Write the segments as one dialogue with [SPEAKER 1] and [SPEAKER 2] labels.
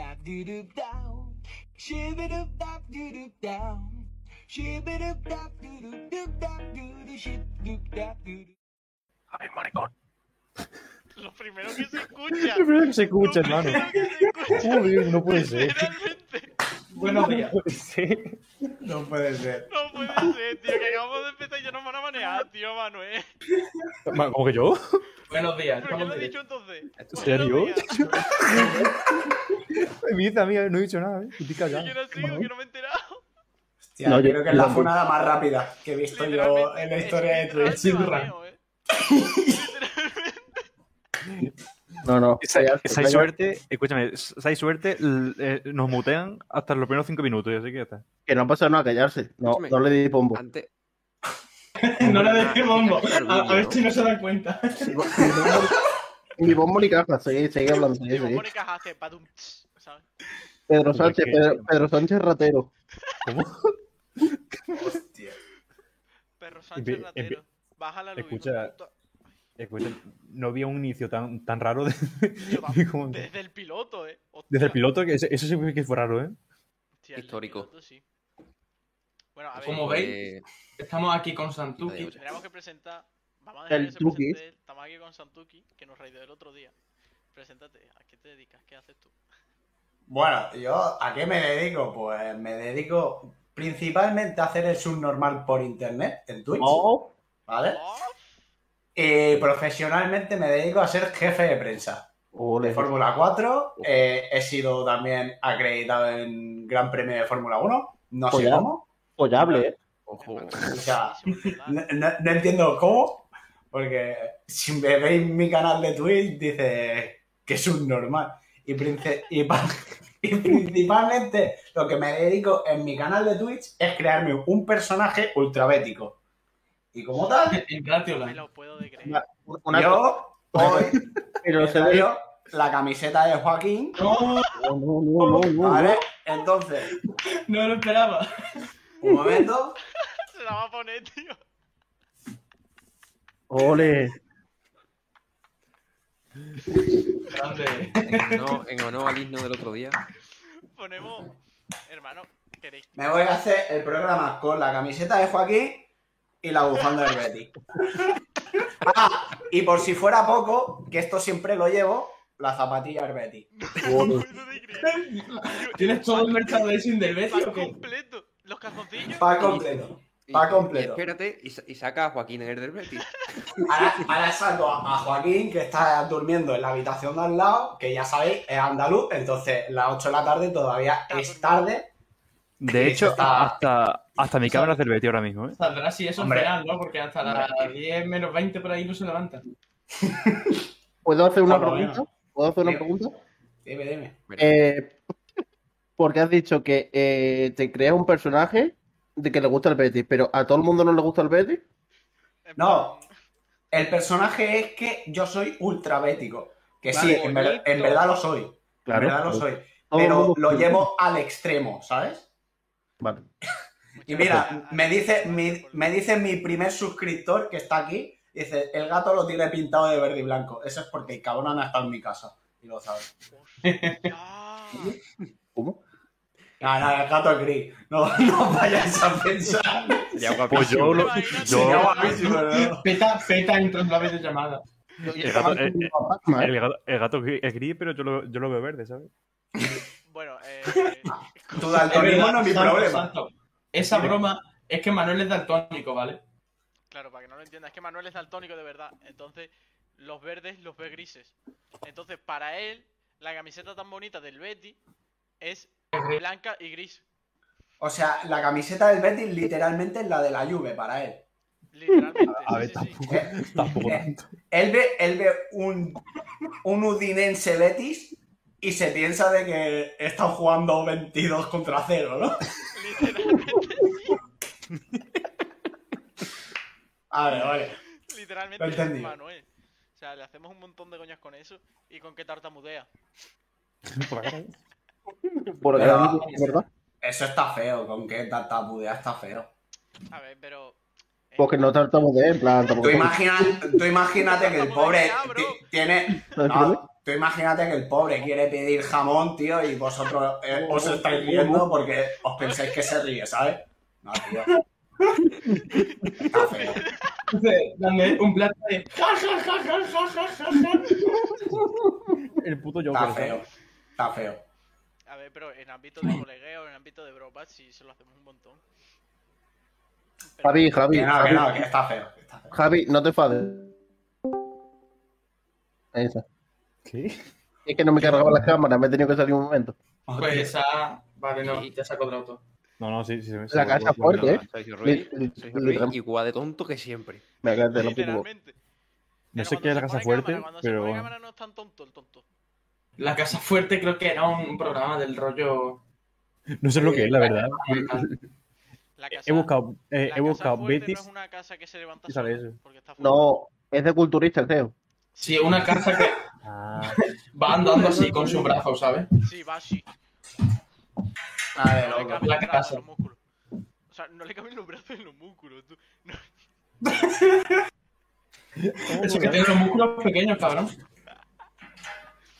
[SPEAKER 1] Shoo-ba-doop-dap-doo-doop-down. Shoo-ba-doop-dap-doo-doop-down. Shoo-ba-doop-dap-doo-doop-doop-dap-doo-doo, shoo-doop-dap-doo-doo.
[SPEAKER 2] Ay, maricón.
[SPEAKER 3] Lo primero que se escucha.
[SPEAKER 4] Lo primero que se escucha,
[SPEAKER 3] Lo primero
[SPEAKER 4] hermano.
[SPEAKER 3] que se escucha,
[SPEAKER 4] Joder, no puede ser.
[SPEAKER 3] Literalmente.
[SPEAKER 5] Buenos días.
[SPEAKER 4] No puede ser.
[SPEAKER 5] No puede ser.
[SPEAKER 3] No puede ser, tío. Que acabamos de empezar y ya nos van a manejar, tío, Manuel.
[SPEAKER 4] Man, ¿Cómo que yo?
[SPEAKER 5] Buenos días.
[SPEAKER 3] ¿Pero qué
[SPEAKER 5] estamos
[SPEAKER 3] lo he
[SPEAKER 5] en
[SPEAKER 3] dicho
[SPEAKER 5] directo.
[SPEAKER 3] entonces?
[SPEAKER 4] ¿En serio?
[SPEAKER 3] Buenos días.
[SPEAKER 4] Mi hija mía, no he dicho nada, ¿eh? Estoy callado.
[SPEAKER 3] Y Yo no sigo, que no me he enterado.
[SPEAKER 5] Hostia,
[SPEAKER 6] No, yo-
[SPEAKER 5] creo que es la
[SPEAKER 6] yo-
[SPEAKER 5] funada más rápida que he visto yo en la historia de Twitch.
[SPEAKER 3] Twitch.
[SPEAKER 5] sin duda.
[SPEAKER 3] eh.
[SPEAKER 6] No, no.
[SPEAKER 4] Si hay- si hay
[SPEAKER 6] Venga.
[SPEAKER 4] suerte, escúchame, si hay suerte, l- eh, nos mutean hasta los primeros cinco minutos, así que ya está.
[SPEAKER 6] Que no ha pasado nada, callarse. No,
[SPEAKER 7] Escúchame.
[SPEAKER 6] no le di pombo.
[SPEAKER 7] Antes.
[SPEAKER 5] No le dejes bombo.
[SPEAKER 7] Claro,
[SPEAKER 5] A, a ver
[SPEAKER 7] ¿no?
[SPEAKER 5] si no se dan cuenta.
[SPEAKER 6] Ni bombo ni caja, seguí, seguí hablando. seguí,
[SPEAKER 3] Digo,
[SPEAKER 6] seguí.
[SPEAKER 3] Mónica hace padum. tss, ¿sabes?
[SPEAKER 6] Pedro Sánchez, Pedro, Pedro Sánchez ratero.
[SPEAKER 4] ¿Cómo?
[SPEAKER 5] Hostia.
[SPEAKER 3] Perro Sánchez
[SPEAKER 4] Empe-
[SPEAKER 3] Ratero. Baja la luz. hijo
[SPEAKER 4] Escucha.
[SPEAKER 3] de puta.
[SPEAKER 4] Escucha, no había un inicio tan, tan raro de-
[SPEAKER 3] Tío, va-
[SPEAKER 4] como-
[SPEAKER 3] Desde el piloto, eh. Hostia.
[SPEAKER 4] desde el piloto, que ese- eso sí que fue raro, ¿eh?
[SPEAKER 3] Hostia, el
[SPEAKER 7] Histórico.
[SPEAKER 3] piloto sí. Bueno, a ver.
[SPEAKER 5] ¿Cómo
[SPEAKER 7] eh,
[SPEAKER 5] veis? Estamos aquí con Santuki.
[SPEAKER 3] Tenemos que presentar. Vamos a dejar
[SPEAKER 6] El
[SPEAKER 3] que se
[SPEAKER 6] Tuki.
[SPEAKER 3] presente él. Estamos aquí con Santuki, que nos raideó el otro día. Preséntate, ¿a qué te dedicas? ¿Qué haces tú?
[SPEAKER 5] Bueno, yo ¿a qué me dedico? Pues me dedico principalmente a hacer el subnormal por internet, en Twitch,
[SPEAKER 6] No,
[SPEAKER 5] ¿vale?
[SPEAKER 3] Oh,
[SPEAKER 5] Y profesionalmente me dedico a ser jefe de prensa de
[SPEAKER 6] ole.
[SPEAKER 5] Fórmula 4. eh, he sido también acreditado en Gran Premio de Fórmula 1. No sé
[SPEAKER 6] Joder.
[SPEAKER 5] cómo.
[SPEAKER 6] Follable, ¿eh?
[SPEAKER 7] Ojo.
[SPEAKER 5] O sea,
[SPEAKER 3] buenísimo, ¿verdad?
[SPEAKER 5] no, no- no entiendo cómo. Porque si me veis mi canal de Twitch, dice que es un normal. Y, prince- y pa- y principalmente lo que me dedico en mi canal de Twitch es crearme un personaje ultrabético. Y como tal,
[SPEAKER 3] Me lo puedo de creer.
[SPEAKER 6] Una- Una cosa,
[SPEAKER 5] yo hoy
[SPEAKER 6] pero
[SPEAKER 5] me
[SPEAKER 6] se ve.
[SPEAKER 5] traigo la camiseta de Joaquín.
[SPEAKER 6] No, no, no, no, no.
[SPEAKER 5] ¿Vale? Entonces. No lo esperaba. Un momento.
[SPEAKER 3] Se la va a poner, tío.
[SPEAKER 6] Ole.
[SPEAKER 7] En honor, en honor al himno del otro día.
[SPEAKER 3] Ponemos. Hermano, ¿queréis?
[SPEAKER 5] Me voy a hacer el programa con la camiseta de Joaquín y la bufanda del Betty. Ah, y por si fuera poco, que esto siempre lo llevo, la zapatilla del Betty.
[SPEAKER 3] No me puedo de creer.
[SPEAKER 8] ¿Tienes todo el merchandising del Betis
[SPEAKER 3] Pack
[SPEAKER 8] o qué?
[SPEAKER 3] completo. Los calzoncillos.
[SPEAKER 5] Pa' completo.
[SPEAKER 7] Y-
[SPEAKER 5] Pa'
[SPEAKER 7] y-
[SPEAKER 5] completo.
[SPEAKER 7] y espérate y, sa- y saca a Joaquín el del Betis.
[SPEAKER 5] Ahora, ahora saco a, a Joaquín, que está durmiendo en la habitación de al lado, que ya sabéis, es andaluz, entonces las 8 de la tarde
[SPEAKER 7] Ah,
[SPEAKER 5] todavía
[SPEAKER 7] pues
[SPEAKER 5] es tarde.
[SPEAKER 4] De hecho,
[SPEAKER 5] está-
[SPEAKER 4] hasta, hasta mi cámara es del Betis ahora mismo, ¿eh?
[SPEAKER 8] Saldrá si eso es
[SPEAKER 5] Hombre.
[SPEAKER 8] real, ¿no? Porque hasta las 10 menos 20 por ahí no se levanta.
[SPEAKER 6] ¿Puedo hacer una
[SPEAKER 5] Por lo
[SPEAKER 6] pregunta?
[SPEAKER 5] menos.
[SPEAKER 6] ¿Puedo hacer una
[SPEAKER 5] Dime.
[SPEAKER 6] pregunta?
[SPEAKER 5] Dime, dime.
[SPEAKER 6] Eh, porque has dicho que eh, te creas un personaje de que le gusta el Betis, pero a todo el mundo no le gusta el Betis.
[SPEAKER 3] En
[SPEAKER 5] No.
[SPEAKER 3] plan,
[SPEAKER 5] El personaje es que yo soy ultrabético. Que
[SPEAKER 7] Vale,
[SPEAKER 5] sí, en, ver-
[SPEAKER 7] bonito.
[SPEAKER 5] en verdad lo soy.
[SPEAKER 6] Claro.
[SPEAKER 5] En verdad lo soy.
[SPEAKER 6] Todo el
[SPEAKER 5] Pero
[SPEAKER 6] mundo-
[SPEAKER 5] lo llevo al extremo, ¿sabes?
[SPEAKER 6] Vale.
[SPEAKER 5] Y
[SPEAKER 3] muchas
[SPEAKER 5] mira,
[SPEAKER 3] gracias.
[SPEAKER 5] me dice, mi, me dice mi primer suscriptor que está aquí, dice, el gato lo tiene pintado de verde y blanco. Eso es porque el cabrón ha estado en mi casa. Y lo sabes.
[SPEAKER 3] Hostia.
[SPEAKER 6] ¿Cómo?
[SPEAKER 5] Nada, nada, el gato es gris. No, no vayáis a pensar.
[SPEAKER 4] Pues yo lo.
[SPEAKER 3] Imagínate.
[SPEAKER 6] Oh.
[SPEAKER 5] Sería
[SPEAKER 4] Yo,
[SPEAKER 5] guapísimo, ¿no?
[SPEAKER 8] Peta, peta entra en la videollamada.
[SPEAKER 4] el, gato, el,
[SPEAKER 6] No, Batman, ¿eh?
[SPEAKER 4] el gato- el gato es gris, pero yo lo, yo lo veo verde, ¿sabes?
[SPEAKER 3] Bueno, eh.
[SPEAKER 5] Tu daltonismo no es mi
[SPEAKER 8] Santo,
[SPEAKER 5] problema.
[SPEAKER 8] Santo, Esa broma es que Manuel es daltónico, ¿vale?
[SPEAKER 3] Claro, para que no lo entiendas, es que Manuel es daltónico de verdad. Entonces, los verdes los ve grises. Entonces, para él, la camiseta tan bonita del Betty es blanca y gris.
[SPEAKER 5] O sea, la camiseta del Betis literalmente es la de la lluvia para él. ¿eh?
[SPEAKER 3] Literalmente.
[SPEAKER 4] A ver,
[SPEAKER 3] sí, sí, sí.
[SPEAKER 4] tampoco, tampoco tanto.
[SPEAKER 5] Él ve, él ve un, un Udinense Betis y se piensa de que están jugando 22 contra 0, ¿no?
[SPEAKER 3] Literalmente,
[SPEAKER 5] A ver, vale.
[SPEAKER 3] literalmente
[SPEAKER 5] Lo he
[SPEAKER 3] es
[SPEAKER 5] entendido.
[SPEAKER 3] Manuel. O sea, le hacemos un montón de coñas con eso y con que tartamudea.
[SPEAKER 4] ¿eh?
[SPEAKER 6] Porque
[SPEAKER 5] Pero- eh,
[SPEAKER 6] era un- ¿verdad?
[SPEAKER 5] Eso está feo, con que tartamudea está feo.
[SPEAKER 3] A ver, pero. eh,
[SPEAKER 6] Porque no tratamos de en plan.
[SPEAKER 5] Tú,
[SPEAKER 6] tampoco-
[SPEAKER 5] imagina- tú imagínate que el pobre ti- tiene... no, tú Tú imagínate que el pobre quiere pedir jamón, tío, y vosotros eh, os estáis riendo porque os pensáis que se ríe, ¿sabes? No, tío. Está feo.
[SPEAKER 8] Dice, dame un plato de. ¿Eh? ja, ja, ja, ja, ja, ja, ja, ja.
[SPEAKER 2] El puto
[SPEAKER 5] Está
[SPEAKER 2] Joker.
[SPEAKER 5] feo. Está feo.
[SPEAKER 3] A ver, pero en ámbito de colegueo, en ámbito de bropas, sí se lo hacemos un montón. Pero-
[SPEAKER 6] Javi, Javi,
[SPEAKER 5] Que no, que
[SPEAKER 6] Javi,
[SPEAKER 5] no, que está feo. que está feo.
[SPEAKER 6] Javi, no te fades. Ahí está.
[SPEAKER 2] ¿Qué?
[SPEAKER 6] Es que no me cargaba la cámara, me he tenido que salir un momento.
[SPEAKER 8] Pues esa. Vale, no, ya se ha cuadrado todo.
[SPEAKER 4] No, no, sí, sí. sí,
[SPEAKER 6] La
[SPEAKER 4] sí,
[SPEAKER 6] casa
[SPEAKER 4] sí,
[SPEAKER 6] fuerte, ¿eh?
[SPEAKER 7] Sergio
[SPEAKER 6] Li-
[SPEAKER 7] Ruiz,
[SPEAKER 6] li-
[SPEAKER 7] Sergio Ruiz,
[SPEAKER 6] literal-
[SPEAKER 7] igual de tonto que siempre.
[SPEAKER 6] Me acabas de la puta
[SPEAKER 3] Literalmente.
[SPEAKER 4] No
[SPEAKER 3] Pero
[SPEAKER 4] sé
[SPEAKER 3] cuando
[SPEAKER 4] qué
[SPEAKER 3] se
[SPEAKER 4] es la casa
[SPEAKER 3] pone
[SPEAKER 4] fuerte,
[SPEAKER 3] cámara, cuando se
[SPEAKER 4] pero
[SPEAKER 3] pone
[SPEAKER 4] bueno.
[SPEAKER 3] cámara no es tan tonto el tonto.
[SPEAKER 8] La Casa Fuerte creo que era un programa del rollo.
[SPEAKER 2] No sé lo que es, la verdad.
[SPEAKER 5] Mm,
[SPEAKER 3] La casa,
[SPEAKER 2] He buscado, eh,
[SPEAKER 3] la
[SPEAKER 2] he
[SPEAKER 3] casa
[SPEAKER 2] buscado
[SPEAKER 3] fuerte
[SPEAKER 2] Betis.
[SPEAKER 3] No es una casa que se levanta
[SPEAKER 2] y sale
[SPEAKER 3] sola,
[SPEAKER 2] eso.
[SPEAKER 3] porque está fuerte.
[SPEAKER 6] No, es de culturista, creo.
[SPEAKER 8] Sí, una casa que
[SPEAKER 2] Ah,
[SPEAKER 8] va andando así con su brazo, ¿sabes?
[SPEAKER 3] Sí, va así.
[SPEAKER 5] A ver,
[SPEAKER 3] No le
[SPEAKER 5] loco.
[SPEAKER 3] caben
[SPEAKER 8] la
[SPEAKER 3] los brazos
[SPEAKER 8] casa.
[SPEAKER 3] en los músculos. O sea, no le caben los brazos en los músculos. tú. No,
[SPEAKER 5] Oh,
[SPEAKER 8] Eso que tiene los músculos pequeños, cabrón.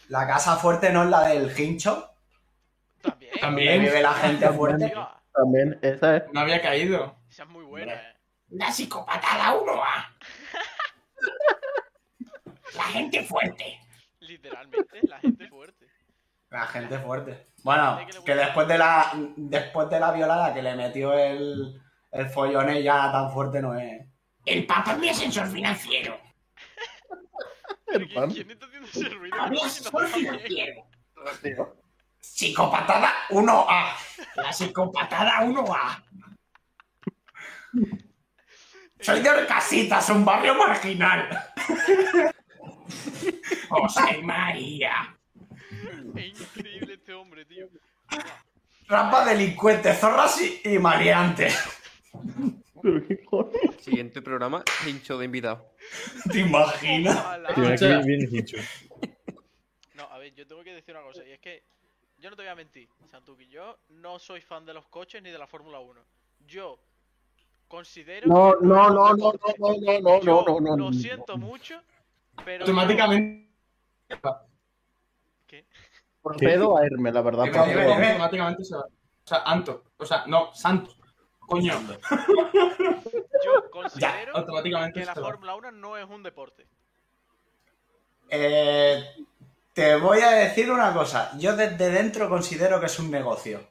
[SPEAKER 5] La casa fuerte no es la del hincho,
[SPEAKER 3] también.
[SPEAKER 5] que
[SPEAKER 8] También.
[SPEAKER 5] vive la gente fuerte.
[SPEAKER 3] Tío,
[SPEAKER 6] También, esa es.
[SPEAKER 8] No había caído.
[SPEAKER 3] esa es muy buena,
[SPEAKER 5] Hombre.
[SPEAKER 3] eh.
[SPEAKER 5] La psicópata la uno a. La gente fuerte.
[SPEAKER 3] Literalmente, la gente fuerte.
[SPEAKER 5] La gente fuerte. Bueno, que después de la después de la violada que le metió el, el follón ya tan fuerte no es. El papá es mi ascensor financiero.
[SPEAKER 3] Pero ¿quién,
[SPEAKER 6] pan.
[SPEAKER 3] quién está haciendo ese ruido?
[SPEAKER 5] A mí
[SPEAKER 3] Creo que
[SPEAKER 5] es
[SPEAKER 3] no
[SPEAKER 5] por
[SPEAKER 3] está bien.
[SPEAKER 5] financiero. Psicopatada 1A. La psicopatada 1A. Soy de Orcasitas, un barrio marginal. José María.
[SPEAKER 3] Es increíble este hombre, tío.
[SPEAKER 5] Rampa delincuente, zorras y, y maleantes.
[SPEAKER 7] Siguiente programa, hincho de invitado.
[SPEAKER 5] ¿Te imaginas?
[SPEAKER 3] Ojalá.
[SPEAKER 2] tío,
[SPEAKER 8] O sea-
[SPEAKER 2] aquí viene Hichu.
[SPEAKER 3] No, a ver, yo tengo que decir una cosa, y es que yo no te voy a mentir, Santuki, yo no soy fan de los coches ni de la Fórmula 1. Yo considero...
[SPEAKER 6] No,
[SPEAKER 3] que
[SPEAKER 6] no,
[SPEAKER 3] es un
[SPEAKER 6] no, no,
[SPEAKER 3] deporte.
[SPEAKER 6] no, no, Oh, no, no,
[SPEAKER 3] Yo
[SPEAKER 6] no, no,
[SPEAKER 3] Lo
[SPEAKER 6] no.
[SPEAKER 3] siento mucho, pero...
[SPEAKER 8] Automáticamente.
[SPEAKER 6] Procedo a irme, la verdad.
[SPEAKER 5] ¿Qué?
[SPEAKER 6] por favor.
[SPEAKER 5] eh.
[SPEAKER 8] Automáticamente se va. O sea, Anto. O sea, no, Santos. Coño.
[SPEAKER 3] Yo considero
[SPEAKER 8] Automáticamente
[SPEAKER 3] que la
[SPEAKER 8] se va.
[SPEAKER 3] Fórmula 1 no es un deporte.
[SPEAKER 5] Eh, te voy a decir una cosa. Yo desde dentro considero que es un negocio.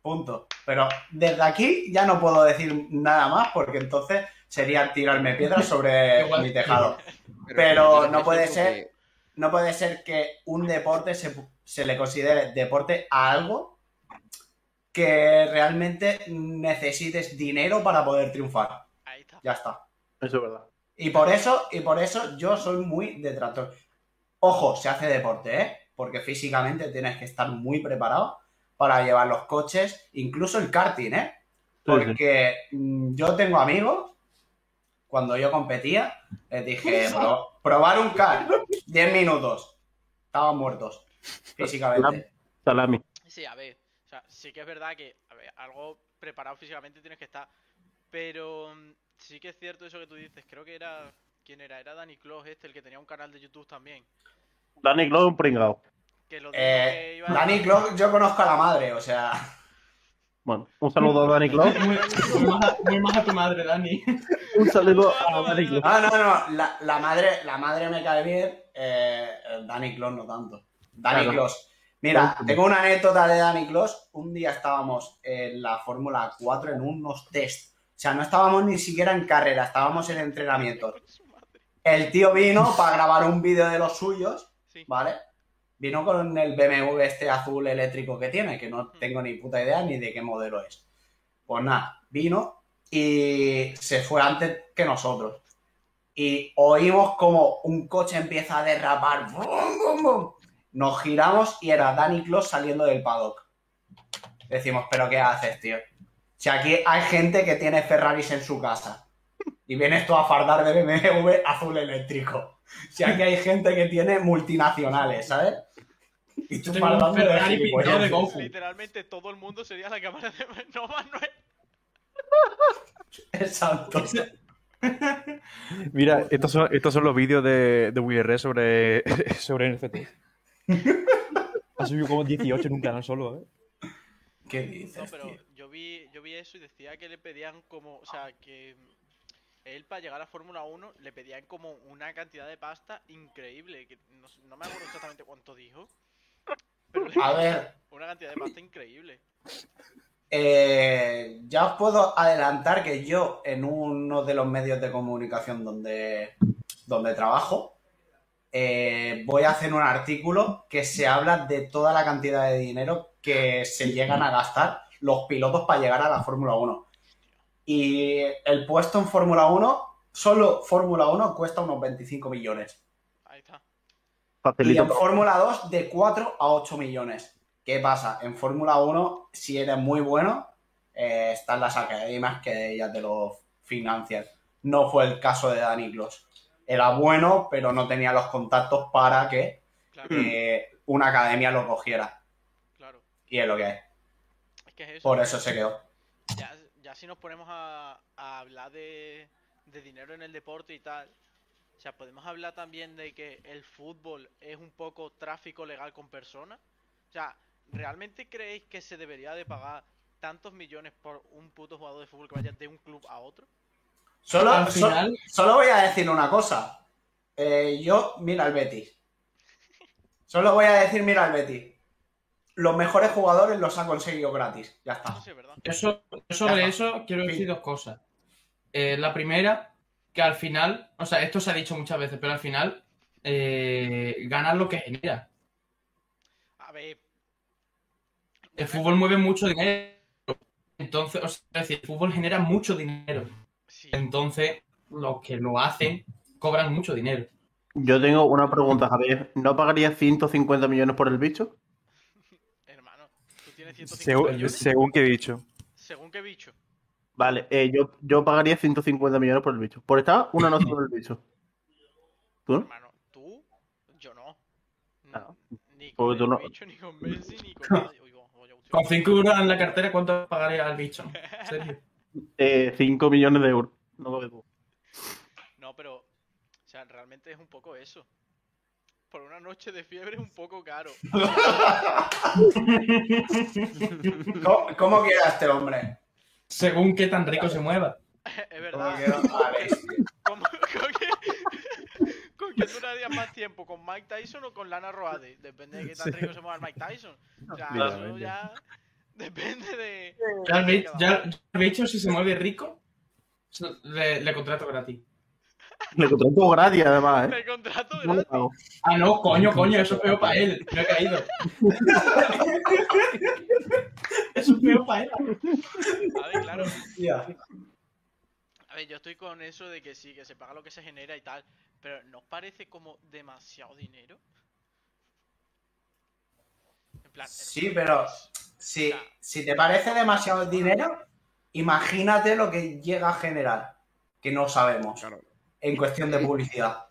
[SPEAKER 5] Punto. Pero desde aquí ya no puedo decir nada más porque entonces sería tirarme piedras sobre
[SPEAKER 8] Igual.
[SPEAKER 5] mi tejado. Pero
[SPEAKER 7] entonces
[SPEAKER 5] no
[SPEAKER 7] me
[SPEAKER 5] puede
[SPEAKER 7] siento
[SPEAKER 5] ser. No puede ser que un deporte se, se le considere deporte a algo que realmente necesites dinero para poder triunfar.
[SPEAKER 3] Ahí está.
[SPEAKER 5] Ya está.
[SPEAKER 6] Eso es verdad.
[SPEAKER 5] Y por eso, y por eso yo soy muy detractor. Ojo, se hace deporte, ¿eh? Porque físicamente tienes que estar muy preparado para llevar los coches, incluso el karting, ¿eh? Porque mm, yo tengo amigos, cuando yo competía, les dije, "Pro- probar un kart, 10 minutos. Estaban muertos, físicamente.
[SPEAKER 2] Salami.
[SPEAKER 3] Sí, a ver, o sea, sí que es verdad que, a ver, algo preparado físicamente tienes que estar, pero mm, sí que es cierto eso que tú dices, creo que era, ¿quién era? Era Danny Clos este, el que tenía un canal de YouTube también,
[SPEAKER 2] Danny Glow, un pringao.
[SPEAKER 3] que lo dijo que
[SPEAKER 5] Eh,
[SPEAKER 3] iba a-
[SPEAKER 5] Dani Clock, yo conozco a la madre, o sea,
[SPEAKER 2] Bueno, un saludo a Danny Glow.
[SPEAKER 8] Muy, muy más a, muy más a tu madre, Dani.
[SPEAKER 2] Un saludo
[SPEAKER 3] a Danny Glow.
[SPEAKER 5] no, no, no, la, la madre, la madre me cae bien, eh, Danny Clos no tanto. Danny
[SPEAKER 2] Claro.
[SPEAKER 5] Clos. Mira, tengo una anécdota de Danny Clos. Un día estábamos en la Fórmula 4 en unos test. O sea, no estábamos ni siquiera en carrera, estábamos en entrenamiento.
[SPEAKER 3] Su madre.
[SPEAKER 5] El tío vino para grabar un vídeo de los suyos,
[SPEAKER 3] Sí.
[SPEAKER 5] ¿vale? Vino con el BMW este azul eléctrico que tiene, que no tengo ni puta idea ni de qué modelo es. Pues nada, vino y se fue antes que nosotros. Y oímos como un coche empieza a derrapar. ¡Bum, bum, bum! Nos giramos y era Danny Clos saliendo del paddock. Decimos, pero ¿qué haces, tío? Si aquí hay gente que tiene Ferraris en su casa y vienes tú a fardar de BMW azul eléctrico. Si aquí hay gente que tiene multinacionales, ¿sabes? Y tú
[SPEAKER 8] Tengo un
[SPEAKER 5] fardando de
[SPEAKER 8] Ferrari pintado de
[SPEAKER 5] gilipolleces.
[SPEAKER 8] Goku.
[SPEAKER 3] Literalmente todo el mundo sería la cámara de no Manuel.
[SPEAKER 5] Exacto.
[SPEAKER 4] Mira, estos son, estos son los vídeos de, de Willy Red sobre, sobre NFT. Ha subido como 18 en un canal solo, ¿eh?
[SPEAKER 5] ¿Qué dices?
[SPEAKER 3] No, pero
[SPEAKER 5] tío?
[SPEAKER 3] yo vi, yo vi eso y decía que le pedían como, o sea, que él para llegar a Fórmula 1 le pedían como una cantidad de pasta increíble, que no, s- no me acuerdo exactamente cuánto dijo. Pero le-
[SPEAKER 5] A ver,
[SPEAKER 3] Una cantidad de pasta increíble.
[SPEAKER 5] eh, ya os puedo adelantar que yo en uno de los medios de comunicación donde, donde trabajo, eh, voy a hacer un artículo que se habla de toda la cantidad de dinero que se llegan a gastar los pilotos para llegar a la Fórmula 1. Y el puesto en Fórmula 1, solo Fórmula 1 cuesta unos 25 millones.
[SPEAKER 3] Ahí está.
[SPEAKER 5] Y
[SPEAKER 2] Facilito.
[SPEAKER 5] en Fórmula 2 de 4 a 8 millones. ¿Qué pasa? En Fórmula 1, si eres muy bueno, eh, están las academias que ya te lo financian. No fue el caso de Dani Gloss. Era bueno, pero no tenía los contactos para que
[SPEAKER 3] Claro,
[SPEAKER 5] eh, una academia lo cogiera.
[SPEAKER 3] claro.
[SPEAKER 5] Y es lo que es.
[SPEAKER 3] Es que es eso.
[SPEAKER 5] Por eso se quedó.
[SPEAKER 3] Ya, ya si nos ponemos a, a hablar de, de dinero en el deporte y tal, o sea, podemos hablar también de que el fútbol es un poco tráfico legal con personas. O sea, ¿realmente creéis que se debería de pagar tantos millones por un puto jugador de fútbol que vaya de un club a otro?
[SPEAKER 5] Solo,
[SPEAKER 8] Al
[SPEAKER 5] so-
[SPEAKER 8] final-
[SPEAKER 5] solo voy a decir una cosa. Eh, yo, mira al Betis. Solo voy a decir, mira al Betis. Los mejores jugadores los ha conseguido gratis. Ya
[SPEAKER 3] Eso
[SPEAKER 2] Ah.
[SPEAKER 5] está.
[SPEAKER 3] sí es verdad.
[SPEAKER 8] Yo, so- yo sobre eso quiero decir dos cosas. Eh, la primera, que al final, o sea, esto se ha dicho muchas veces, pero al final eh, ganas lo que genera.
[SPEAKER 3] A ver,
[SPEAKER 8] El fútbol mueve mucho dinero. Entonces, o sea, es decir, el fútbol genera mucho dinero.
[SPEAKER 3] sí,
[SPEAKER 8] Entonces, los que lo hacen cobran mucho dinero.
[SPEAKER 2] Yo tengo una pregunta, Javier. ¿No pagarías 150 millones por el bicho?
[SPEAKER 3] hermano, tú tienes 150
[SPEAKER 4] Según,
[SPEAKER 3] millones,
[SPEAKER 4] según que he dicho.
[SPEAKER 3] según qué bicho.
[SPEAKER 2] Vale, eh, yo, yo pagaría 150 millones por el bicho. Por estar una noche con el bicho. ¿Tú no?
[SPEAKER 3] Hermano, tú, yo no. N-
[SPEAKER 2] Claro.
[SPEAKER 3] Ni con
[SPEAKER 2] Porque tú
[SPEAKER 3] el
[SPEAKER 2] no-
[SPEAKER 3] bicho, ni con Messi, ni con nadie. Uy, bo- bo- yo-
[SPEAKER 8] Con 5 euros en la cartera, ¿cuánto pagaría al bicho? ¿En serio?
[SPEAKER 2] Eh, 5 millones de euros. No lo veo.
[SPEAKER 3] No, pero, o sea, realmente es un poco eso. Por una noche de fiebre es un poco caro.
[SPEAKER 5] ¿Cómo, cómo queda este hombre?
[SPEAKER 8] Según qué tan rico se mueva.
[SPEAKER 3] es
[SPEAKER 5] ¿Cómo
[SPEAKER 3] verdad.
[SPEAKER 5] queda? Vale, sí.
[SPEAKER 3] ¿Cómo- con, que, con que duraría más tiempo? ¿Con Mike Tyson o con Lana Roade? Depende de qué tan rico se mueva el Mike Tyson. O sea, eso
[SPEAKER 4] Claramente.
[SPEAKER 3] ya depende de...
[SPEAKER 8] Ya el, bi- ya el bicho, si se mueve rico, se- le, le contrato gratis.
[SPEAKER 2] Le contrato gratis, además, ¿eh?
[SPEAKER 3] de contrato
[SPEAKER 2] No lo
[SPEAKER 3] gratis.
[SPEAKER 2] pago.
[SPEAKER 8] Ah, no, coño, coño, eso es peor para él. Me he caído. eso es peor para él.
[SPEAKER 3] A ver, claro.
[SPEAKER 5] Hostia.
[SPEAKER 3] A ver, yo estoy con eso de que sí, que se paga lo que se genera y tal. Pero ¿no os parece como demasiado dinero? En plan,
[SPEAKER 5] Sí,
[SPEAKER 3] hermano,
[SPEAKER 5] pero- Si, si te parece demasiado dinero, imagínate lo que llega a generar, que no sabemos,
[SPEAKER 7] Claro.
[SPEAKER 5] en cuestión de publicidad,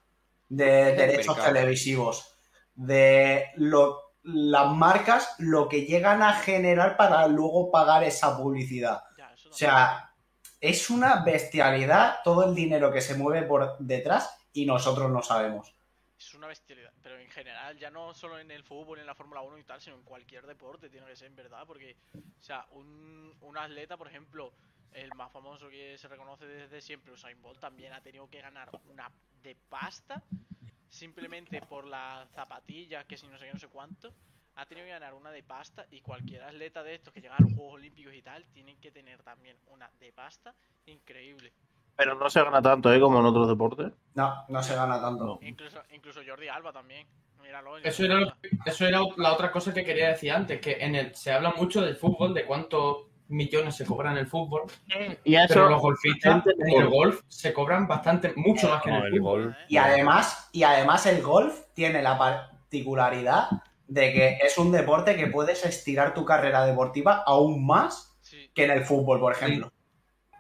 [SPEAKER 5] de
[SPEAKER 7] el
[SPEAKER 5] derechos
[SPEAKER 7] mercado.
[SPEAKER 5] televisivos, de lo- las marcas, lo que llegan a generar para luego pagar esa publicidad.
[SPEAKER 3] ya, eso
[SPEAKER 5] O
[SPEAKER 3] también.
[SPEAKER 5] sea, es una bestialidad todo el dinero que se mueve por detrás y nosotros no sabemos.
[SPEAKER 3] Es una bestialidad, pero en general, ya no solo en el fútbol, en la Fórmula 1 y tal, sino en cualquier deporte tiene que ser, en verdad, porque, o sea, un, un atleta, por ejemplo, el más famoso que se reconoce desde siempre, Usain Bolt, también ha tenido que ganar una de pasta, simplemente por las zapatillas, que si no sé qué, no sé cuánto, ha tenido que ganar una de pasta, y cualquier atleta de estos que llega a los Juegos Olímpicos y tal, tienen que tener también una de pasta increíble.
[SPEAKER 2] Pero no se gana tanto, ¿eh? Como en otros deportes.
[SPEAKER 5] No, no se gana tanto.
[SPEAKER 3] Incluso, incluso Jordi Alba también, míralo. en
[SPEAKER 8] Eso
[SPEAKER 3] la
[SPEAKER 8] era,
[SPEAKER 3] Fórmula.
[SPEAKER 8] lo- eso era la otra cosa que quería decir antes, que en el, se habla mucho del fútbol, de cuántos millones se cobran en el fútbol,
[SPEAKER 2] Y eso...
[SPEAKER 8] pero los golfistas
[SPEAKER 2] gente
[SPEAKER 8] en
[SPEAKER 2] de
[SPEAKER 8] el golf se cobran bastante, mucho más que en el fútbol.
[SPEAKER 4] gol.
[SPEAKER 3] ¿Eh?
[SPEAKER 5] Y además, y además el golf tiene la particularidad de que es un deporte que puedes estirar tu carrera deportiva aún más
[SPEAKER 3] Sí.
[SPEAKER 5] que en el fútbol, por ejemplo.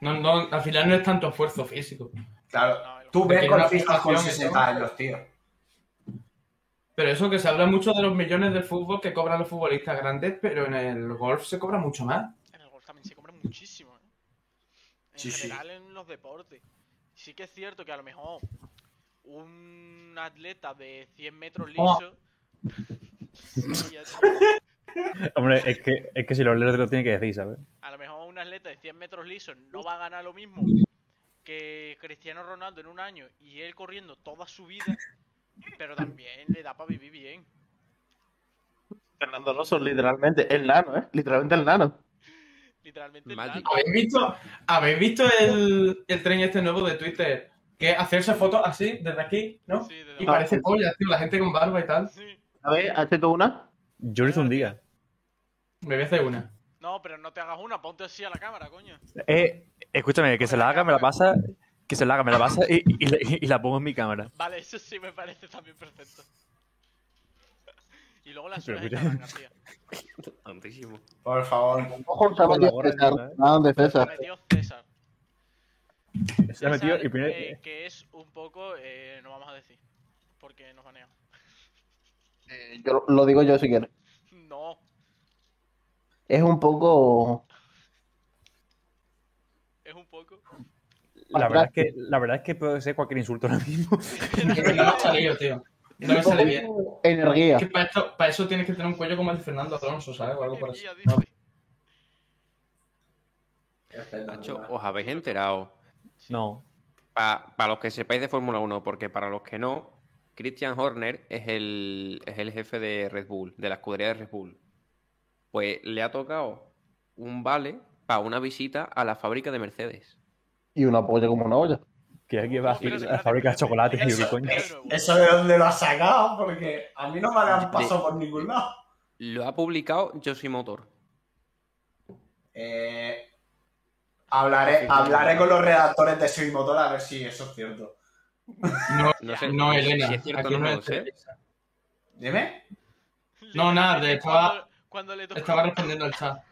[SPEAKER 8] No, no, al final no es tanto esfuerzo físico.
[SPEAKER 5] Claro.
[SPEAKER 3] No, el-
[SPEAKER 5] Tú
[SPEAKER 8] Porque
[SPEAKER 5] ves
[SPEAKER 8] tiene una
[SPEAKER 5] golfistas con
[SPEAKER 8] fijación,
[SPEAKER 5] 60 años, tío.
[SPEAKER 8] Pero eso que se habla mucho de los millones del fútbol que cobran los futbolistas grandes, pero en el golf se cobra mucho más.
[SPEAKER 3] En el golf también se compra muchísimo, ¿eh? En
[SPEAKER 5] Sí, sí.
[SPEAKER 3] general en los deportes. Sí que es cierto que a lo mejor un atleta de 100 metros
[SPEAKER 5] Oh.
[SPEAKER 3] liso. Sí, ya te-
[SPEAKER 4] Hombre, es que, es que si lo lees lo tiene que decir, ¿sabes?
[SPEAKER 3] a lo mejor un atleta de 100 metros lisos no va a ganar lo mismo que Cristiano Ronaldo en un año y él corriendo toda su vida, pero también le da para vivir bien.
[SPEAKER 2] Fernando Alonso, literalmente, el nano, ¿eh? Literalmente el nano.
[SPEAKER 3] Literalmente.
[SPEAKER 7] Magic.
[SPEAKER 3] nada.
[SPEAKER 8] ¿Habéis visto, habéis visto el, el tren este nuevo de Twitter? Que es hacerse fotos así, desde aquí, ¿no?
[SPEAKER 3] Sí, de
[SPEAKER 8] Y
[SPEAKER 3] verdad.
[SPEAKER 8] parece polla, tío, la gente con barba y tal.
[SPEAKER 3] Sí.
[SPEAKER 2] A ver, hazte tú una.
[SPEAKER 4] Yo lo hice un día.
[SPEAKER 8] Me voy a hacer una.
[SPEAKER 3] No, pero no te hagas una, ponte así a la cámara, coño.
[SPEAKER 4] Eh, escúchame, que se la haga, me la pasa. Que se la haga, me la pasa y, y la- y la pongo en mi cámara.
[SPEAKER 3] Vale, eso sí me parece también perfecto. Y luego la
[SPEAKER 4] Pero
[SPEAKER 3] subes a
[SPEAKER 4] mira.
[SPEAKER 3] Instagram, tío.
[SPEAKER 7] Tantísimo.
[SPEAKER 5] Por favor.
[SPEAKER 6] Ojo, se ha
[SPEAKER 4] Con la
[SPEAKER 6] metido
[SPEAKER 4] gorra
[SPEAKER 6] César.
[SPEAKER 4] encima, ¿eh?
[SPEAKER 6] Ah, ¿dónde
[SPEAKER 3] La
[SPEAKER 6] César?
[SPEAKER 3] metió César.
[SPEAKER 4] Se ha metido
[SPEAKER 3] César,
[SPEAKER 4] y primero-
[SPEAKER 3] eh, que es un poco, eh, no vamos a decir, porque nos banean.
[SPEAKER 6] Eh, Yo lo- lo digo yo si quieres.
[SPEAKER 3] No,
[SPEAKER 6] Es un poco.
[SPEAKER 3] es un poco.
[SPEAKER 4] La verdad, es que, la verdad es que puede ser cualquier insulto ahora mismo.
[SPEAKER 8] Pero no me ha salido, tío. No me sale bien.
[SPEAKER 6] Energía.
[SPEAKER 8] Es que para, esto- para eso tienes que tener un cuello como el de Fernando Alonso, ¿sabes? O algo por así.
[SPEAKER 3] Guía, dice.
[SPEAKER 7] Nacho, os habéis enterado.
[SPEAKER 4] No.
[SPEAKER 7] Para los que sepáis de Fórmula 1, porque para los que no, Christian Horner es el, es el jefe de Red Bull, de la escudería de Red Bull. Pues le ha tocado un vale para una visita a la fábrica de Mercedes.
[SPEAKER 6] Y una polla como una olla.
[SPEAKER 4] Que alguien va a
[SPEAKER 3] Espérate,
[SPEAKER 4] decir la
[SPEAKER 3] espérate,
[SPEAKER 4] fábrica de
[SPEAKER 3] espérate.
[SPEAKER 4] chocolates y yo,
[SPEAKER 5] Eso,
[SPEAKER 4] ¿qué coño.
[SPEAKER 5] es- eso de dónde lo has sacado, porque a mí no me lo han pasado por ningún lado.
[SPEAKER 7] Lo ha publicado Josie Motor.
[SPEAKER 5] Eh, hablaré, hablaré con los redactores de Soy Motor a ver si eso es cierto.
[SPEAKER 8] No,
[SPEAKER 7] No sé
[SPEAKER 8] no, Elena.
[SPEAKER 7] si es cierto
[SPEAKER 8] aquí
[SPEAKER 7] o
[SPEAKER 8] no
[SPEAKER 7] no, no
[SPEAKER 8] es
[SPEAKER 7] lo sé.
[SPEAKER 8] Teresa.
[SPEAKER 5] Dime.
[SPEAKER 8] No, nada,
[SPEAKER 3] Literalmente,
[SPEAKER 8] estaba-
[SPEAKER 3] Cuando, cuando le tocó,
[SPEAKER 8] Estaba respondiendo al chat.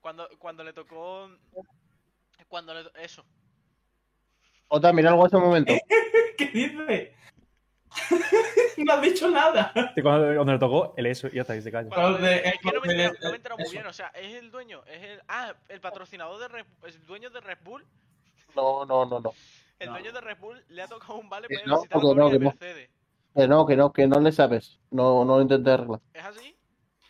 [SPEAKER 3] Cuando, cuando le tocó. Cuando le. Eso.
[SPEAKER 6] Jota, mira algo hace un momento.
[SPEAKER 8] ¿Qué dices? no has dicho nada.
[SPEAKER 4] Este Cuando, cuando le tocó, el eso, y ya está, y se calla.
[SPEAKER 8] Los de-
[SPEAKER 3] Es que no me he enterado, no me he enterado muy
[SPEAKER 8] eso.
[SPEAKER 3] bien. O sea, es el dueño. Es el. Ah, el patrocinador de Red, el dueño de Red Bull.
[SPEAKER 6] No, no, no, no.
[SPEAKER 3] El
[SPEAKER 5] No.
[SPEAKER 3] dueño de Red Bull le ha tocado un vale
[SPEAKER 6] Que
[SPEAKER 3] para ir
[SPEAKER 6] no,
[SPEAKER 3] a visitar la
[SPEAKER 6] que no,
[SPEAKER 3] fábrica de
[SPEAKER 6] que no.
[SPEAKER 3] Mercedes.
[SPEAKER 6] Que no, que no, que no le sabes. No, no lo intenté arreglar.
[SPEAKER 3] ¿Es así?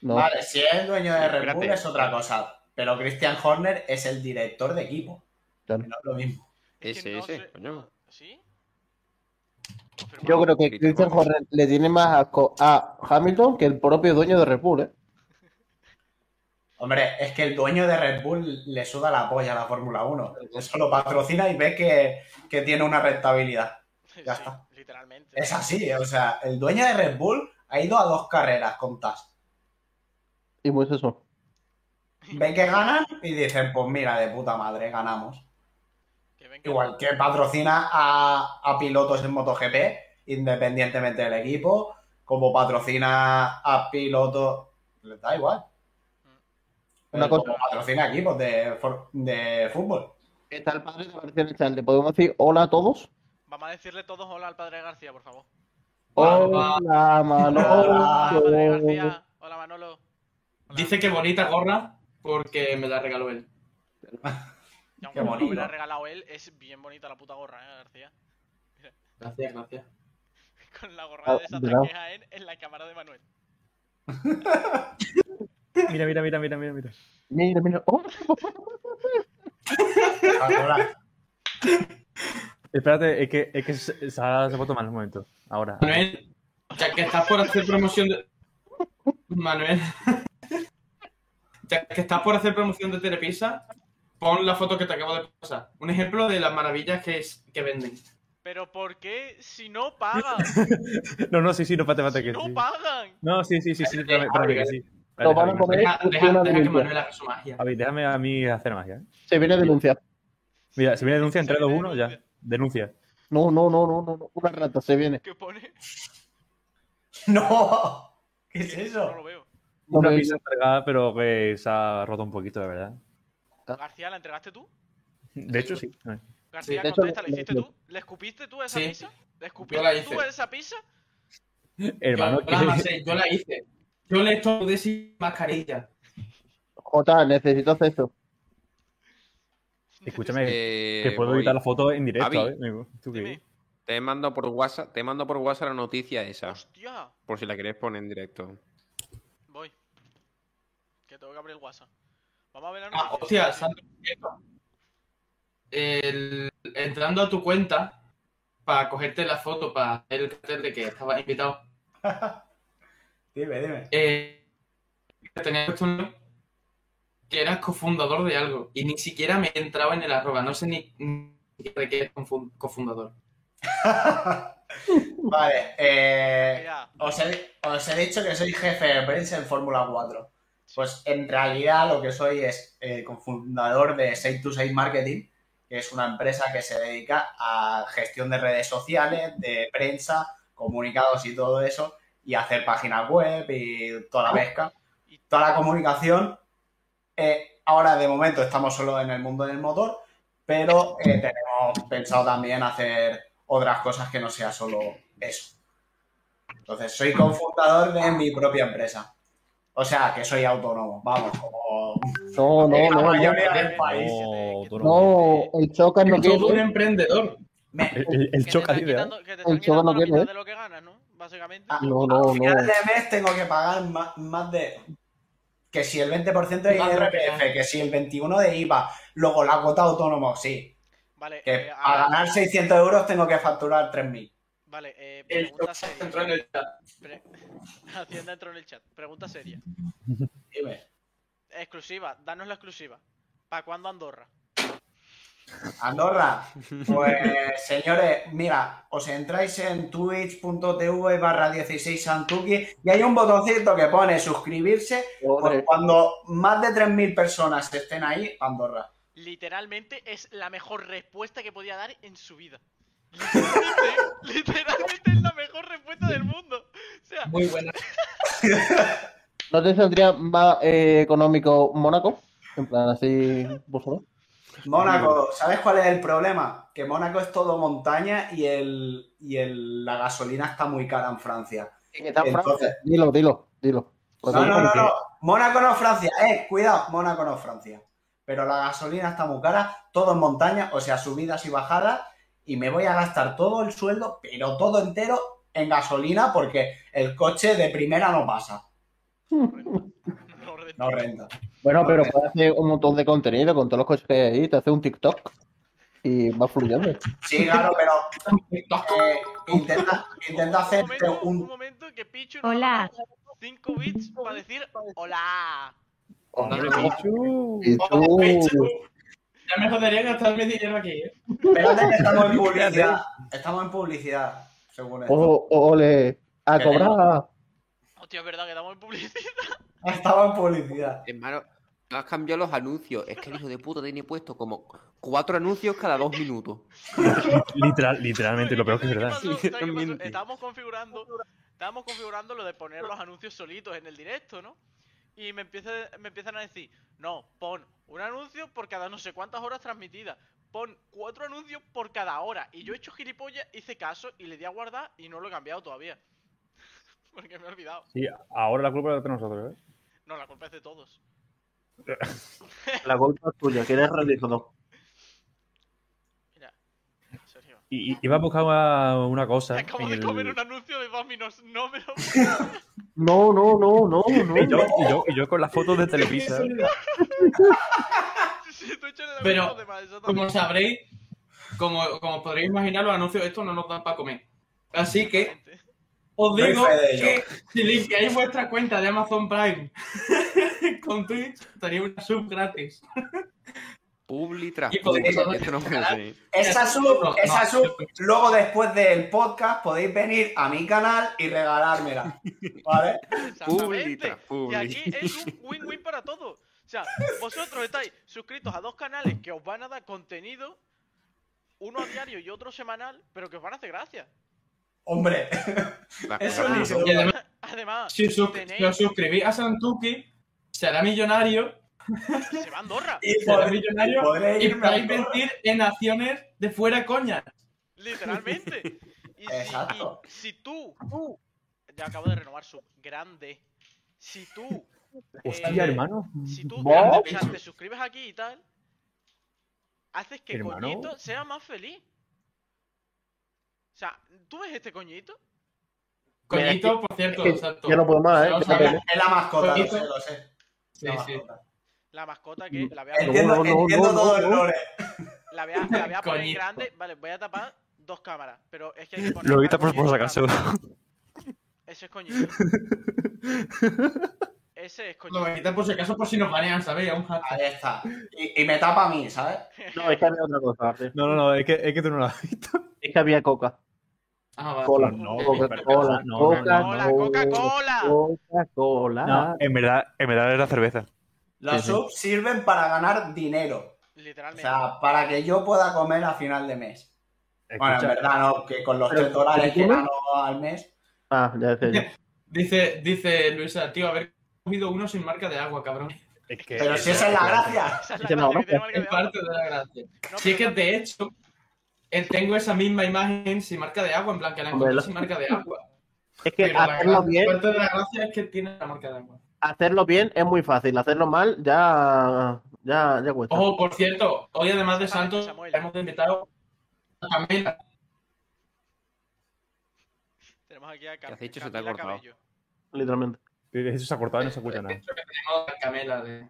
[SPEAKER 6] No.
[SPEAKER 5] Vale, si es el dueño de Red Bull
[SPEAKER 7] Espérate.
[SPEAKER 5] es otra cosa. Pero Christian Horner es el director de equipo.
[SPEAKER 6] Claro.
[SPEAKER 5] No es lo mismo.
[SPEAKER 3] Es que
[SPEAKER 7] Ese,
[SPEAKER 3] no
[SPEAKER 7] ese,
[SPEAKER 3] sé-
[SPEAKER 7] coño.
[SPEAKER 3] ¿Sí? Pero
[SPEAKER 6] Yo
[SPEAKER 3] bueno,
[SPEAKER 6] creo que Christian Horner le tiene más asco a Hamilton que el propio dueño de Red Bull, ¿eh?
[SPEAKER 5] Hombre, es que el dueño de Red Bull le suda la polla a la Fórmula 1. Eso lo patrocina y ve que, que tiene una rentabilidad. ya
[SPEAKER 3] sí,
[SPEAKER 5] está.
[SPEAKER 3] literalmente.
[SPEAKER 5] Es así, eh, o sea, el dueño de Red Bull ha ido a dos carreras contas.
[SPEAKER 6] Y muy eso.
[SPEAKER 5] Ven que ganan y dicen, pues mira, de puta madre, ganamos.
[SPEAKER 3] Que ven que-
[SPEAKER 5] Igual que patrocina a, a pilotos en MotoGP, independientemente del equipo, como patrocina a pilotos, les da igual. Pero
[SPEAKER 6] Una cosa-
[SPEAKER 5] Como patrocina equipos de, for- de fútbol.
[SPEAKER 6] Está el padre de apareció en el chat. ¿Le podemos decir hola a todos?
[SPEAKER 3] Vamos a decirle todos hola al padre García, por favor.
[SPEAKER 8] Hola.
[SPEAKER 6] Hola,
[SPEAKER 5] Hola.
[SPEAKER 3] Hola, padre
[SPEAKER 6] Manolo.
[SPEAKER 3] García. Hola, Manolo. Hola.
[SPEAKER 8] Dice que bonita gorra porque me la regaló él.
[SPEAKER 3] Y aunque
[SPEAKER 5] qué
[SPEAKER 3] me lo hubiera
[SPEAKER 5] bonito.
[SPEAKER 3] regalado él, es bien bonita la puta gorra, ¿eh, García?
[SPEAKER 8] Gracias, gracias.
[SPEAKER 3] Con la gorra
[SPEAKER 6] Ah,
[SPEAKER 3] de esa
[SPEAKER 6] ¿verdad?
[SPEAKER 3] taqueja en, en la cámara de Manuel.
[SPEAKER 4] Mira, mira, mira, mira, mira, mira.
[SPEAKER 6] Mira, mira. Oh,
[SPEAKER 5] Ahora,
[SPEAKER 4] Espérate, es que, es que se, se ha, se ha puesto mal un momento. Ahora.
[SPEAKER 8] Manuel, ya que estás por hacer promoción de. Manuel. ya que estás por hacer promoción de Telepisa, pon la foto que te acabo de pasar. Un ejemplo de las maravillas que, es, que venden.
[SPEAKER 3] Pero ¿por qué si no pagan?
[SPEAKER 4] No, no, sí, sí, no, espérate, espérate.
[SPEAKER 3] si
[SPEAKER 4] que
[SPEAKER 3] no
[SPEAKER 4] sí.
[SPEAKER 3] pagan.
[SPEAKER 4] No, sí, sí, sí, sí, espérame, espérame, que sí.
[SPEAKER 6] Lo van a
[SPEAKER 4] Déjame,
[SPEAKER 6] poner-
[SPEAKER 8] Deja, deja- deja que
[SPEAKER 6] Una
[SPEAKER 8] Manuel haga su magia.
[SPEAKER 4] Javi, déjame a mí hacer magia. ¿eh?
[SPEAKER 6] se viene a denunciar.
[SPEAKER 4] Mira, se viene denuncia en
[SPEAKER 3] Se
[SPEAKER 4] 3, 2,
[SPEAKER 3] viene
[SPEAKER 4] 1, ya. Denuncia.
[SPEAKER 6] No, no, no, no, no, no. Una rata se viene.
[SPEAKER 3] ¿Qué pone?
[SPEAKER 5] no. ¿Qué es
[SPEAKER 3] No lo
[SPEAKER 5] eso?
[SPEAKER 3] veo.
[SPEAKER 4] Una
[SPEAKER 6] Una
[SPEAKER 4] pizza entregada, pero que se ha roto un poquito, de verdad.
[SPEAKER 5] Ah.
[SPEAKER 3] García, ¿la entregaste tú?
[SPEAKER 4] De hecho, sí. A ver.
[SPEAKER 3] García,
[SPEAKER 6] de hecho,
[SPEAKER 3] contesta, ¿la
[SPEAKER 6] lo-
[SPEAKER 3] hiciste
[SPEAKER 6] lo-
[SPEAKER 3] tú? ¿Le escupiste tú esa
[SPEAKER 8] Sí.
[SPEAKER 3] pizza? ¿Le
[SPEAKER 8] Yo la
[SPEAKER 3] escupiste tú
[SPEAKER 8] hice.
[SPEAKER 3] esa pizza?
[SPEAKER 4] Hermano,
[SPEAKER 8] yo, la
[SPEAKER 4] que...
[SPEAKER 8] amasé, yo la hice. Yo le estornudé sin mascarilla.
[SPEAKER 6] Jota, necesito hacer eso.
[SPEAKER 4] Escúchame,
[SPEAKER 7] Eh,
[SPEAKER 4] que puedo
[SPEAKER 7] voy.
[SPEAKER 4] editar la foto en directo,
[SPEAKER 7] Javi,
[SPEAKER 4] ¿eh? Me- ¿Tú qué?
[SPEAKER 3] Dime.
[SPEAKER 7] Te mando por WhatsApp, te mando por WhatsApp la noticia esa,
[SPEAKER 3] ¡Hostia!
[SPEAKER 7] por si la querés poner en directo.
[SPEAKER 3] Voy. Que tengo que abrir el WhatsApp. Vamos a ver la
[SPEAKER 8] Ah,
[SPEAKER 3] noticia.
[SPEAKER 8] hostia, Sandro, el- entrando a tu cuenta para cogerte la foto, para hacer el cartel de que estabas invitado,
[SPEAKER 5] Dime, dime.
[SPEAKER 8] eh, tenías puesto un- que eras cofundador de algo y ni siquiera me entraba en el arroba, no sé ni, ni siquiera de qué eres confun- cofundador.
[SPEAKER 5] Vale, eh,
[SPEAKER 3] Mira,
[SPEAKER 5] os, he, os he dicho que soy jefe de prensa en Fórmula 4. Pues en realidad lo que soy es eh, cofundador de 626 Marketing, que es una empresa que se dedica a gestión de redes sociales, de prensa, comunicados y todo eso, y hacer páginas web y toda la pesca,
[SPEAKER 3] y-
[SPEAKER 5] toda la comunicación. Eh, ahora de momento estamos solo en el mundo del motor, pero eh, tenemos pensado también hacer otras cosas que no sea solo eso. Entonces, soy cofundador de mi propia empresa. O sea, que soy autónomo, vamos, como
[SPEAKER 6] No, no,
[SPEAKER 5] la
[SPEAKER 6] no. No,
[SPEAKER 5] mayoría del país.
[SPEAKER 4] No,
[SPEAKER 3] que-
[SPEAKER 4] tú no.
[SPEAKER 6] No, el choca no quiere.
[SPEAKER 8] Todo un emprendedor.
[SPEAKER 5] Me-
[SPEAKER 4] El, el- el
[SPEAKER 3] que te
[SPEAKER 4] choca
[SPEAKER 3] están
[SPEAKER 4] libre, ¿eh?
[SPEAKER 3] quitando- que te están
[SPEAKER 6] El choca
[SPEAKER 3] quitando
[SPEAKER 6] no
[SPEAKER 3] la
[SPEAKER 6] quiere,
[SPEAKER 3] mitad
[SPEAKER 6] ¿eh?
[SPEAKER 3] de lo que ganas, ¿no? Básicamente.
[SPEAKER 5] Ah,
[SPEAKER 6] No, no,
[SPEAKER 5] Al final
[SPEAKER 6] no.
[SPEAKER 5] de mes tengo que pagar más, más de... Que si el 20% de
[SPEAKER 8] Más de lo que
[SPEAKER 5] IRPF, que si el 21% de IVA, luego la cuota autónomo, sí.
[SPEAKER 3] Vale,
[SPEAKER 5] Que
[SPEAKER 3] eh,
[SPEAKER 5] a
[SPEAKER 3] ahora-
[SPEAKER 5] ganar 600 euros tengo que facturar 3.000.
[SPEAKER 3] Vale, eh,
[SPEAKER 8] El
[SPEAKER 3] pregunta
[SPEAKER 8] choca
[SPEAKER 3] seria.
[SPEAKER 8] entró en el chat.
[SPEAKER 3] Pre- Hacienda entró en el chat. Pregunta seria.
[SPEAKER 5] Dime.
[SPEAKER 3] Exclusiva, danos la exclusiva. ¿Para cuándo Andorra?
[SPEAKER 5] Andorra, pues señores, mira, os entráis en twitch.tv barra 16 Santuki y hay un botoncito que pone suscribirse. Pues cuando más de 3.000 personas estén ahí, Andorra.
[SPEAKER 3] Literalmente es la mejor respuesta que podía dar en su vida. Literalmente, literalmente es la mejor respuesta del mundo. O sea,
[SPEAKER 8] Muy buena.
[SPEAKER 6] ¿No te saldría más eh, económico Mónaco? En plan, así, vosotros.
[SPEAKER 5] Mónaco, ¿sabes cuál es el problema? Que Mónaco es todo montaña y, el, y el- la gasolina está muy cara en Francia. Entonces-
[SPEAKER 6] Dilo, dilo, dilo.
[SPEAKER 5] No, no, no, no. Mónaco no es Francia. Eh, cuidado, Mónaco no es Francia. Pero la gasolina está muy cara, todo en montaña, o sea, subidas y bajadas. Y me voy a gastar todo el sueldo, pero todo entero, en gasolina porque el coche de primera no pasa,
[SPEAKER 3] no renta.
[SPEAKER 5] no renta.
[SPEAKER 6] Bueno, pero puedes hacer un montón de contenido con todos los coches que hay ahí, te hace un TikTok y va fluyendo.
[SPEAKER 5] Sí, claro, pero eh, intenta, intenta
[SPEAKER 3] un,
[SPEAKER 5] hacer
[SPEAKER 3] momento,
[SPEAKER 5] un,
[SPEAKER 3] un momento que Pichu nos
[SPEAKER 9] Hola,
[SPEAKER 3] 5 bits para decir hola.
[SPEAKER 7] Dale,
[SPEAKER 6] Y tú-
[SPEAKER 8] Ya me jodería gastarme dinero aquí. ¿eh?
[SPEAKER 5] Espérate que estamos en publicidad. Estamos en publicidad, según esto.
[SPEAKER 6] o- o- ole, a cobrar.
[SPEAKER 3] Hostia, es verdad que damos en publicidad.
[SPEAKER 5] Estamos en publicidad.
[SPEAKER 7] Hermano, no has cambiado los anuncios. Es que el hijo de puta tiene puesto como cuatro anuncios cada dos minutos.
[SPEAKER 4] Literal, literalmente, lo peor que es
[SPEAKER 3] ¿Sabes qué pasó?
[SPEAKER 4] verdad.
[SPEAKER 3] ¿Sabes qué pasó?
[SPEAKER 7] Literalmente.
[SPEAKER 3] Estábamos configurando, estábamos configurando lo de poner los anuncios solitos en el directo, ¿no? Y me, empieza, me empiezan a decir, no, pon un anuncio por cada no sé cuántas horas transmitidas. Pon cuatro anuncios por cada hora. Y yo he hecho gilipollas, hice caso y le di a guardar y no lo he cambiado todavía. Porque me he olvidado.
[SPEAKER 4] Sí, ahora la culpa la tenemos nosotros, ¿eh?
[SPEAKER 3] No, la culpa es de todos.
[SPEAKER 2] La culpa es tuya, que eres religioso.
[SPEAKER 3] Mira, en serio.
[SPEAKER 4] Y, y- iba a buscar una, una cosa.
[SPEAKER 3] Me acabo
[SPEAKER 4] en
[SPEAKER 3] Mm. de
[SPEAKER 4] Ah, el-
[SPEAKER 3] comer un anuncio de Dominos. No me lo
[SPEAKER 2] No, no, no, no, no.
[SPEAKER 4] Y yo, y, yo, y yo con las fotos de Televisa.
[SPEAKER 3] Sí, tú échale la culpa
[SPEAKER 8] Pero,
[SPEAKER 3] a los demás, eso
[SPEAKER 8] Como
[SPEAKER 3] también.
[SPEAKER 8] sabréis, como, como podréis imaginar, los anuncios de estos no nos dan para comer. Así que Os
[SPEAKER 5] Doy
[SPEAKER 8] digo
[SPEAKER 5] fe de ello.
[SPEAKER 8] que si limpiáis vuestra cuenta de Amazon Prime con Twitch, tenéis una sub gratis.
[SPEAKER 7] Publi tras
[SPEAKER 8] Y podéis-
[SPEAKER 7] publi. Esto no me lo sé.
[SPEAKER 5] Esa sub,
[SPEAKER 8] No,
[SPEAKER 5] esa
[SPEAKER 8] no.
[SPEAKER 5] sub, luego después del podcast podéis venir a mi canal y regalármela. ¿Vale?
[SPEAKER 7] Publi
[SPEAKER 3] Exactamente.
[SPEAKER 7] tras
[SPEAKER 3] Y
[SPEAKER 7] publi.
[SPEAKER 3] aquí es un win-win para todos. O sea, vosotros estáis suscritos a dos canales que os van a dar contenido, uno a diario y otro semanal, pero que os van a hacer gracia.
[SPEAKER 5] Hombre,
[SPEAKER 7] Las
[SPEAKER 5] eso
[SPEAKER 7] cosas
[SPEAKER 5] ni
[SPEAKER 7] como
[SPEAKER 5] se
[SPEAKER 7] son.
[SPEAKER 8] Y además,
[SPEAKER 3] Además,
[SPEAKER 8] si os
[SPEAKER 3] tenéis-
[SPEAKER 8] suscribís a Santuki, será millonario,
[SPEAKER 3] se va a Andorra.
[SPEAKER 5] y
[SPEAKER 8] será
[SPEAKER 5] podré,
[SPEAKER 8] millonario
[SPEAKER 5] podré
[SPEAKER 8] y
[SPEAKER 5] irme a
[SPEAKER 8] podrá
[SPEAKER 5] Andorra.
[SPEAKER 8] invertir en acciones de fuera coña.
[SPEAKER 3] Literalmente. Y si,
[SPEAKER 5] Exacto.
[SPEAKER 3] y si tú, Ya acabo de renovar su grande. Si tú.
[SPEAKER 4] Hostia,
[SPEAKER 3] eh,
[SPEAKER 4] hermano.
[SPEAKER 3] Si tú
[SPEAKER 6] ¿Vos?
[SPEAKER 3] o sea, te suscribes aquí y tal, haces que
[SPEAKER 4] Hermano.
[SPEAKER 3] Coñito sea más feliz. O sea, ¿tú ves este Coñito?
[SPEAKER 8] Coñito, por cierto,
[SPEAKER 2] que
[SPEAKER 8] exacto.
[SPEAKER 2] ya no puedo más, ¿eh?
[SPEAKER 8] Vamos
[SPEAKER 2] Ya
[SPEAKER 8] a
[SPEAKER 5] Es
[SPEAKER 8] ver.
[SPEAKER 5] la- es la mascota, lo
[SPEAKER 8] Coñito.
[SPEAKER 5] sé, lo sé.
[SPEAKER 8] Pues Sí,
[SPEAKER 5] La
[SPEAKER 8] sí.
[SPEAKER 5] mascota.
[SPEAKER 3] La mascota que la voy a,
[SPEAKER 5] Entiendo,
[SPEAKER 2] no, no,
[SPEAKER 5] entiendo
[SPEAKER 2] no,
[SPEAKER 5] todo el
[SPEAKER 2] no.
[SPEAKER 5] lore.
[SPEAKER 3] la voy a- la voy a poner
[SPEAKER 8] Coñito.
[SPEAKER 3] grande. Vale, voy a tapar dos cámaras. Pero es que hay que poner.
[SPEAKER 4] Lo
[SPEAKER 3] a
[SPEAKER 4] evita por, por si
[SPEAKER 3] Coñito
[SPEAKER 4] acaso.
[SPEAKER 3] grande. Ese es Coñito. Ese es Coñito.
[SPEAKER 8] Lo quita por si acaso, por si nos banean, ¿sabéis? Un hashtag.
[SPEAKER 5] Ahí está. Y, y me tapa a mí, ¿sabes?
[SPEAKER 2] No, es que había otra cosa. antes.
[SPEAKER 4] No, no, no, es que, es que tú no lo has visto.
[SPEAKER 2] Es que había coca.
[SPEAKER 8] Ah, vale.
[SPEAKER 2] Cola.
[SPEAKER 3] No,
[SPEAKER 2] Coca-Cola.
[SPEAKER 4] no, no,
[SPEAKER 3] Cola,
[SPEAKER 8] Ah.
[SPEAKER 3] Coca-Cola.
[SPEAKER 2] Coca-Cola.
[SPEAKER 4] No, en verdad, en verdad era cerveza.
[SPEAKER 5] Los
[SPEAKER 2] Sí, sí.
[SPEAKER 5] subs sirven para ganar dinero. O
[SPEAKER 3] Literalmente.
[SPEAKER 5] sea, para que yo pueda comer a final de mes. Bueno, en
[SPEAKER 2] Escucha.
[SPEAKER 5] verdad no, que con los
[SPEAKER 2] Pero,
[SPEAKER 5] 3 dólares que
[SPEAKER 2] ¿cómo?
[SPEAKER 5] gano al mes.
[SPEAKER 2] Ah, ya decía yo.
[SPEAKER 8] Dice, dice Luisa, tío, haber cogido uno sin marca de agua, cabrón.
[SPEAKER 4] Es que,
[SPEAKER 5] Pero si esa es la gracia.
[SPEAKER 3] Esa es la
[SPEAKER 2] Ese no,
[SPEAKER 3] gracia que
[SPEAKER 2] gracias.
[SPEAKER 3] tiene Marca
[SPEAKER 8] Es
[SPEAKER 3] de Agua.
[SPEAKER 8] parte de la gracia.
[SPEAKER 3] No,
[SPEAKER 8] Si es que
[SPEAKER 3] pero-
[SPEAKER 8] de hecho, eh, tengo esa misma imagen sin marca de agua, en plan que la
[SPEAKER 2] Hombre,
[SPEAKER 8] encontré
[SPEAKER 2] lo-
[SPEAKER 8] sin marca de agua.
[SPEAKER 2] Es que
[SPEAKER 8] Pero la
[SPEAKER 2] hacerlo
[SPEAKER 8] gran
[SPEAKER 2] bien,
[SPEAKER 8] parte de la gracia es que tiene la marca de agua.
[SPEAKER 2] hacerlo bien es muy fácil. Hacerlo mal ya, ya, ya cuesta.
[SPEAKER 8] Ojo, por cierto, hoy además de
[SPEAKER 3] Exactamente,
[SPEAKER 8] Santos,
[SPEAKER 3] Samuel.
[SPEAKER 8] hemos invitado a Camila.
[SPEAKER 3] Tenemos aquí a
[SPEAKER 7] ¿Qué has
[SPEAKER 3] Carmen.
[SPEAKER 7] dicho? Se te ha cortado.
[SPEAKER 3] Cabello.
[SPEAKER 2] Literalmente.
[SPEAKER 4] Eso se ha cortado y no se escucha nada.
[SPEAKER 8] Eso que tenemos a Camela de-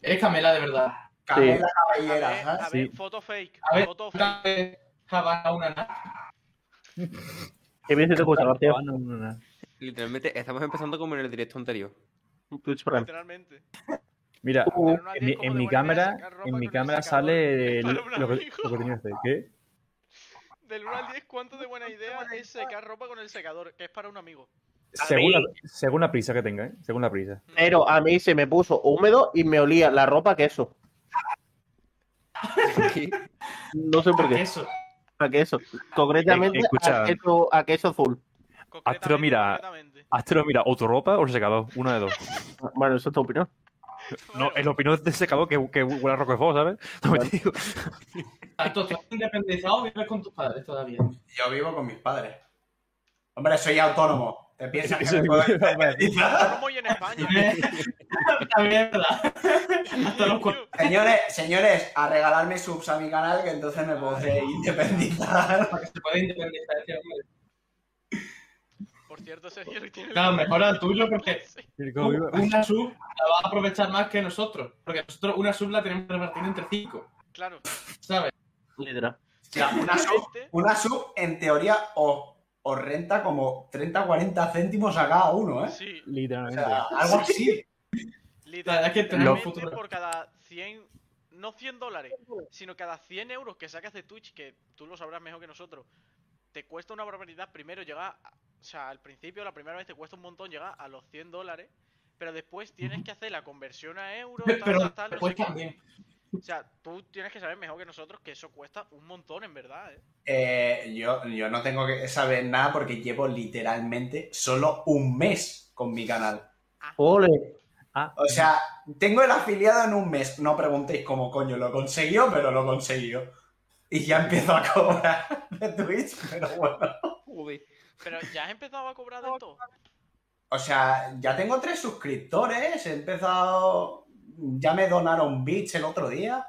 [SPEAKER 8] Eres Camela de verdad.
[SPEAKER 5] Camela
[SPEAKER 3] A ver,
[SPEAKER 5] cabellera,
[SPEAKER 3] a
[SPEAKER 5] ¿sabes?
[SPEAKER 3] ver,
[SPEAKER 4] Sí.
[SPEAKER 3] foto fake.
[SPEAKER 8] A ver,
[SPEAKER 3] Foto fake.
[SPEAKER 8] una vez Habana, una nada.
[SPEAKER 2] Qué bien se te escucha, García.
[SPEAKER 4] Ah, no, no, no.
[SPEAKER 7] Literalmente, estamos empezando como en el directo anterior.
[SPEAKER 2] Twitch Prime.
[SPEAKER 3] Literalmente.
[SPEAKER 4] Mira,
[SPEAKER 2] Uh,
[SPEAKER 3] Pero no
[SPEAKER 4] en mi,
[SPEAKER 3] atiendes cómo te
[SPEAKER 4] en mi
[SPEAKER 3] vuelven a
[SPEAKER 4] cámara,
[SPEAKER 3] sacar ropa
[SPEAKER 4] en mi
[SPEAKER 3] con el
[SPEAKER 4] cámara
[SPEAKER 3] sacador.
[SPEAKER 4] sale el-
[SPEAKER 3] Para
[SPEAKER 4] lo,
[SPEAKER 3] un
[SPEAKER 4] que,
[SPEAKER 3] amigo.
[SPEAKER 4] lo que tenía este. ¿Qué?
[SPEAKER 3] Del 1 al 10, ¿cuánto de
[SPEAKER 4] Ah,
[SPEAKER 3] buena idea es secar ropa con el secador? Que es para un amigo.
[SPEAKER 4] Según la, según la prisa que tenga, ¿eh? Según la prisa.
[SPEAKER 2] Pero a mí se me puso húmedo y me olía la ropa a queso. No sé por qué.
[SPEAKER 8] Eso.
[SPEAKER 2] A queso. Concretamente
[SPEAKER 4] Ah, Eh, escucha.
[SPEAKER 2] a, queso, a queso azul.
[SPEAKER 3] Concretamente,
[SPEAKER 4] Astro, Ah, mira.
[SPEAKER 3] concretamente.
[SPEAKER 4] Hazte mira, o tu ropa o el secador, una de dos.
[SPEAKER 2] Bueno, eso es tu opinión.
[SPEAKER 4] No,
[SPEAKER 3] Bueno,
[SPEAKER 4] el opinión del secador que, que huele a Roquefort, ¿sabes? No me digo.
[SPEAKER 8] Tanto estás independizado o vives con tus padres todavía.
[SPEAKER 5] Yo vivo con mis padres. Hombre, soy autónomo. ¿Te piensas
[SPEAKER 4] Eso
[SPEAKER 5] que me
[SPEAKER 4] digo,
[SPEAKER 5] puedo
[SPEAKER 4] vaya.
[SPEAKER 5] independizar?
[SPEAKER 3] autónomo
[SPEAKER 8] Ah,
[SPEAKER 3] y en España.
[SPEAKER 8] También es verdad. Hasta los cuatro.
[SPEAKER 5] Señores, señores, a regalarme subs a mi canal que entonces me podré independizar.
[SPEAKER 8] Para que se pueda independizar este hombre.
[SPEAKER 3] Por cierto, Sergio hoy tiene el-
[SPEAKER 8] Claro, mejora el tuyo porque una sub la vas a aprovechar más que nosotros. Porque nosotros una sub la tenemos que repartir entre cinco.
[SPEAKER 3] Claro.
[SPEAKER 8] ¿Sabes?
[SPEAKER 2] Literal.
[SPEAKER 5] O sea, una sub,
[SPEAKER 3] Este,
[SPEAKER 5] una sub en teoría os, os renta como 30, 40 céntimos a cada uno, ¿eh?
[SPEAKER 3] Sí,
[SPEAKER 5] O
[SPEAKER 4] Literalmente.
[SPEAKER 5] sea, algo así.
[SPEAKER 8] verdad es que
[SPEAKER 3] literalmente
[SPEAKER 8] tenemos futuro.
[SPEAKER 3] por cada 100, no 100 dólares, sino cada 100 euros que sacas de Twitch, que tú lo sabrás mejor que nosotros, te cuesta una barbaridad primero llegar, a- o sea, al principio, la primera vez te cuesta un montón llegar a los 100 dólares, pero después tienes que hacer la conversión a euros, tal,
[SPEAKER 8] Pero
[SPEAKER 3] tal, tal, no sé
[SPEAKER 8] después
[SPEAKER 3] qué.
[SPEAKER 8] también.
[SPEAKER 3] O sea, tú tienes que saber mejor que nosotros que eso cuesta un montón, en verdad, ¿eh?
[SPEAKER 5] Eh, yo, yo no tengo que saber nada porque llevo literalmente solo un mes con mi canal.
[SPEAKER 2] Ole.
[SPEAKER 5] O sea, tengo el afiliado en un mes. No preguntéis cómo coño lo consiguió, pero lo consiguió. Y ya empiezo a cobrar de Twitch, pero bueno.
[SPEAKER 3] Pero ya has empezado a cobrar de todo.
[SPEAKER 5] O sea, ya tengo tres suscriptores. He empezado. Ya me donaron bits el otro día.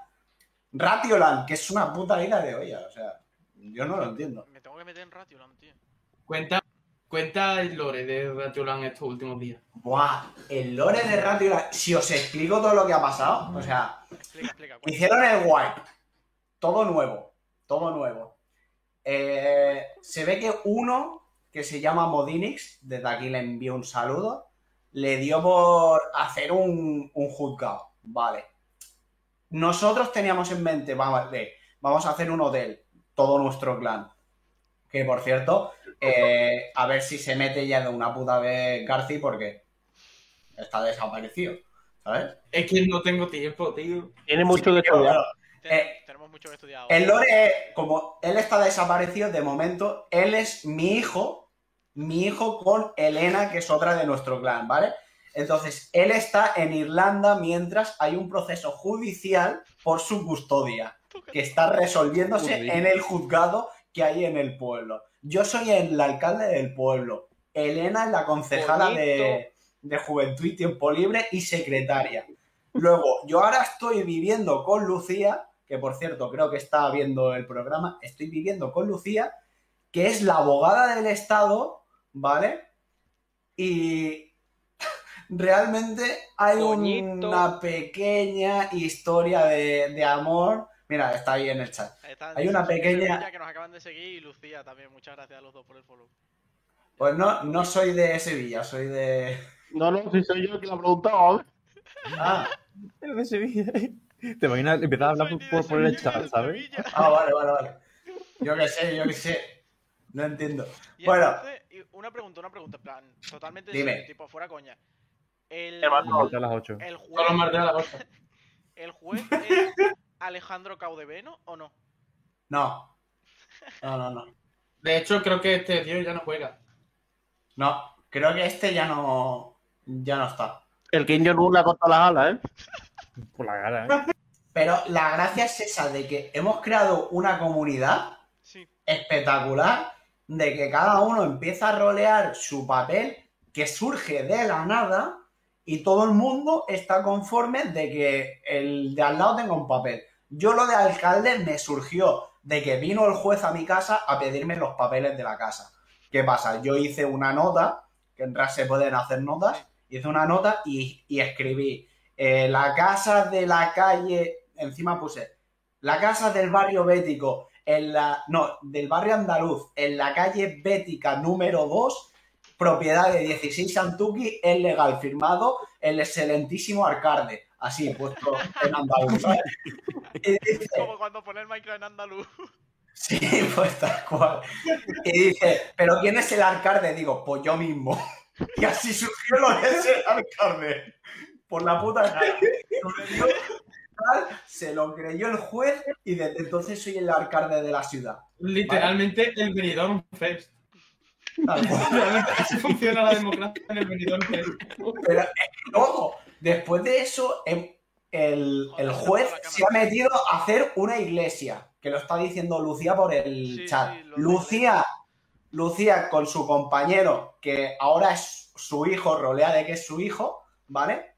[SPEAKER 5] Ratioland, que es una puta isla de olla. O sea, yo no lo entiendo.
[SPEAKER 3] Me tengo que meter en Ratioland, tío.
[SPEAKER 8] Cuenta, cuenta el lore de Ratiolan estos últimos días.
[SPEAKER 5] Buah, el lore de Ratioland. Si os explico todo lo que ha pasado, o sea.
[SPEAKER 3] Explica, explica. cuenta.
[SPEAKER 5] Hicieron el wipe. Todo nuevo. Todo nuevo. Eh, se ve que uno que se llama Modinix, desde aquí le envío un saludo, le dio por hacer un, un juzgado. Vale. Nosotros teníamos en mente, vale, vamos a hacer un hotel, todo nuestro clan. Que por cierto, eh, a ver si se mete ya de una puta vez Garci porque está desaparecido. ¿Sabes?
[SPEAKER 8] Es que no tengo tiempo, tío.
[SPEAKER 2] Tiene mucho que
[SPEAKER 4] ah,
[SPEAKER 2] estudiar.
[SPEAKER 3] Tenemos,
[SPEAKER 5] eh,
[SPEAKER 3] tenemos mucho que estudiar ahora.
[SPEAKER 5] El lore es, como él está desaparecido de momento, él es mi hijo, mi hijo con Elena, que es otra de nuestro clan, ¿vale? Entonces, él está en Irlanda mientras hay un proceso judicial por su custodia, que está resolviéndose
[SPEAKER 7] Joder.
[SPEAKER 5] en el juzgado que hay en el pueblo. Yo soy el alcalde del pueblo, Elena es la concejala de, de Juventud y Tiempo Libre y secretaria. Luego, yo ahora estoy viviendo con Lucía, que por cierto creo que está viendo el programa, estoy viviendo con Lucía, que es la abogada del Estado, ¿vale? Y realmente hay
[SPEAKER 3] Coñito.
[SPEAKER 5] una pequeña historia de, de amor. Mira, está ahí en el chat.
[SPEAKER 3] Ahí Eh, están
[SPEAKER 5] Hay una
[SPEAKER 3] Jesús y
[SPEAKER 5] pequeña-
[SPEAKER 3] Sevilla que nos acaban de seguir y Lucía también. Muchas gracias a los dos por el follow.
[SPEAKER 5] Pues no, no soy de Sevilla, soy de...
[SPEAKER 2] No, no, si soy yo el que lo ha preguntado. ¿eh?
[SPEAKER 5] Ah,
[SPEAKER 4] de Sevilla. Te imaginas, empezar a hablar
[SPEAKER 3] Soy
[SPEAKER 4] por,
[SPEAKER 3] de
[SPEAKER 4] por- por el
[SPEAKER 3] Sevilla,
[SPEAKER 4] chat,
[SPEAKER 3] de
[SPEAKER 4] ¿sabes?
[SPEAKER 3] Sevilla.
[SPEAKER 5] ah, vale, vale, vale. Yo qué sé, yo qué sé. No entiendo.
[SPEAKER 3] Y
[SPEAKER 5] Bueno.
[SPEAKER 3] entonces, y una pregunta, una pregunta, en plan, totalmente en
[SPEAKER 5] Dime.
[SPEAKER 3] serio, tipo fuera coña. El,
[SPEAKER 2] Te mando.
[SPEAKER 4] Empezar a las 8.
[SPEAKER 3] el juez,
[SPEAKER 8] Solo martes a la costa.
[SPEAKER 3] el juez es Alejandro Caudeveno o no?
[SPEAKER 5] No. No, no, no.
[SPEAKER 8] De hecho, creo que este tío ya no juega.
[SPEAKER 5] No, creo que este ya no, ya no está.
[SPEAKER 2] El King Jong-un le ha cortado las alas, ¿eh?
[SPEAKER 4] Por la cara, ¿eh?
[SPEAKER 5] Pero la gracia es esa de que hemos creado una comunidad
[SPEAKER 3] Sí.
[SPEAKER 5] espectacular de que cada uno empieza a rolear su papel que surge de la nada y todo el mundo está conforme de que el de al lado tenga un papel. Yo lo de alcalde me surgió de que vino el juez a mi casa a pedirme los papeles de la casa. ¿Qué pasa? Yo hice una nota, que en RAS se pueden hacer notas, hice una nota y, y escribí eh, la casa de la calle, encima puse la casa del barrio bético, en la, no, del barrio andaluz, en la calle bética número 2, propiedad de 16 Santuki, es legal, firmado el excelentísimo alcalde, así puesto en andaluz. ¿sabes? Y dice,
[SPEAKER 3] Como cuando poner Minecraft en andaluz.
[SPEAKER 5] Sí, pues tal cual. Y dice, ¿pero quién es el alcalde? Digo, pues yo mismo. Y así surgió lo que es el alcalde. Por la puta cara. Surgió, tal, Se lo creyó el juez y desde entonces soy el alcalde de la ciudad.
[SPEAKER 8] Literalmente el Benidorm Fest.
[SPEAKER 5] Tal cual.
[SPEAKER 8] Realmente así funciona la democracia en el Benidorm Fest.
[SPEAKER 5] Pero es que, ojo, después de eso, em- el, el juez se ha metido a hacer una iglesia, que lo está diciendo Lucía por el
[SPEAKER 3] Sí,
[SPEAKER 5] chat.
[SPEAKER 3] sí, lo de-
[SPEAKER 5] Lucía, Lucía con su compañero, que ahora es su hijo, rolea de que es su hijo, ¿vale?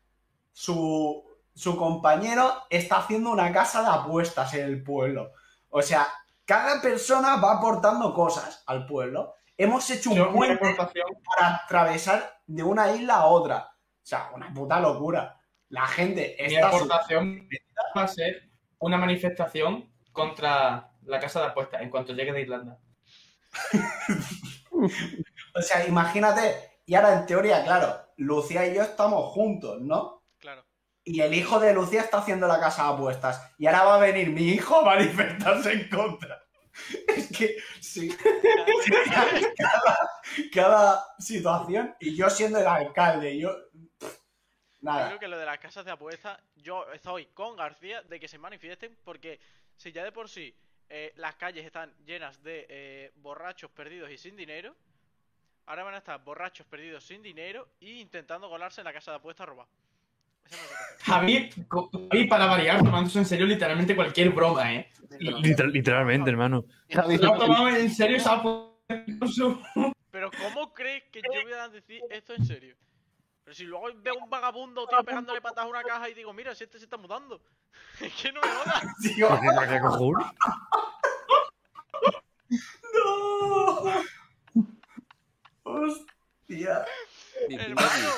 [SPEAKER 5] Su, su compañero está haciendo una casa de apuestas en el pueblo. O sea, cada persona va aportando cosas al pueblo. Hemos hecho
[SPEAKER 8] Yo,
[SPEAKER 5] un
[SPEAKER 8] una
[SPEAKER 5] puente
[SPEAKER 8] aportación.
[SPEAKER 5] para atravesar de una isla a otra. O sea, una puta locura. La gente
[SPEAKER 8] Mi
[SPEAKER 5] está.
[SPEAKER 8] aportación va a ser una manifestación contra la casa de apuestas en cuanto llegue de Irlanda.
[SPEAKER 5] O sea, imagínate. Y ahora, en teoría, claro, Lucía y yo estamos juntos, ¿no?
[SPEAKER 3] Claro.
[SPEAKER 5] Y el hijo de Lucía está haciendo la casa de apuestas. Y ahora va a venir mi hijo a manifestarse en contra. Es que sí, cada, cada situación. Y yo siendo el alcalde, yo. pff,
[SPEAKER 3] Yo
[SPEAKER 5] nada.
[SPEAKER 3] creo que lo de las casas de apuestas, yo estoy con García de que se manifiesten porque si ya de por sí eh, las calles están llenas de eh, borrachos perdidos y sin dinero, ahora van a estar borrachos perdidos sin dinero e intentando colarse en la casa de apuestas a robar. Esa es mi aportación.
[SPEAKER 8] Javi, co- Javi, para variar, tomándose en serio litealmente cualquier broma, ¿eh?
[SPEAKER 4] Literal- literalmente, hermano.
[SPEAKER 2] Javi,
[SPEAKER 8] Lo ha tomado en serio, se ha puesto su-
[SPEAKER 3] Pero ¿cómo crees que yo voy a decir esto en serio? Pero si luego veo un vagabundo tío pegándole patas a una caja y digo, mira, si este se está mudando. es que no me jodas.
[SPEAKER 5] Digo,
[SPEAKER 4] ¿Para qué, para qué cojón?
[SPEAKER 5] ¡No! ¡Hostia!
[SPEAKER 7] Diciendo
[SPEAKER 3] Hermano,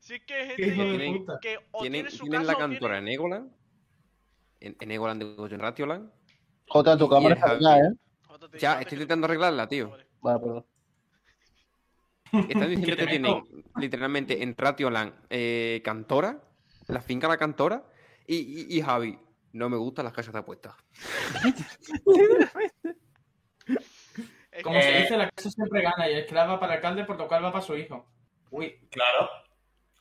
[SPEAKER 3] si es que es
[SPEAKER 8] Qué hijo
[SPEAKER 3] gente
[SPEAKER 8] de
[SPEAKER 7] Tienen-
[SPEAKER 8] puta.
[SPEAKER 3] que
[SPEAKER 7] que
[SPEAKER 3] o
[SPEAKER 7] tienen,
[SPEAKER 3] tiene su
[SPEAKER 7] tienen
[SPEAKER 3] casa
[SPEAKER 7] la
[SPEAKER 3] o tiene-
[SPEAKER 7] cantora en Egoland, en, en Egoland digo yo, en Ratioland.
[SPEAKER 6] Jota, tu cámara
[SPEAKER 7] Y el
[SPEAKER 6] está allá, ¿eh?
[SPEAKER 3] Jota, te he dicho
[SPEAKER 7] Ya,
[SPEAKER 3] antes
[SPEAKER 7] estoy
[SPEAKER 3] que tú-
[SPEAKER 7] intentando arreglarla, tío.
[SPEAKER 3] Vale.
[SPEAKER 6] Vale, perdón.
[SPEAKER 7] Están diciendo
[SPEAKER 8] ¿Qué
[SPEAKER 7] que
[SPEAKER 8] te
[SPEAKER 7] tienen literalmente en Ratioland eh, Cantora, la finca La Cantora, y, y- y Javi, no me gustan las casas de apuestas.
[SPEAKER 3] Es
[SPEAKER 8] Como se
[SPEAKER 5] Eh.
[SPEAKER 8] dice, la casa siempre gana y el clan va para el alcalde, por lo cual va para su hijo. Uy,
[SPEAKER 5] Claro.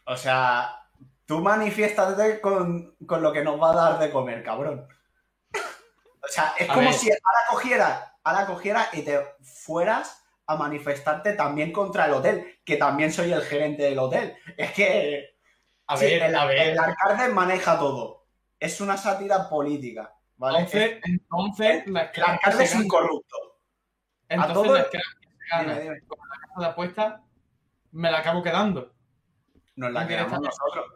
[SPEAKER 5] O sea, tú manifiéstate con, con lo que nos va a dar de comer, cabrón. O sea, es
[SPEAKER 8] A
[SPEAKER 5] como
[SPEAKER 8] ver.
[SPEAKER 5] si ahora cogieras, ahora cogieras y te fueras a manifestarte también contra el hotel, que también soy el gerente del hotel. Es que
[SPEAKER 8] a
[SPEAKER 5] sí,
[SPEAKER 8] ver,
[SPEAKER 5] el,
[SPEAKER 8] a ver.
[SPEAKER 5] el alcalde maneja todo. Es una sátira política, ¿vale?
[SPEAKER 8] Entonces, entonces la
[SPEAKER 5] el alcalde es un corrupto. a
[SPEAKER 8] Entonces
[SPEAKER 5] todo-
[SPEAKER 8] la crack que se gana
[SPEAKER 5] Dime, dime.
[SPEAKER 8] con la casa de apuestas, me la acabo quedando.
[SPEAKER 5] Nos la quedamos nosotros.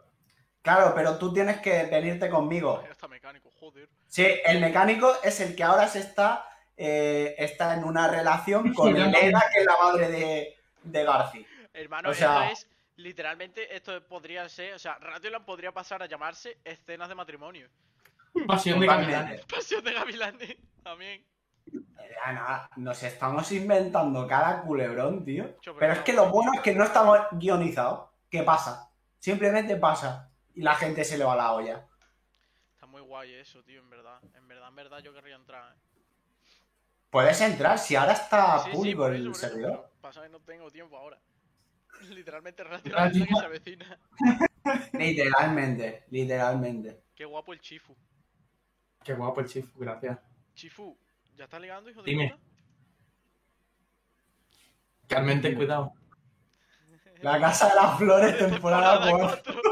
[SPEAKER 5] Claro, pero tú tienes que venirte conmigo.
[SPEAKER 3] Ya está mecánico, joder.
[SPEAKER 5] Sí, el mecánico es el que ahora se está, eh, está en una relación con
[SPEAKER 8] Ya no.
[SPEAKER 5] Elena, que es la madre de, de Garci.
[SPEAKER 3] Hermano,
[SPEAKER 5] O sea-
[SPEAKER 3] esto es. Literalmente, esto podría ser. O sea, Radioland podría pasar a llamarse escenas de matrimonio.
[SPEAKER 8] Pasión de
[SPEAKER 5] Totalmente.
[SPEAKER 8] gavilanes.
[SPEAKER 3] Pasión de Gavilanes también.
[SPEAKER 5] Ana, nos estamos inventando cada culebrón, tío.
[SPEAKER 3] Yo,
[SPEAKER 5] Pero es que lo bueno es que no estamos guionizados. ¿Qué pasa? Simplemente pasa. Y la gente se le va la olla.
[SPEAKER 3] Está muy guay eso, tío, en verdad. En verdad, en verdad, yo querría entrar. ¿eh?
[SPEAKER 5] Puedes entrar si ahora está
[SPEAKER 3] Sí, sí,
[SPEAKER 5] público
[SPEAKER 3] por
[SPEAKER 5] el
[SPEAKER 3] eso, por eso,
[SPEAKER 5] servidor.
[SPEAKER 3] pero pasa que no tengo tiempo ahora. Literalmente, Radioland es la que se avecina.
[SPEAKER 5] Literalmente, literalmente.
[SPEAKER 3] Qué guapo el Chifu.
[SPEAKER 8] Qué guapo el Chifu, gracias.
[SPEAKER 3] Chifu, ¿ya estás ligando, hijo
[SPEAKER 8] Dime.
[SPEAKER 3] de puta?
[SPEAKER 8] Carmen, ten cuidado.
[SPEAKER 5] La Casa de las Flores, temporada
[SPEAKER 3] Temporada
[SPEAKER 5] 4.
[SPEAKER 3] cuatro.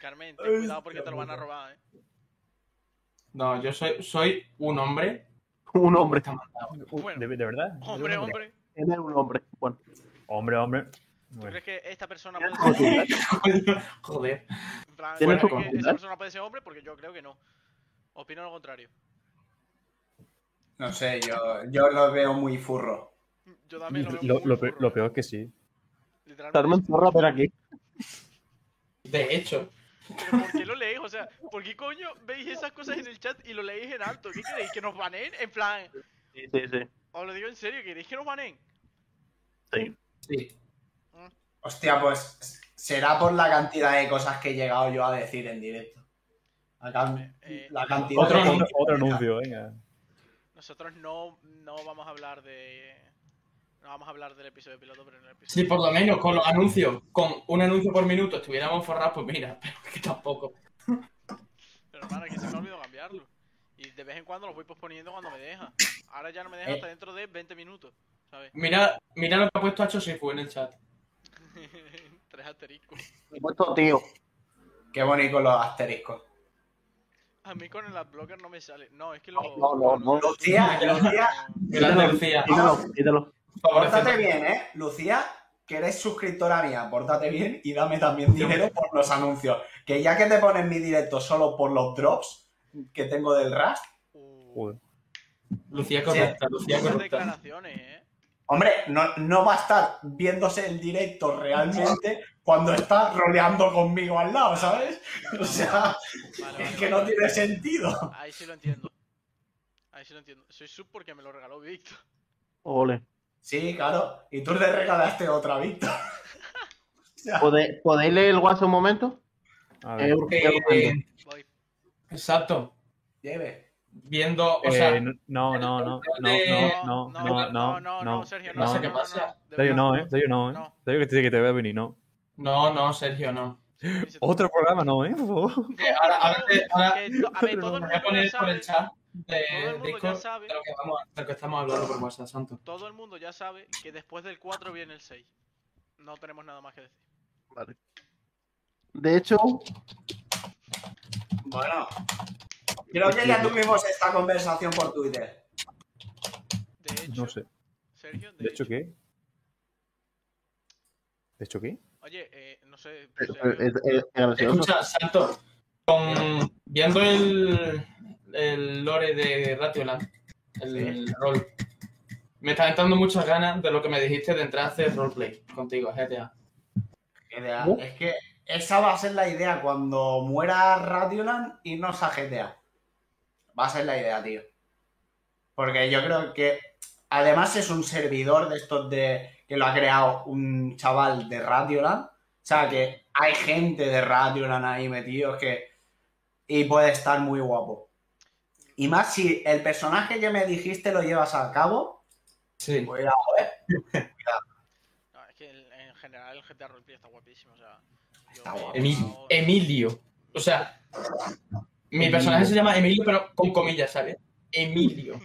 [SPEAKER 3] Carmen, ten cuidado porque te lo van a robar, eh.
[SPEAKER 8] No, yo soy, soy un hombre.
[SPEAKER 2] Un hombre.
[SPEAKER 8] Está mandado.
[SPEAKER 3] Bueno.
[SPEAKER 4] ¿De, de verdad?
[SPEAKER 3] Hombre, hombre.
[SPEAKER 2] Él es un hombre. Bueno.
[SPEAKER 4] Hombre, hombre.
[SPEAKER 3] ¿Tú crees que esta persona
[SPEAKER 2] Tiene
[SPEAKER 3] puede ser,
[SPEAKER 8] Joder.
[SPEAKER 3] en plan,
[SPEAKER 2] Tiene su
[SPEAKER 3] ¿tú crees que esa
[SPEAKER 2] condición.
[SPEAKER 3] persona puede ser hombre? Porque yo creo que no. Opino lo contrario.
[SPEAKER 5] No sé, yo, yo lo veo muy furro.
[SPEAKER 3] Yo también lo veo
[SPEAKER 4] Lo,
[SPEAKER 3] muy
[SPEAKER 4] lo pe-
[SPEAKER 3] furro,
[SPEAKER 4] lo
[SPEAKER 3] eh.
[SPEAKER 4] peor es que sí.
[SPEAKER 3] Literalmente.
[SPEAKER 2] Carmen Zorra, ven aquí.
[SPEAKER 8] De hecho,
[SPEAKER 3] ¿Pero por qué lo leéis? O sea, ¿por qué coño veis esas cosas en el chat y lo leéis en alto? ¿Qué queréis? ¿Que nos baneen? En plan,
[SPEAKER 2] Sí, sí, sí.
[SPEAKER 3] os lo digo en serio, ¿queréis que nos baneen?
[SPEAKER 8] sí.
[SPEAKER 5] Hostia, pues será por la cantidad de cosas que he llegado yo a decir en directo. La, can-
[SPEAKER 3] Eh,
[SPEAKER 5] la cantidad
[SPEAKER 4] Otro,
[SPEAKER 5] de
[SPEAKER 4] anuncio- otro anuncio, venga.
[SPEAKER 3] Nosotros no, no vamos a hablar de. No vamos a hablar del episodio piloto, pero en el episodio.
[SPEAKER 8] Si por lo menos con los anuncios, con un anuncio por minuto estuviéramos forrados, pues mira, pero es que tampoco.
[SPEAKER 3] Pero hermano, que se me ha olvidado cambiarlo. Y de vez en cuando los voy posponiendo cuando me deja. Ahora ya no me deja
[SPEAKER 5] Eh.
[SPEAKER 3] hasta dentro de 20 minutos, ¿sabes?
[SPEAKER 8] Mira, mira lo que ha puesto Hacho Sifu en el chat.
[SPEAKER 3] Tres asteriscos.
[SPEAKER 2] He puesto tío.
[SPEAKER 5] Qué bonito los asteriscos.
[SPEAKER 3] A mí con el adblocker no me sale. No, es que lo.
[SPEAKER 2] No, no, no.
[SPEAKER 5] Lucía, Lucía,
[SPEAKER 8] Gracias, Lucía.
[SPEAKER 2] Quítalo, quítalo.
[SPEAKER 5] pórtate
[SPEAKER 8] Favoreciendo-
[SPEAKER 5] bien, ¿eh? Lucía, que eres suscriptora mía, pórtate bien y dame también dinero por los anuncios. Que ya que te pones mi directo solo por los drops que tengo del RAS,
[SPEAKER 3] Uh,
[SPEAKER 4] Joder.
[SPEAKER 8] Lucía correcta, Lucía
[SPEAKER 3] esas
[SPEAKER 8] correcta.
[SPEAKER 3] declaraciones, eh.
[SPEAKER 5] hombre, no, no va a estar viéndose el directo realmente cuando está roleando conmigo al lado, ¿sabes? O sea,
[SPEAKER 3] Vale,
[SPEAKER 5] es
[SPEAKER 3] vale,
[SPEAKER 5] que
[SPEAKER 3] vale.
[SPEAKER 5] no tiene sentido.
[SPEAKER 3] Ahí sí lo entiendo. Ahí sí lo entiendo. Soy sub porque me lo regaló Víctor.
[SPEAKER 2] Ole.
[SPEAKER 5] Sí, claro. Y tú le regalaste otra, Víctor. O sea,
[SPEAKER 2] ¿Pode- ¿Podéis leer el WhatsApp un momento?
[SPEAKER 4] A
[SPEAKER 2] Es
[SPEAKER 4] ver.
[SPEAKER 2] ur- es
[SPEAKER 8] Eh,
[SPEAKER 2] urgente.
[SPEAKER 3] Voy.
[SPEAKER 8] exacto.
[SPEAKER 5] lleve.
[SPEAKER 8] Viendo, o sea,
[SPEAKER 4] Eh, no, no, no, no,
[SPEAKER 3] Eh,
[SPEAKER 4] no, no, no, no, no.
[SPEAKER 3] Sergio, no,
[SPEAKER 8] no sé qué
[SPEAKER 3] no,
[SPEAKER 8] pasa.
[SPEAKER 3] no, de
[SPEAKER 4] Sergio,
[SPEAKER 3] verdad.
[SPEAKER 4] no, eh. Sergio, no, eh.
[SPEAKER 3] No.
[SPEAKER 4] Sergio, que te, que te voy a venir, no.
[SPEAKER 8] no, no, Sergio, no.
[SPEAKER 3] Dice-
[SPEAKER 4] Otro programa, no, eh, por favor.
[SPEAKER 8] Eh, Ahora, ahora, te- ahora
[SPEAKER 3] Que to- a ver, todo el
[SPEAKER 8] voy a
[SPEAKER 3] mundo ya
[SPEAKER 8] poner por
[SPEAKER 3] sabe,
[SPEAKER 8] el chat
[SPEAKER 3] todo
[SPEAKER 8] de
[SPEAKER 3] el mundo ya
[SPEAKER 8] Discord
[SPEAKER 3] sabe,
[SPEAKER 8] de lo que, estamos, de lo que estamos hablando por WhatsApp, santo.
[SPEAKER 3] todo el mundo ya sabe que después del 4 viene el 6. No tenemos nada más que decir.
[SPEAKER 2] De hecho,
[SPEAKER 5] Bueno, creo que ya tuvimos esta conversación por Twitter.
[SPEAKER 3] De hecho,
[SPEAKER 4] No sé.
[SPEAKER 3] Sergio, de,
[SPEAKER 4] ¿De hecho qué? ¿De hecho qué?
[SPEAKER 3] Oye, eh, no sé.
[SPEAKER 2] es,
[SPEAKER 3] Sergio,
[SPEAKER 4] eh,
[SPEAKER 2] es- es gracioso.
[SPEAKER 8] Escucha, Santo, con, viendo el, el lore de Ratioland, el, el rol, me están entrando muchas ganas de lo que me dijiste de entrar a hacer roleplay contigo, GTA.
[SPEAKER 5] GTA.
[SPEAKER 2] ¿Cómo?
[SPEAKER 5] Es que esa va a ser la idea cuando muera Radioland y no a GTA. Va a ser la idea, tío. Porque yo creo que además es un servidor de estos de que lo ha creado un chaval de Radioland. O sea que hay gente de Radioland ahí metidos que y puede estar muy guapo. Y más si el personaje que me dijiste lo llevas a cabo,
[SPEAKER 8] Sí.
[SPEAKER 5] pues ya,
[SPEAKER 3] no, es que el- en general el GTA Roleplay está guapísimo. O sea, yo
[SPEAKER 5] Está
[SPEAKER 3] me he
[SPEAKER 5] guapo.
[SPEAKER 8] Emilio.
[SPEAKER 3] pasado-
[SPEAKER 8] Emilio. O sea, mi personaje se llama Emilio, pero con comillas, ¿sabes? Emilio.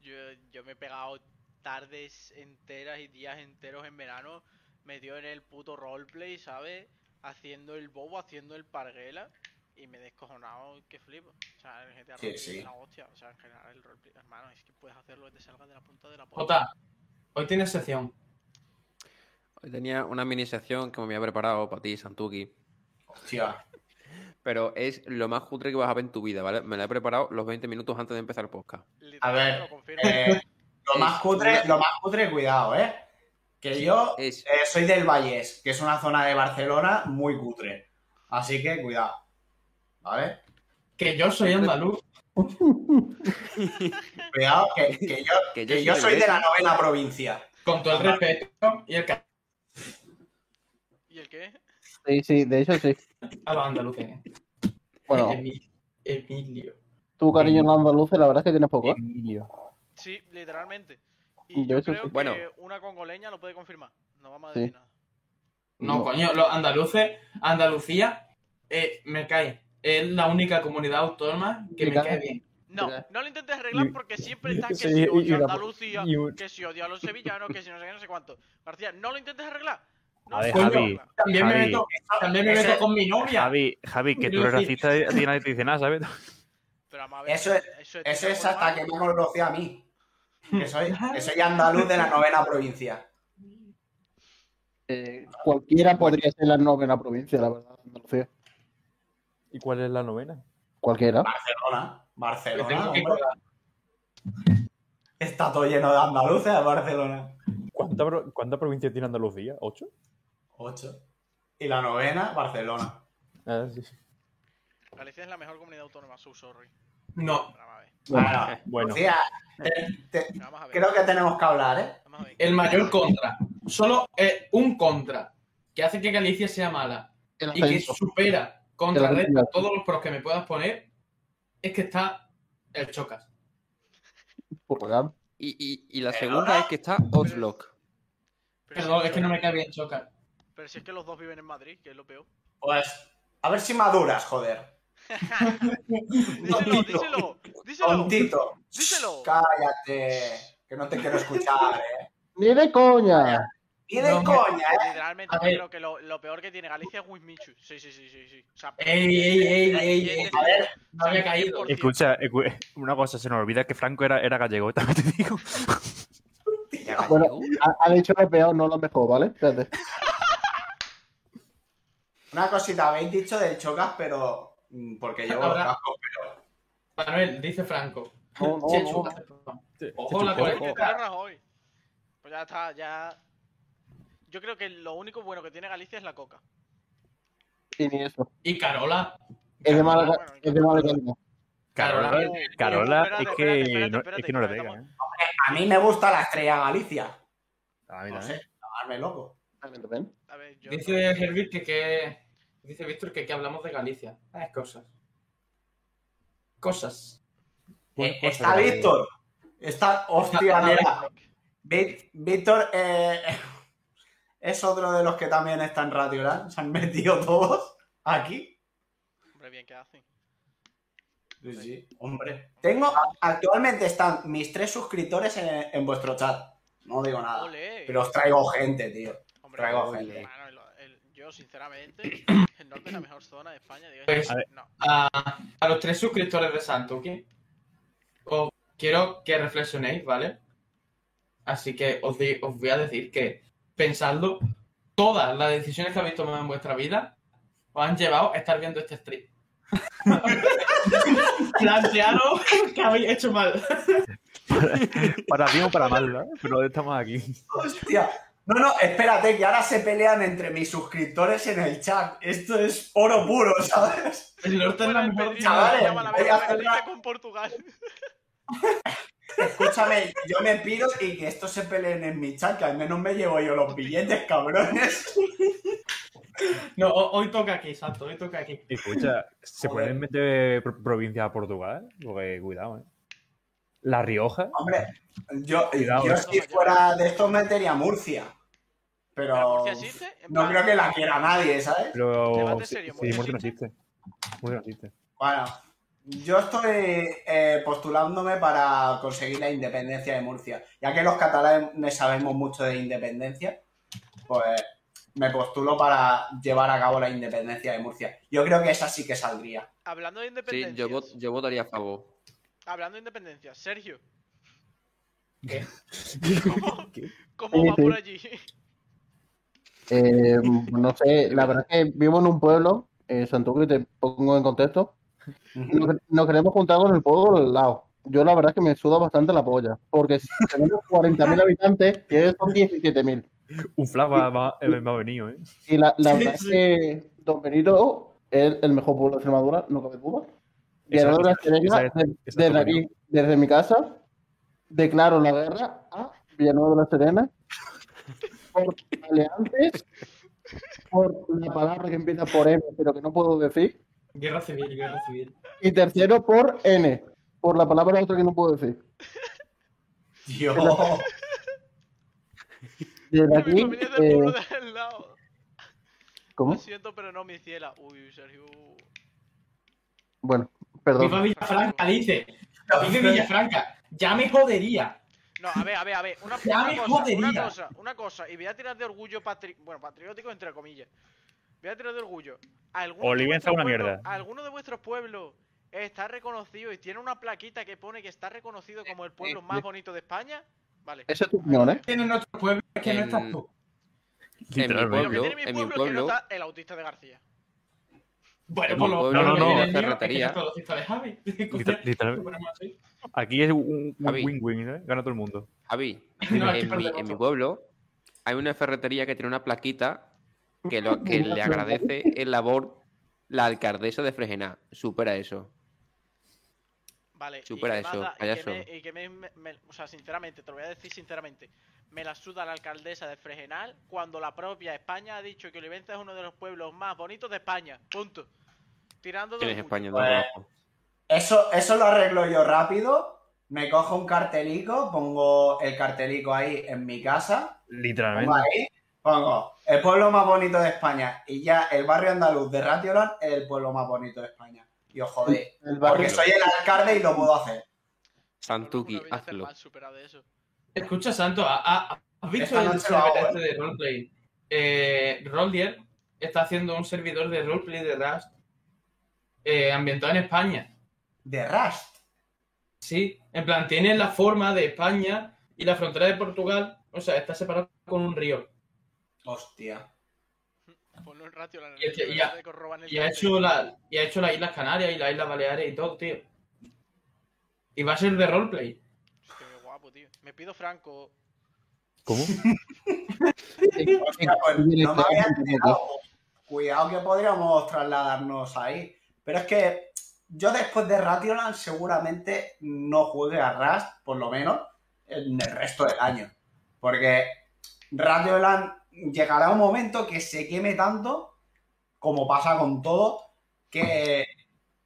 [SPEAKER 3] Yo, yo me he pegado tardes enteras y días enteros en verano metido en el puto roleplay, ¿sabes? Haciendo el bobo, haciendo el parguela y me he descojonado que flipo. O sea, el GTA
[SPEAKER 5] Sí,
[SPEAKER 3] roleplay
[SPEAKER 5] sí.
[SPEAKER 3] es la hostia. O sea, en general el roleplay, hermano, es que puedes hacerlo que te salgas de la punta de la polla.
[SPEAKER 8] Jota, hoy tienes sección.
[SPEAKER 7] Hoy tenía una mini sección que me había preparado para ti, Santuki.
[SPEAKER 5] Hostia.
[SPEAKER 7] Pero es lo más cutre que vas a ver en tu vida, ¿vale? Me la he preparado los 20 minutos antes de empezar el podcast.
[SPEAKER 3] Literalmente
[SPEAKER 5] ver,
[SPEAKER 3] lo confirmo.
[SPEAKER 5] Eh, lo más cutre, lo más cutre, cuidado, ¿eh? Que yo
[SPEAKER 7] Es
[SPEAKER 5] eh, soy del Vallés, que es una zona de Barcelona muy cutre. Así que cuidado. ¿Vale?
[SPEAKER 8] Que yo soy andaluz.
[SPEAKER 5] Cuidado, que, que yo,
[SPEAKER 7] que yo,
[SPEAKER 5] que yo
[SPEAKER 7] del
[SPEAKER 5] soy de
[SPEAKER 7] Betis.
[SPEAKER 5] la novena provincia.
[SPEAKER 8] Con todo el respeto y el cariño
[SPEAKER 3] ¿Y el qué?
[SPEAKER 6] Sí, sí, de hecho sí.
[SPEAKER 8] a los andaluces. ¿eh?
[SPEAKER 6] Bueno,
[SPEAKER 8] Emi- Emilio.
[SPEAKER 6] tú, cariño, los andaluces, la verdad es que tienes poco. ¿eh?
[SPEAKER 4] Emilio.
[SPEAKER 3] Sí, literalmente. Y
[SPEAKER 6] Yo
[SPEAKER 3] yo,
[SPEAKER 6] eso
[SPEAKER 3] creo
[SPEAKER 6] sí.
[SPEAKER 3] que
[SPEAKER 7] Bueno.
[SPEAKER 3] una congoleña lo puede confirmar. No vamos a
[SPEAKER 6] Sí.
[SPEAKER 3] adivinar.
[SPEAKER 8] No,
[SPEAKER 6] No.
[SPEAKER 8] coño, los andaluces, Andalucía, eh, me cae. Es la única comunidad autónoma que
[SPEAKER 6] Me
[SPEAKER 8] me,
[SPEAKER 6] cae.
[SPEAKER 8] cae bien.
[SPEAKER 3] No,
[SPEAKER 6] Ya.
[SPEAKER 3] no lo intentes arreglar
[SPEAKER 4] Y-
[SPEAKER 3] porque siempre estás que
[SPEAKER 4] Sí,
[SPEAKER 3] si
[SPEAKER 4] y- y
[SPEAKER 3] odio a
[SPEAKER 4] la-
[SPEAKER 3] Andalucía,
[SPEAKER 4] y un-
[SPEAKER 3] que si odio a los sevillanos, que si no sé qué, no sé cuánto. García, no lo intentes arreglar. No
[SPEAKER 4] A ver,
[SPEAKER 3] lo intentes
[SPEAKER 4] Javi.
[SPEAKER 3] arreglar.
[SPEAKER 8] También me,
[SPEAKER 4] Javi.
[SPEAKER 8] meto, también me
[SPEAKER 5] Ese-
[SPEAKER 8] meto con mi novia.
[SPEAKER 4] Javi, Javi, que tú
[SPEAKER 8] Yo
[SPEAKER 4] eres
[SPEAKER 8] sí.
[SPEAKER 4] racista y a ti nadie te dice nada, ¿sabes?
[SPEAKER 3] Pero vamos a ver,
[SPEAKER 5] Eso es- Eso
[SPEAKER 3] tiene
[SPEAKER 5] es
[SPEAKER 3] algo de
[SPEAKER 5] hasta
[SPEAKER 3] malo.
[SPEAKER 5] que me conoció a mí. Que soy, que soy andaluz de la novena provincia.
[SPEAKER 6] Eh, cualquiera podría ser la novena provincia, la verdad, de Andalucía.
[SPEAKER 4] ¿Y cuál es la novena?
[SPEAKER 6] Cualquiera.
[SPEAKER 5] Barcelona.
[SPEAKER 8] Lo
[SPEAKER 5] Barcelona.
[SPEAKER 8] tengo que
[SPEAKER 5] hombre.
[SPEAKER 8] colgar.
[SPEAKER 5] Está todo lleno de andaluces de Barcelona.
[SPEAKER 4] ¿Cuánta, pro- cuánta provincia tiene Andalucía? ¿Ocho?
[SPEAKER 5] Ocho. Y la novena, Barcelona.
[SPEAKER 4] Ah, sí, sí.
[SPEAKER 3] Galicia es la mejor comunidad autónoma, so sorry.
[SPEAKER 8] No,
[SPEAKER 3] Pero vamos a ver.
[SPEAKER 5] Bueno,
[SPEAKER 4] Bueno,
[SPEAKER 5] Lucía, te- te-
[SPEAKER 3] pero Vamos a ver.
[SPEAKER 5] creo que tenemos que hablar, ¿eh?
[SPEAKER 3] Vamos a ver.
[SPEAKER 8] el mayor contra. Solo eh, un contra que hace que Galicia sea mala
[SPEAKER 6] El
[SPEAKER 8] y que
[SPEAKER 6] ascenso.
[SPEAKER 8] supera contra
[SPEAKER 6] Te la-
[SPEAKER 8] todos los pros que me puedas poner es que está el Chocas.
[SPEAKER 6] Por pagar.
[SPEAKER 7] Y, y- y la
[SPEAKER 5] Pero
[SPEAKER 7] segunda
[SPEAKER 5] ahora-
[SPEAKER 7] es que está Oslock.
[SPEAKER 3] Pero si
[SPEAKER 8] Perdón, es que no
[SPEAKER 3] Chocas-
[SPEAKER 8] me cae bien Chocas.
[SPEAKER 3] Pero si es que los dos viven en Madrid, que es lo peor.
[SPEAKER 5] Pues, a ver si maduras, joder.
[SPEAKER 3] díselo, díselo, díselo.
[SPEAKER 5] Tontito.
[SPEAKER 3] Díselo.
[SPEAKER 5] Cállate. Que no te quiero escuchar, ¿eh?
[SPEAKER 6] ¡Ni de coña!
[SPEAKER 5] Ni de
[SPEAKER 8] No me-
[SPEAKER 5] coña, ¿eh?
[SPEAKER 3] Literalmente,
[SPEAKER 8] A
[SPEAKER 3] yo
[SPEAKER 8] ver.
[SPEAKER 3] creo que lo, lo peor que tiene Galicia es Wismichu. Sí, sí, sí, sí, sí. O sea,
[SPEAKER 8] Ey, ey, ey, ey,
[SPEAKER 3] ¿quién
[SPEAKER 8] ey.
[SPEAKER 3] decide?
[SPEAKER 5] A ver,
[SPEAKER 8] No había caído.
[SPEAKER 4] escucha, escu- una cosa, se nos olvida que Franco era, era gallego, también te digo.
[SPEAKER 7] Era
[SPEAKER 6] Bueno,
[SPEAKER 7] gallego.
[SPEAKER 6] ha, ha dicho lo peor, no lo mejor, ¿vale? Espérate.
[SPEAKER 5] una cosita. Habéis dicho del chocas, pero... mm, Porque llevo los
[SPEAKER 8] Ahora-
[SPEAKER 5] cascos, pero...
[SPEAKER 8] Manuel, dice Franco.
[SPEAKER 6] No, no,
[SPEAKER 8] Sí, el
[SPEAKER 6] no.
[SPEAKER 8] Chocas. Ojo la
[SPEAKER 3] Coño,
[SPEAKER 8] colecta.
[SPEAKER 3] pone Rajoy. Pues ya está, ya. Yo creo que lo único bueno que tiene Galicia es la coca.
[SPEAKER 6] Y ni eso.
[SPEAKER 8] Y Carola.
[SPEAKER 6] Es de mala,
[SPEAKER 3] Bueno,
[SPEAKER 6] es de mala calidad.
[SPEAKER 4] Carola,
[SPEAKER 3] Oh,
[SPEAKER 4] Carola
[SPEAKER 3] espérate,
[SPEAKER 4] es
[SPEAKER 3] espérate,
[SPEAKER 4] que
[SPEAKER 3] espérate,
[SPEAKER 4] no-
[SPEAKER 3] espérate,
[SPEAKER 4] es que no le
[SPEAKER 3] espérate,
[SPEAKER 4] pega,
[SPEAKER 3] estamos-
[SPEAKER 4] ¿eh?
[SPEAKER 5] A mí me gusta la estrella Galicia.
[SPEAKER 4] A mí
[SPEAKER 5] No
[SPEAKER 4] también.
[SPEAKER 5] sé, llamarme loco.
[SPEAKER 3] A ver, yo.
[SPEAKER 8] Dice Herbert que, que- Dice Víctor que, que hablamos de Galicia. Ah, es cosas. Cosas.
[SPEAKER 4] Pues,
[SPEAKER 5] Eh, está Víctor. Está, hostia,
[SPEAKER 8] Está-
[SPEAKER 5] mira. Ví- Víctor eh, es otro de los que también está en Radio Land. Se han metido todos aquí.
[SPEAKER 3] Hombre, bien, ¿qué hacen?
[SPEAKER 5] Sí, sí, hombre. Tengo, actualmente están mis tres suscriptores en, en vuestro chat. No digo nada.
[SPEAKER 3] Ole.
[SPEAKER 5] Pero os traigo gente, tío.
[SPEAKER 3] Hombre,
[SPEAKER 5] traigo
[SPEAKER 3] bueno,
[SPEAKER 5] gente.
[SPEAKER 3] el- el- yo, sinceramente, el norte es la mejor zona de España. Digo,
[SPEAKER 8] Pues-
[SPEAKER 4] A ver.
[SPEAKER 3] no.
[SPEAKER 8] A, a los tres suscriptores de Santuki. Os quiero que reflexionéis, ¿vale? Así que os, di- os voy a decir que pensadlo. Todas las decisiones que habéis tomado en vuestra vida os han llevado a estar viendo este stream. Plantearos que habéis hecho mal.
[SPEAKER 4] Para bien o para mal, ¿no? Pero estamos aquí.
[SPEAKER 5] Hostia. No, no, espérate, que ahora se pelean entre mis suscriptores en el chat. Esto es oro puro, ¿sabes?
[SPEAKER 8] El norte es
[SPEAKER 3] Fuera
[SPEAKER 8] la
[SPEAKER 3] el
[SPEAKER 8] mejor
[SPEAKER 3] Pedrito,
[SPEAKER 5] chavales,
[SPEAKER 3] se llama la
[SPEAKER 5] eh. voy
[SPEAKER 3] vez
[SPEAKER 5] a
[SPEAKER 3] de
[SPEAKER 5] hacer
[SPEAKER 3] Galicia
[SPEAKER 5] una-
[SPEAKER 3] con Portugal.
[SPEAKER 5] Escúchame, yo me pido y que estos se peleen en mi chat, que al menos me llevo yo los billetes, cabrones.
[SPEAKER 8] No, ho- hoy toca aquí, exacto, hoy toca aquí.
[SPEAKER 4] Escucha, ¿se
[SPEAKER 5] Joder.
[SPEAKER 4] pueden meter pro- provincias a Portugal? Porque cuidado, ¿eh? La Rioja.
[SPEAKER 5] Hombre, yo,
[SPEAKER 4] Cuidado,
[SPEAKER 5] yo
[SPEAKER 4] eh.
[SPEAKER 5] si fuera de esto metería Murcia.
[SPEAKER 3] Pero
[SPEAKER 5] Pero
[SPEAKER 3] Murcia existe. en
[SPEAKER 5] no
[SPEAKER 3] plan-
[SPEAKER 5] creo que la quiera nadie, ¿sabes?
[SPEAKER 4] Pero.
[SPEAKER 3] Debate
[SPEAKER 4] Sí,
[SPEAKER 3] serio,
[SPEAKER 4] sí,
[SPEAKER 3] ¿Murcia
[SPEAKER 4] Murcia no
[SPEAKER 3] existe?
[SPEAKER 4] existe. Murcia no existe.
[SPEAKER 5] Bueno, yo estoy eh, postulándome para conseguir la independencia de Murcia. Ya que los catalanes sabemos mucho de independencia, pues me postulo para llevar a cabo la independencia de Murcia. Yo creo que esa sí que saldría.
[SPEAKER 3] Hablando de
[SPEAKER 7] Sí,
[SPEAKER 3] independencia.
[SPEAKER 7] yo, vot- yo votaría a favor.
[SPEAKER 3] Hablando de independencia, Sergio.
[SPEAKER 8] ¿Qué?
[SPEAKER 3] ¿Cómo, cómo
[SPEAKER 6] Sí,
[SPEAKER 3] va
[SPEAKER 6] sí.
[SPEAKER 3] por allí?
[SPEAKER 6] Eh, no sé, la verdad es que vivo en un pueblo, eh, Santurce, te pongo en contexto. Nos, nos queremos juntar con el pueblo del lado. Yo la verdad es que me suda bastante la polla, porque si tenemos 40.000 habitantes y ellos son 17.000.
[SPEAKER 4] Un flash va, va- eh, va a venir, ¿eh?
[SPEAKER 6] Y la, la verdad es que Don Benito es el mejor pueblo de Extremadura, no cabe duda. Y
[SPEAKER 4] Esa-
[SPEAKER 6] ahora las que
[SPEAKER 4] esa es-
[SPEAKER 6] venga, de-
[SPEAKER 4] esa es tu
[SPEAKER 6] desde aquí, desde mi casa, declaro la guerra a Villanueva de la Serena por maleantes, por la palabra que empieza por M, pero que no puedo decir,
[SPEAKER 8] Guerra civil, guerra civil.
[SPEAKER 6] y tercero por N, por la palabra otra que no puedo decir.
[SPEAKER 5] Dios.
[SPEAKER 6] Desde
[SPEAKER 3] Mi
[SPEAKER 6] aquí,
[SPEAKER 3] familia es del
[SPEAKER 6] eh,
[SPEAKER 3] pueblo de al lado.
[SPEAKER 6] ¿cómo?
[SPEAKER 3] Lo siento, pero no, mi ciela. Uy, Sergio.
[SPEAKER 6] Bueno,
[SPEAKER 8] Viva
[SPEAKER 6] perdón.
[SPEAKER 8] Villafranca, dice. Vive Villafranca. Ya me jodería.
[SPEAKER 3] No, a ver, a ver, a ver. Una,
[SPEAKER 8] Ya
[SPEAKER 3] una
[SPEAKER 8] me
[SPEAKER 3] cosa, una
[SPEAKER 8] jodería.
[SPEAKER 3] cosa, una cosa. Y voy a tirar de orgullo patri... bueno, patriótico, entre comillas. Voy a tirar de orgullo. ¿Alguno de
[SPEAKER 4] Olivenza
[SPEAKER 3] vuestros
[SPEAKER 4] una
[SPEAKER 3] pueblos-
[SPEAKER 4] mierda.
[SPEAKER 3] ¿Alguno de vuestros pueblos está reconocido y tiene una plaquita que pone que está reconocido como el pueblo más bonito de España? Vale.
[SPEAKER 6] Esa es tu opinión, ¿eh?
[SPEAKER 5] Tiene nuestro pueblo es que no
[SPEAKER 7] En-
[SPEAKER 5] estás tú.
[SPEAKER 7] En mi
[SPEAKER 4] Literalmente.
[SPEAKER 3] Lo que
[SPEAKER 7] pueblo,
[SPEAKER 3] tiene mi
[SPEAKER 7] en mi
[SPEAKER 3] pueblo, es que no
[SPEAKER 7] pueblo,
[SPEAKER 3] está el autista de García.
[SPEAKER 8] Bueno,
[SPEAKER 7] En
[SPEAKER 8] por
[SPEAKER 7] mi
[SPEAKER 8] lo
[SPEAKER 7] pueblo
[SPEAKER 4] No, no, no.
[SPEAKER 8] en el
[SPEAKER 7] hay
[SPEAKER 8] mío, es que
[SPEAKER 7] ferretería.
[SPEAKER 8] yo conozco esta de Javi.
[SPEAKER 4] Liter- literal-
[SPEAKER 8] Bueno, sí.
[SPEAKER 4] Aquí es un un
[SPEAKER 7] Javi.
[SPEAKER 4] win-win, ¿eh? Gana todo el mundo.
[SPEAKER 7] Javi,
[SPEAKER 8] No, hay que
[SPEAKER 7] en mi,
[SPEAKER 8] perder
[SPEAKER 7] en mi
[SPEAKER 8] otro.
[SPEAKER 7] pueblo hay una ferretería que tiene una plaquita que, lo, que le agradece el labor la alcaldesa de Fregená. Supera eso.
[SPEAKER 3] Vale,
[SPEAKER 7] Supera
[SPEAKER 3] y que me
[SPEAKER 7] eso,
[SPEAKER 3] haga- y
[SPEAKER 7] payaso.
[SPEAKER 3] que, me, y que me- me- me- o sea, sinceramente, te lo voy a decir sinceramente, me la suda la alcaldesa de Fregenal cuando la propia España ha dicho que Olivenza es uno de los pueblos más bonitos de España. Punto. Tirando de
[SPEAKER 7] ¿Quién es
[SPEAKER 3] orgullo.
[SPEAKER 7] España? No lo
[SPEAKER 5] Pues-
[SPEAKER 7] conozco.
[SPEAKER 5] Eso, eso lo arreglo yo rápido. Me cojo un cartelico, pongo el cartelico ahí en mi casa. Pongo
[SPEAKER 4] Literalmente.
[SPEAKER 5] ahí, pongo el pueblo más bonito de España. Y ya el barrio andaluz de Ratiolan es el pueblo más bonito de España. Y os jodéis.
[SPEAKER 6] El barrio-
[SPEAKER 5] Porque soy el alcalde y lo puedo hacer.
[SPEAKER 3] Una
[SPEAKER 7] Santuki,
[SPEAKER 3] vida hacer
[SPEAKER 7] hazlo.
[SPEAKER 3] mal superada de eso.
[SPEAKER 8] Escucha, Santo, ¿ha- ha- ¿has visto
[SPEAKER 5] Esta
[SPEAKER 8] el
[SPEAKER 5] noche lo hago,
[SPEAKER 8] servidor este de roleplay? Eh, Roldier está haciendo un servidor de roleplay de Rust eh, ambientado en España.
[SPEAKER 5] De Rust.
[SPEAKER 8] Sí, en plan, tiene la forma de España y la frontera de Portugal, o sea, está separado con un río.
[SPEAKER 5] Hostia.
[SPEAKER 3] Ponlo en ratio la
[SPEAKER 8] Y es que
[SPEAKER 3] de
[SPEAKER 8] ya-
[SPEAKER 3] verdad que os roban el
[SPEAKER 8] Y ha
[SPEAKER 3] norte.
[SPEAKER 8] hecho, la, y ha hecho las Islas Canarias y las Islas Baleares y todo, tío. Y va a ser de roleplay.
[SPEAKER 3] Qué guapo, tío. Me pido Franco.
[SPEAKER 4] ¿Cómo?
[SPEAKER 5] Hostia, pues no me había enterado. Cuidado que podríamos trasladarnos ahí. Pero es que yo después de Ratiolan seguramente no juegue a Rust, por lo menos, en el resto del año. Porque Ratiolan llegará un momento que se queme tanto, como pasa con todo, que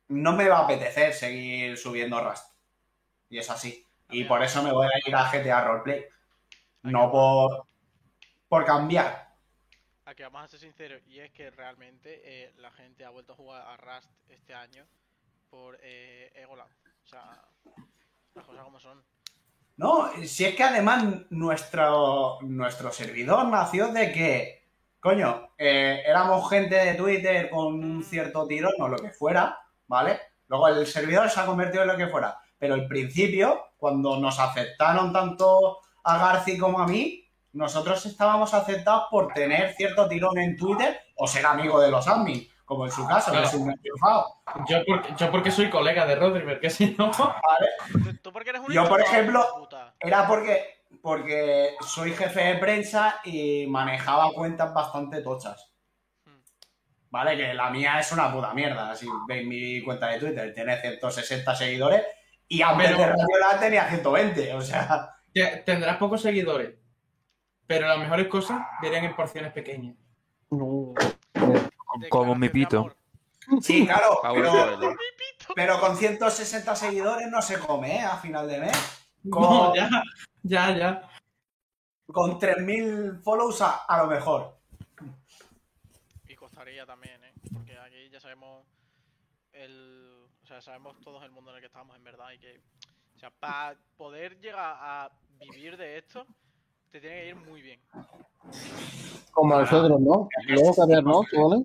[SPEAKER 5] no me va a apetecer seguir subiendo Rust. Y es así. Y por eso me voy a ir a GTA Roleplay. No por, por cambiar.
[SPEAKER 3] Aquí vamos a ser sinceros, y es que realmente eh, la gente ha vuelto a jugar a Rust este año por eh, Egoland. O sea, las cosas como son.
[SPEAKER 5] No, si es que además nuestro, nuestro servidor nació de que, coño, eh, éramos gente de Twitter con un cierto tirón o lo que fuera, ¿vale? Luego el servidor se ha convertido en lo que fuera. Pero al principio, cuando nos aceptaron tanto a Garci como a mí, nosotros estábamos aceptados por tener cierto tirón en Twitter o ser amigo de los admins, como en su caso, que
[SPEAKER 8] Claro.
[SPEAKER 5] es un enchufado.
[SPEAKER 8] Yo porque, yo porque soy colega de Rodri, porque si no...
[SPEAKER 3] Tú- Tú porque eres un
[SPEAKER 5] Yo, por
[SPEAKER 3] enchufado,
[SPEAKER 5] ejemplo,
[SPEAKER 3] hijo de puta.
[SPEAKER 5] Era porque, porque soy jefe de prensa y manejaba cuentas bastante tochas. Vale, que la mía es una puta mierda. Si veis mi cuenta de Twitter, tiene 160 seguidores y antes
[SPEAKER 8] Pero-
[SPEAKER 5] de Radio La tenía 120. O sea,
[SPEAKER 8] Te- Tendrás pocos seguidores, pero las mejores cosas vienen en porciones pequeñas.
[SPEAKER 6] No.
[SPEAKER 4] Como
[SPEAKER 3] Declaración
[SPEAKER 4] mi
[SPEAKER 3] de
[SPEAKER 4] pito.
[SPEAKER 3] amor.
[SPEAKER 5] sí, claro,
[SPEAKER 7] Pablo
[SPEAKER 5] pero,
[SPEAKER 7] Coelho.
[SPEAKER 5] pero con 160 seguidores no se come ¿eh? a final de mes. Con,
[SPEAKER 8] No, ya, ya, ya.
[SPEAKER 5] con 3.000 follows a, a lo mejor.
[SPEAKER 3] Y costaría también, ¿eh? Porque aquí ya sabemos el... O sea, sabemos todos el mundo en el que estamos, en verdad, y que... O sea, para poder llegar a vivir de esto, te tiene que ir muy bien.
[SPEAKER 4] Ah.
[SPEAKER 6] Como a nosotros, ¿no? Luego cambiarnos, ¿vale?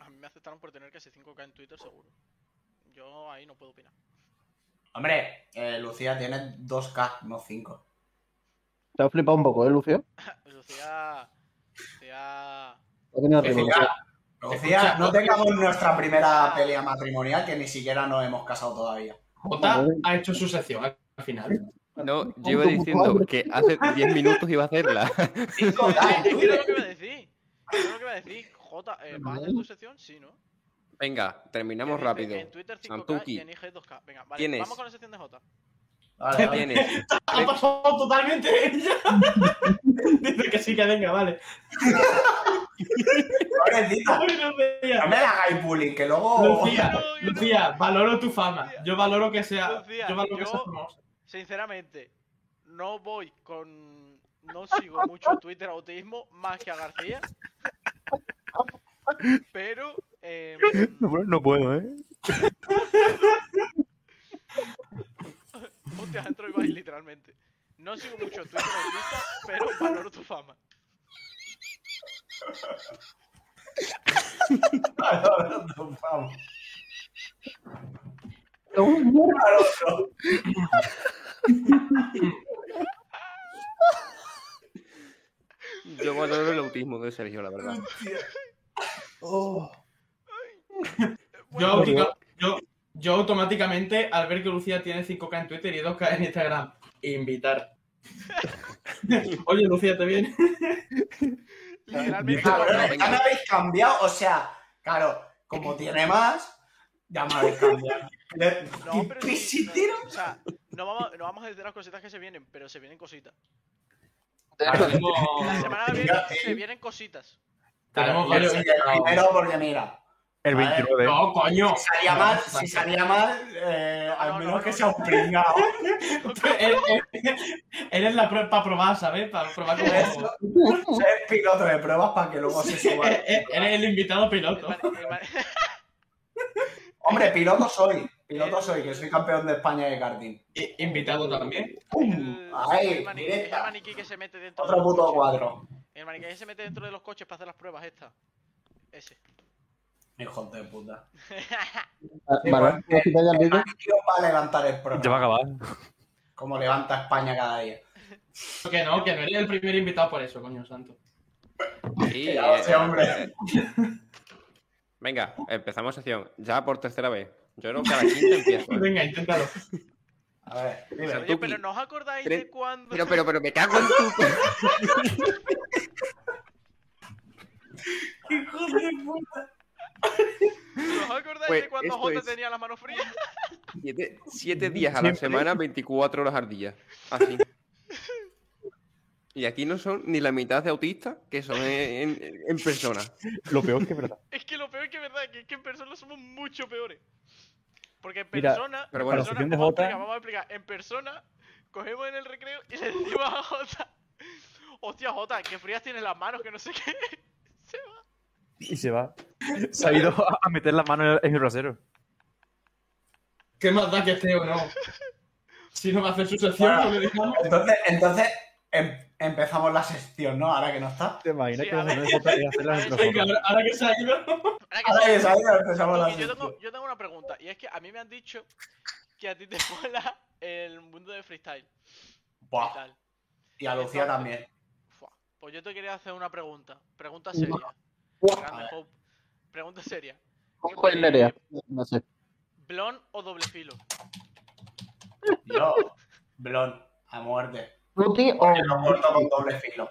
[SPEAKER 3] A mí me aceptaron por tener casi 5k en Twitter, seguro. Yo ahí no puedo opinar.
[SPEAKER 5] Hombre, eh, Lucía tiene 2K, no 5.
[SPEAKER 6] Te ha flipado un poco, ¿eh, Lucio?
[SPEAKER 3] Lucía... Lucía Lucía.
[SPEAKER 6] Ha venido
[SPEAKER 8] Pues
[SPEAKER 6] arriba.
[SPEAKER 5] Lucía, Lucía,
[SPEAKER 8] Escucha,
[SPEAKER 5] no
[SPEAKER 8] Jota.
[SPEAKER 5] tengamos nuestra primera pelea matrimonial que ni siquiera nos hemos casado todavía.
[SPEAKER 8] Jota ha hecho su sección al final.
[SPEAKER 7] No, yo iba diciendo que hace 10 minutos iba a hacerla.
[SPEAKER 3] Es que es que era lo que iba a decir. Era lo que iba a decir. Jota, eh, ¿vas a hacer tu sección? Sí, ¿no?
[SPEAKER 7] Venga, terminamos
[SPEAKER 3] Que dice
[SPEAKER 7] rápido.
[SPEAKER 3] En Twitter 5K
[SPEAKER 7] Santuki.
[SPEAKER 3] y en IG 2K. Venga, vale.
[SPEAKER 7] ¿Quién es?
[SPEAKER 3] Vamos con la sección de Jota.
[SPEAKER 5] Vale, vale.
[SPEAKER 7] Tienes
[SPEAKER 8] Ha pasado totalmente ella. Dice que sí, que venga, vale.
[SPEAKER 5] Pobrecita,
[SPEAKER 8] Bueno,
[SPEAKER 5] no
[SPEAKER 8] venga.
[SPEAKER 5] me la hagáis bullying, que luego.
[SPEAKER 8] Lucía,
[SPEAKER 3] No, yo no-
[SPEAKER 8] Lucía, valoro tu fama. Yo valoro que sea.
[SPEAKER 3] Lucía,
[SPEAKER 8] yo valoro que
[SPEAKER 3] yo-
[SPEAKER 8] seas famosa.
[SPEAKER 3] Sinceramente, no voy con. No sigo mucho a Twitter autismo más que a García. Pero. em,
[SPEAKER 4] No, no puedo, ¿eh?
[SPEAKER 3] Hostia, entro y vais literalmente. No sigo mucho Twitter autista, pero valoro tu fama.
[SPEAKER 5] Valoro tu fama.
[SPEAKER 7] Yo valoro el autismo de Sergio, la verdad.
[SPEAKER 8] Yo, autica- yo- yo automáticamente, al ver que Lucía tiene 5K en Twitter y 2K en Instagram, invitar. Oye, Lucía, ¿te viene?
[SPEAKER 3] Literalmente.
[SPEAKER 5] Claro,
[SPEAKER 7] Venga,
[SPEAKER 5] ya
[SPEAKER 7] venga.
[SPEAKER 5] me habéis cambiado, o sea, claro, como tiene más, ya me habéis cambiado. Le-
[SPEAKER 3] No, pero
[SPEAKER 5] ¿Y
[SPEAKER 3] sí,
[SPEAKER 5] si
[SPEAKER 3] no,
[SPEAKER 5] tiro?
[SPEAKER 3] o sea, no vamos, no vamos a decir las cositas que se vienen, pero se vienen cositas.
[SPEAKER 8] Tenemos,
[SPEAKER 3] La semana que viene se vienen cositas.
[SPEAKER 8] tenemos
[SPEAKER 5] Yo
[SPEAKER 8] varios
[SPEAKER 5] soy el
[SPEAKER 8] invitados.
[SPEAKER 5] primero porque mira,
[SPEAKER 4] El
[SPEAKER 5] Vale,
[SPEAKER 4] 29.
[SPEAKER 8] No, coño.
[SPEAKER 5] si salía mal, si salía mal, eh,
[SPEAKER 3] No,
[SPEAKER 5] al
[SPEAKER 3] no,
[SPEAKER 5] menos
[SPEAKER 3] no,
[SPEAKER 5] que
[SPEAKER 3] no.
[SPEAKER 5] sea un pringao.
[SPEAKER 8] Eres- eres- Eres la prueba para probar, ¿sabes? Para probar cómo.
[SPEAKER 5] Ser piloto de pruebas para que luego se suba.
[SPEAKER 8] Eh, Eres el invitado
[SPEAKER 3] El
[SPEAKER 8] piloto.
[SPEAKER 3] man- el man-
[SPEAKER 5] Hombre, piloto soy, piloto soy, que soy campeón de España de karting.
[SPEAKER 8] I- Invitado también.
[SPEAKER 5] ¡Pum!
[SPEAKER 3] el-
[SPEAKER 5] Ahí,
[SPEAKER 3] Eh, el maniquí- es el
[SPEAKER 5] directa.
[SPEAKER 3] maniquí que se mete dentro de
[SPEAKER 5] Otro
[SPEAKER 3] los
[SPEAKER 5] puto
[SPEAKER 3] coches.
[SPEAKER 5] cuadro.
[SPEAKER 3] El maniquí que se mete dentro de los coches para hacer las pruebas estas. Ese.
[SPEAKER 5] Hijos de puta.
[SPEAKER 6] Vale, ¿puedo quitar ya el vídeo?
[SPEAKER 5] Maniquí os va a levantar el
[SPEAKER 4] ¿eh? Ya va a
[SPEAKER 5] programa,
[SPEAKER 4] acabar.
[SPEAKER 5] como levanta España cada día.
[SPEAKER 8] Que no, que no eres el primer invitado por eso, coño santo.
[SPEAKER 7] Sí, eh,
[SPEAKER 5] Ya lo sé, hombre.
[SPEAKER 7] Venga, empezamos sesión. Ya por tercera vez. Yo creo que a la quinta empiezo. ¿eh?
[SPEAKER 8] Venga, inténtalo.
[SPEAKER 5] A ver, dime.
[SPEAKER 3] Oye,
[SPEAKER 7] Santuki.
[SPEAKER 3] pero ¿no os acordáis
[SPEAKER 7] Tres-
[SPEAKER 3] de cuando?
[SPEAKER 7] Pero, pero, pero me cago en tu.
[SPEAKER 5] Hijos de puta.
[SPEAKER 3] ¿No os acordáis
[SPEAKER 7] Pues,
[SPEAKER 3] de cuando
[SPEAKER 7] esto
[SPEAKER 3] Jota
[SPEAKER 7] es-
[SPEAKER 3] tenía las manos frías?
[SPEAKER 7] Siete, siete días a la semana, 24 horas al día. Así. Y aquí no son ni la mitad de autistas que son en, en- en persona.
[SPEAKER 4] Lo peor que es verdad.
[SPEAKER 3] Es que lo peor es que es verdad, que es que en persona somos mucho peores. Porque en
[SPEAKER 4] Mira,
[SPEAKER 3] persona,
[SPEAKER 7] pero
[SPEAKER 3] en
[SPEAKER 7] bueno,
[SPEAKER 4] la
[SPEAKER 3] persona
[SPEAKER 4] sección de
[SPEAKER 3] vamos,
[SPEAKER 4] Jota-
[SPEAKER 3] a explicar, vamos a explicar, en persona, cogemos en el recreo y le decimos a Jota, hostia Jota, que frías tienes las manos, que no sé qué. Se va.
[SPEAKER 4] Y se va. Se ha ido a a meter la mano en el- en el rasero.
[SPEAKER 8] ¿Qué más da que esté o no? Si no va a hacer su sección,
[SPEAKER 5] Bueno.
[SPEAKER 8] no le dejamos.
[SPEAKER 5] Entonces, entonces em- empezamos la sección, ¿no? Ahora que no está.
[SPEAKER 4] ¿Te imaginas
[SPEAKER 3] Sí,
[SPEAKER 4] que
[SPEAKER 3] a
[SPEAKER 4] los
[SPEAKER 3] ver.
[SPEAKER 4] menores J hacer las
[SPEAKER 3] Sí,
[SPEAKER 8] Venga,
[SPEAKER 4] fotos?
[SPEAKER 8] ahora- ahora que se ha ido.
[SPEAKER 3] Ahora que
[SPEAKER 5] Ahora
[SPEAKER 3] sí.
[SPEAKER 5] que salga, empezamos la
[SPEAKER 3] Porque yo,
[SPEAKER 5] sección.
[SPEAKER 3] tengo, yo tengo una pregunta, y es que a mí me han dicho que a ti te mola el mundo de freestyle y
[SPEAKER 5] Buah,
[SPEAKER 3] tal.
[SPEAKER 5] y a Lucía
[SPEAKER 3] Entonces-
[SPEAKER 5] también.
[SPEAKER 3] Fua. Pues yo te quería hacer una pregunta, pregunta seria. Grande Hope. Pregunta seria.
[SPEAKER 6] Ojo en Nerea. No sé.
[SPEAKER 3] ¿Blon o doble filo?
[SPEAKER 5] Yo, Blon, a muerte.
[SPEAKER 6] ¿Fruti o
[SPEAKER 5] Porque lo corto con doble filo.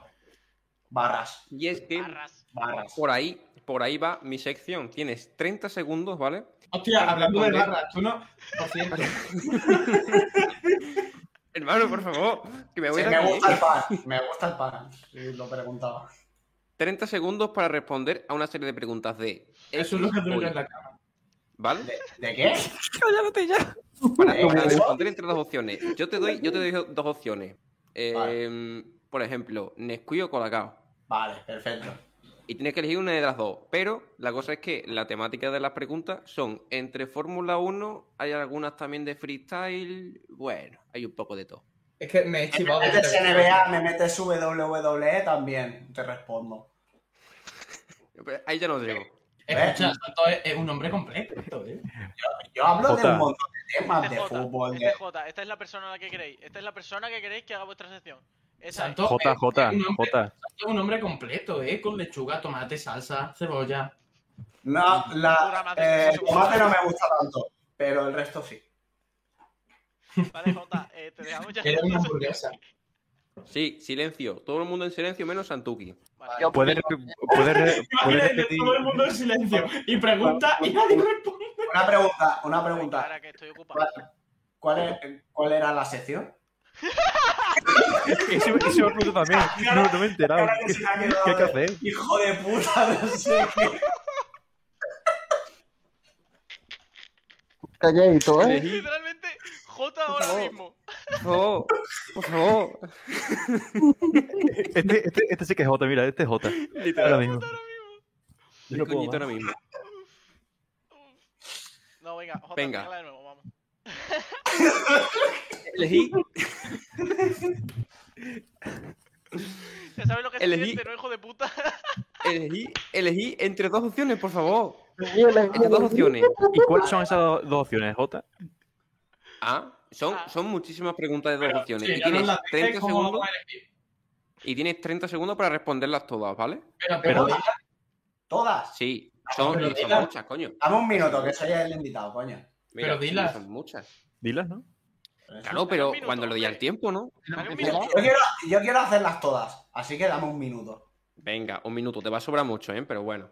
[SPEAKER 5] Barras,
[SPEAKER 7] Y es que
[SPEAKER 3] Arras.
[SPEAKER 5] barras.
[SPEAKER 7] por ahí, por ahí va mi sección. Tienes 30 segundos, ¿vale?
[SPEAKER 8] Hostia, hablando de barras, tú no. Por cierto,
[SPEAKER 7] Hermano, por favor, que me voy
[SPEAKER 5] Sí,
[SPEAKER 7] de
[SPEAKER 5] me
[SPEAKER 7] aquí.
[SPEAKER 5] gusta el pan, me gusta el pan. Sí, lo preguntaba.
[SPEAKER 7] 30 segundos para responder a una serie de preguntas de.
[SPEAKER 8] eso es lo que tú en la cara.
[SPEAKER 7] ¿Vale?
[SPEAKER 5] ¿De, de qué?
[SPEAKER 7] Para
[SPEAKER 5] Eh,
[SPEAKER 7] para
[SPEAKER 5] ¿eso?
[SPEAKER 7] responder entre dos opciones. Yo te doy, yo te doy dos opciones. Eh, Por ejemplo, Nesquí o Colacao.
[SPEAKER 5] Vale, perfecto.
[SPEAKER 7] Y tienes que elegir una de las dos. Pero la cosa es que la temática de las preguntas son entre Fórmula 1, hay algunas también de freestyle. Bueno, hay un poco de todo.
[SPEAKER 8] Es que me he chivado.
[SPEAKER 5] Me metes NBA, me metes WWE también, te respondo.
[SPEAKER 7] Pero Pues Ahí ya no llego.
[SPEAKER 8] Escucha, Santo es, es un hombre completo, eh.
[SPEAKER 5] Yo hablo de
[SPEAKER 4] Jota.
[SPEAKER 5] un montón de temas,
[SPEAKER 3] Este
[SPEAKER 5] Ah, de
[SPEAKER 3] es Jota,
[SPEAKER 5] fútbol,
[SPEAKER 3] este
[SPEAKER 5] de...
[SPEAKER 3] es Jota, esta es la persona a la que queréis. Esta es la persona que queréis que haga vuestra sección. Esa es.
[SPEAKER 8] Santo,
[SPEAKER 4] J,
[SPEAKER 8] es-
[SPEAKER 4] J,
[SPEAKER 8] es un hombre-
[SPEAKER 4] J.
[SPEAKER 8] es un hombre completo, ¿eh? Con lechuga, tomate, salsa, cebolla.
[SPEAKER 5] No,
[SPEAKER 3] Una
[SPEAKER 5] la,
[SPEAKER 3] madre que
[SPEAKER 5] eh,
[SPEAKER 3] se
[SPEAKER 5] tomate no me gusta tanto, pero el resto sí.
[SPEAKER 3] Vale, Jota, eh, te dejamos ya.
[SPEAKER 8] Era una hamburguesa.
[SPEAKER 7] Sí, silencio. Todo el mundo en silencio menos Santuki.
[SPEAKER 3] Vale.
[SPEAKER 6] Yo-
[SPEAKER 4] ¿Puedes, puedes re- puedes
[SPEAKER 8] Imagínate
[SPEAKER 4] repetir?
[SPEAKER 8] todo el mundo en silencio y pregunta y nadie responde.
[SPEAKER 5] Una pregunta, una pregunta.
[SPEAKER 3] Ahora que estoy ocupado.
[SPEAKER 5] ¿Cuál, es- ¿Cuál era la sección?
[SPEAKER 4] Eso, eso me pregunto también. No, no me he enterado.
[SPEAKER 5] Ahora que se me ha quedado
[SPEAKER 4] ¿Qué hay que
[SPEAKER 5] de-
[SPEAKER 4] hacer?
[SPEAKER 5] Hijo de puta, no sé qué.
[SPEAKER 6] Calladito, ¿eh?
[SPEAKER 3] Literalmente, Jota ahora
[SPEAKER 7] favor.
[SPEAKER 3] mismo.
[SPEAKER 7] No, por favor.
[SPEAKER 4] Este, este, este sí que es Jota, mira, este es Jota. Ahora mismo.
[SPEAKER 3] Jota ahora mismo.
[SPEAKER 4] Yo no puedo
[SPEAKER 7] Coñito
[SPEAKER 4] más.
[SPEAKER 7] ahora mismo.
[SPEAKER 3] No, venga, Jota,
[SPEAKER 7] Venga.
[SPEAKER 3] pégala de nuevo, vamos.
[SPEAKER 7] Elegí,
[SPEAKER 3] Ya sabes lo que se
[SPEAKER 7] Elegí-
[SPEAKER 3] siente, ¿no, hijo de puta?
[SPEAKER 7] elegí, elegí entre dos opciones, por favor.
[SPEAKER 6] Sí, la-
[SPEAKER 7] Entre dos opciones.
[SPEAKER 4] ¿Y cuáles son esas dos, dos opciones, Jota?
[SPEAKER 7] Ah, son,
[SPEAKER 3] Ah.
[SPEAKER 7] son muchísimas preguntas de dos
[SPEAKER 8] Pero,
[SPEAKER 7] opciones.
[SPEAKER 8] sí,
[SPEAKER 7] y,
[SPEAKER 8] ya nos
[SPEAKER 7] tienes
[SPEAKER 8] la dices
[SPEAKER 7] 30
[SPEAKER 8] como
[SPEAKER 7] segundos,
[SPEAKER 8] vamos a elegir.
[SPEAKER 7] y tienes 30 segundos para responderlas todas, ¿vale?
[SPEAKER 8] Pero, pero,
[SPEAKER 4] Pero-
[SPEAKER 5] Todas.
[SPEAKER 7] Sí, son,
[SPEAKER 8] pero
[SPEAKER 7] y son
[SPEAKER 8] dila.
[SPEAKER 7] muchas, coño.
[SPEAKER 5] Dame un minuto, que soy el invitado, coño.
[SPEAKER 7] Mira,
[SPEAKER 8] Pero dilas.
[SPEAKER 7] Son muchas.
[SPEAKER 4] Dilas, ¿no?
[SPEAKER 7] Claro,
[SPEAKER 3] Dale
[SPEAKER 7] pero
[SPEAKER 3] un minuto,
[SPEAKER 7] cuando lo diga el
[SPEAKER 3] hombre.
[SPEAKER 7] tiempo, ¿no?
[SPEAKER 3] Dale un
[SPEAKER 5] Yo
[SPEAKER 3] minuto.
[SPEAKER 5] quiero, yo quiero hacerlas todas, así que dame un minuto.
[SPEAKER 7] Venga, un minuto. Te va a sobrar mucho, ¿eh? Pero bueno.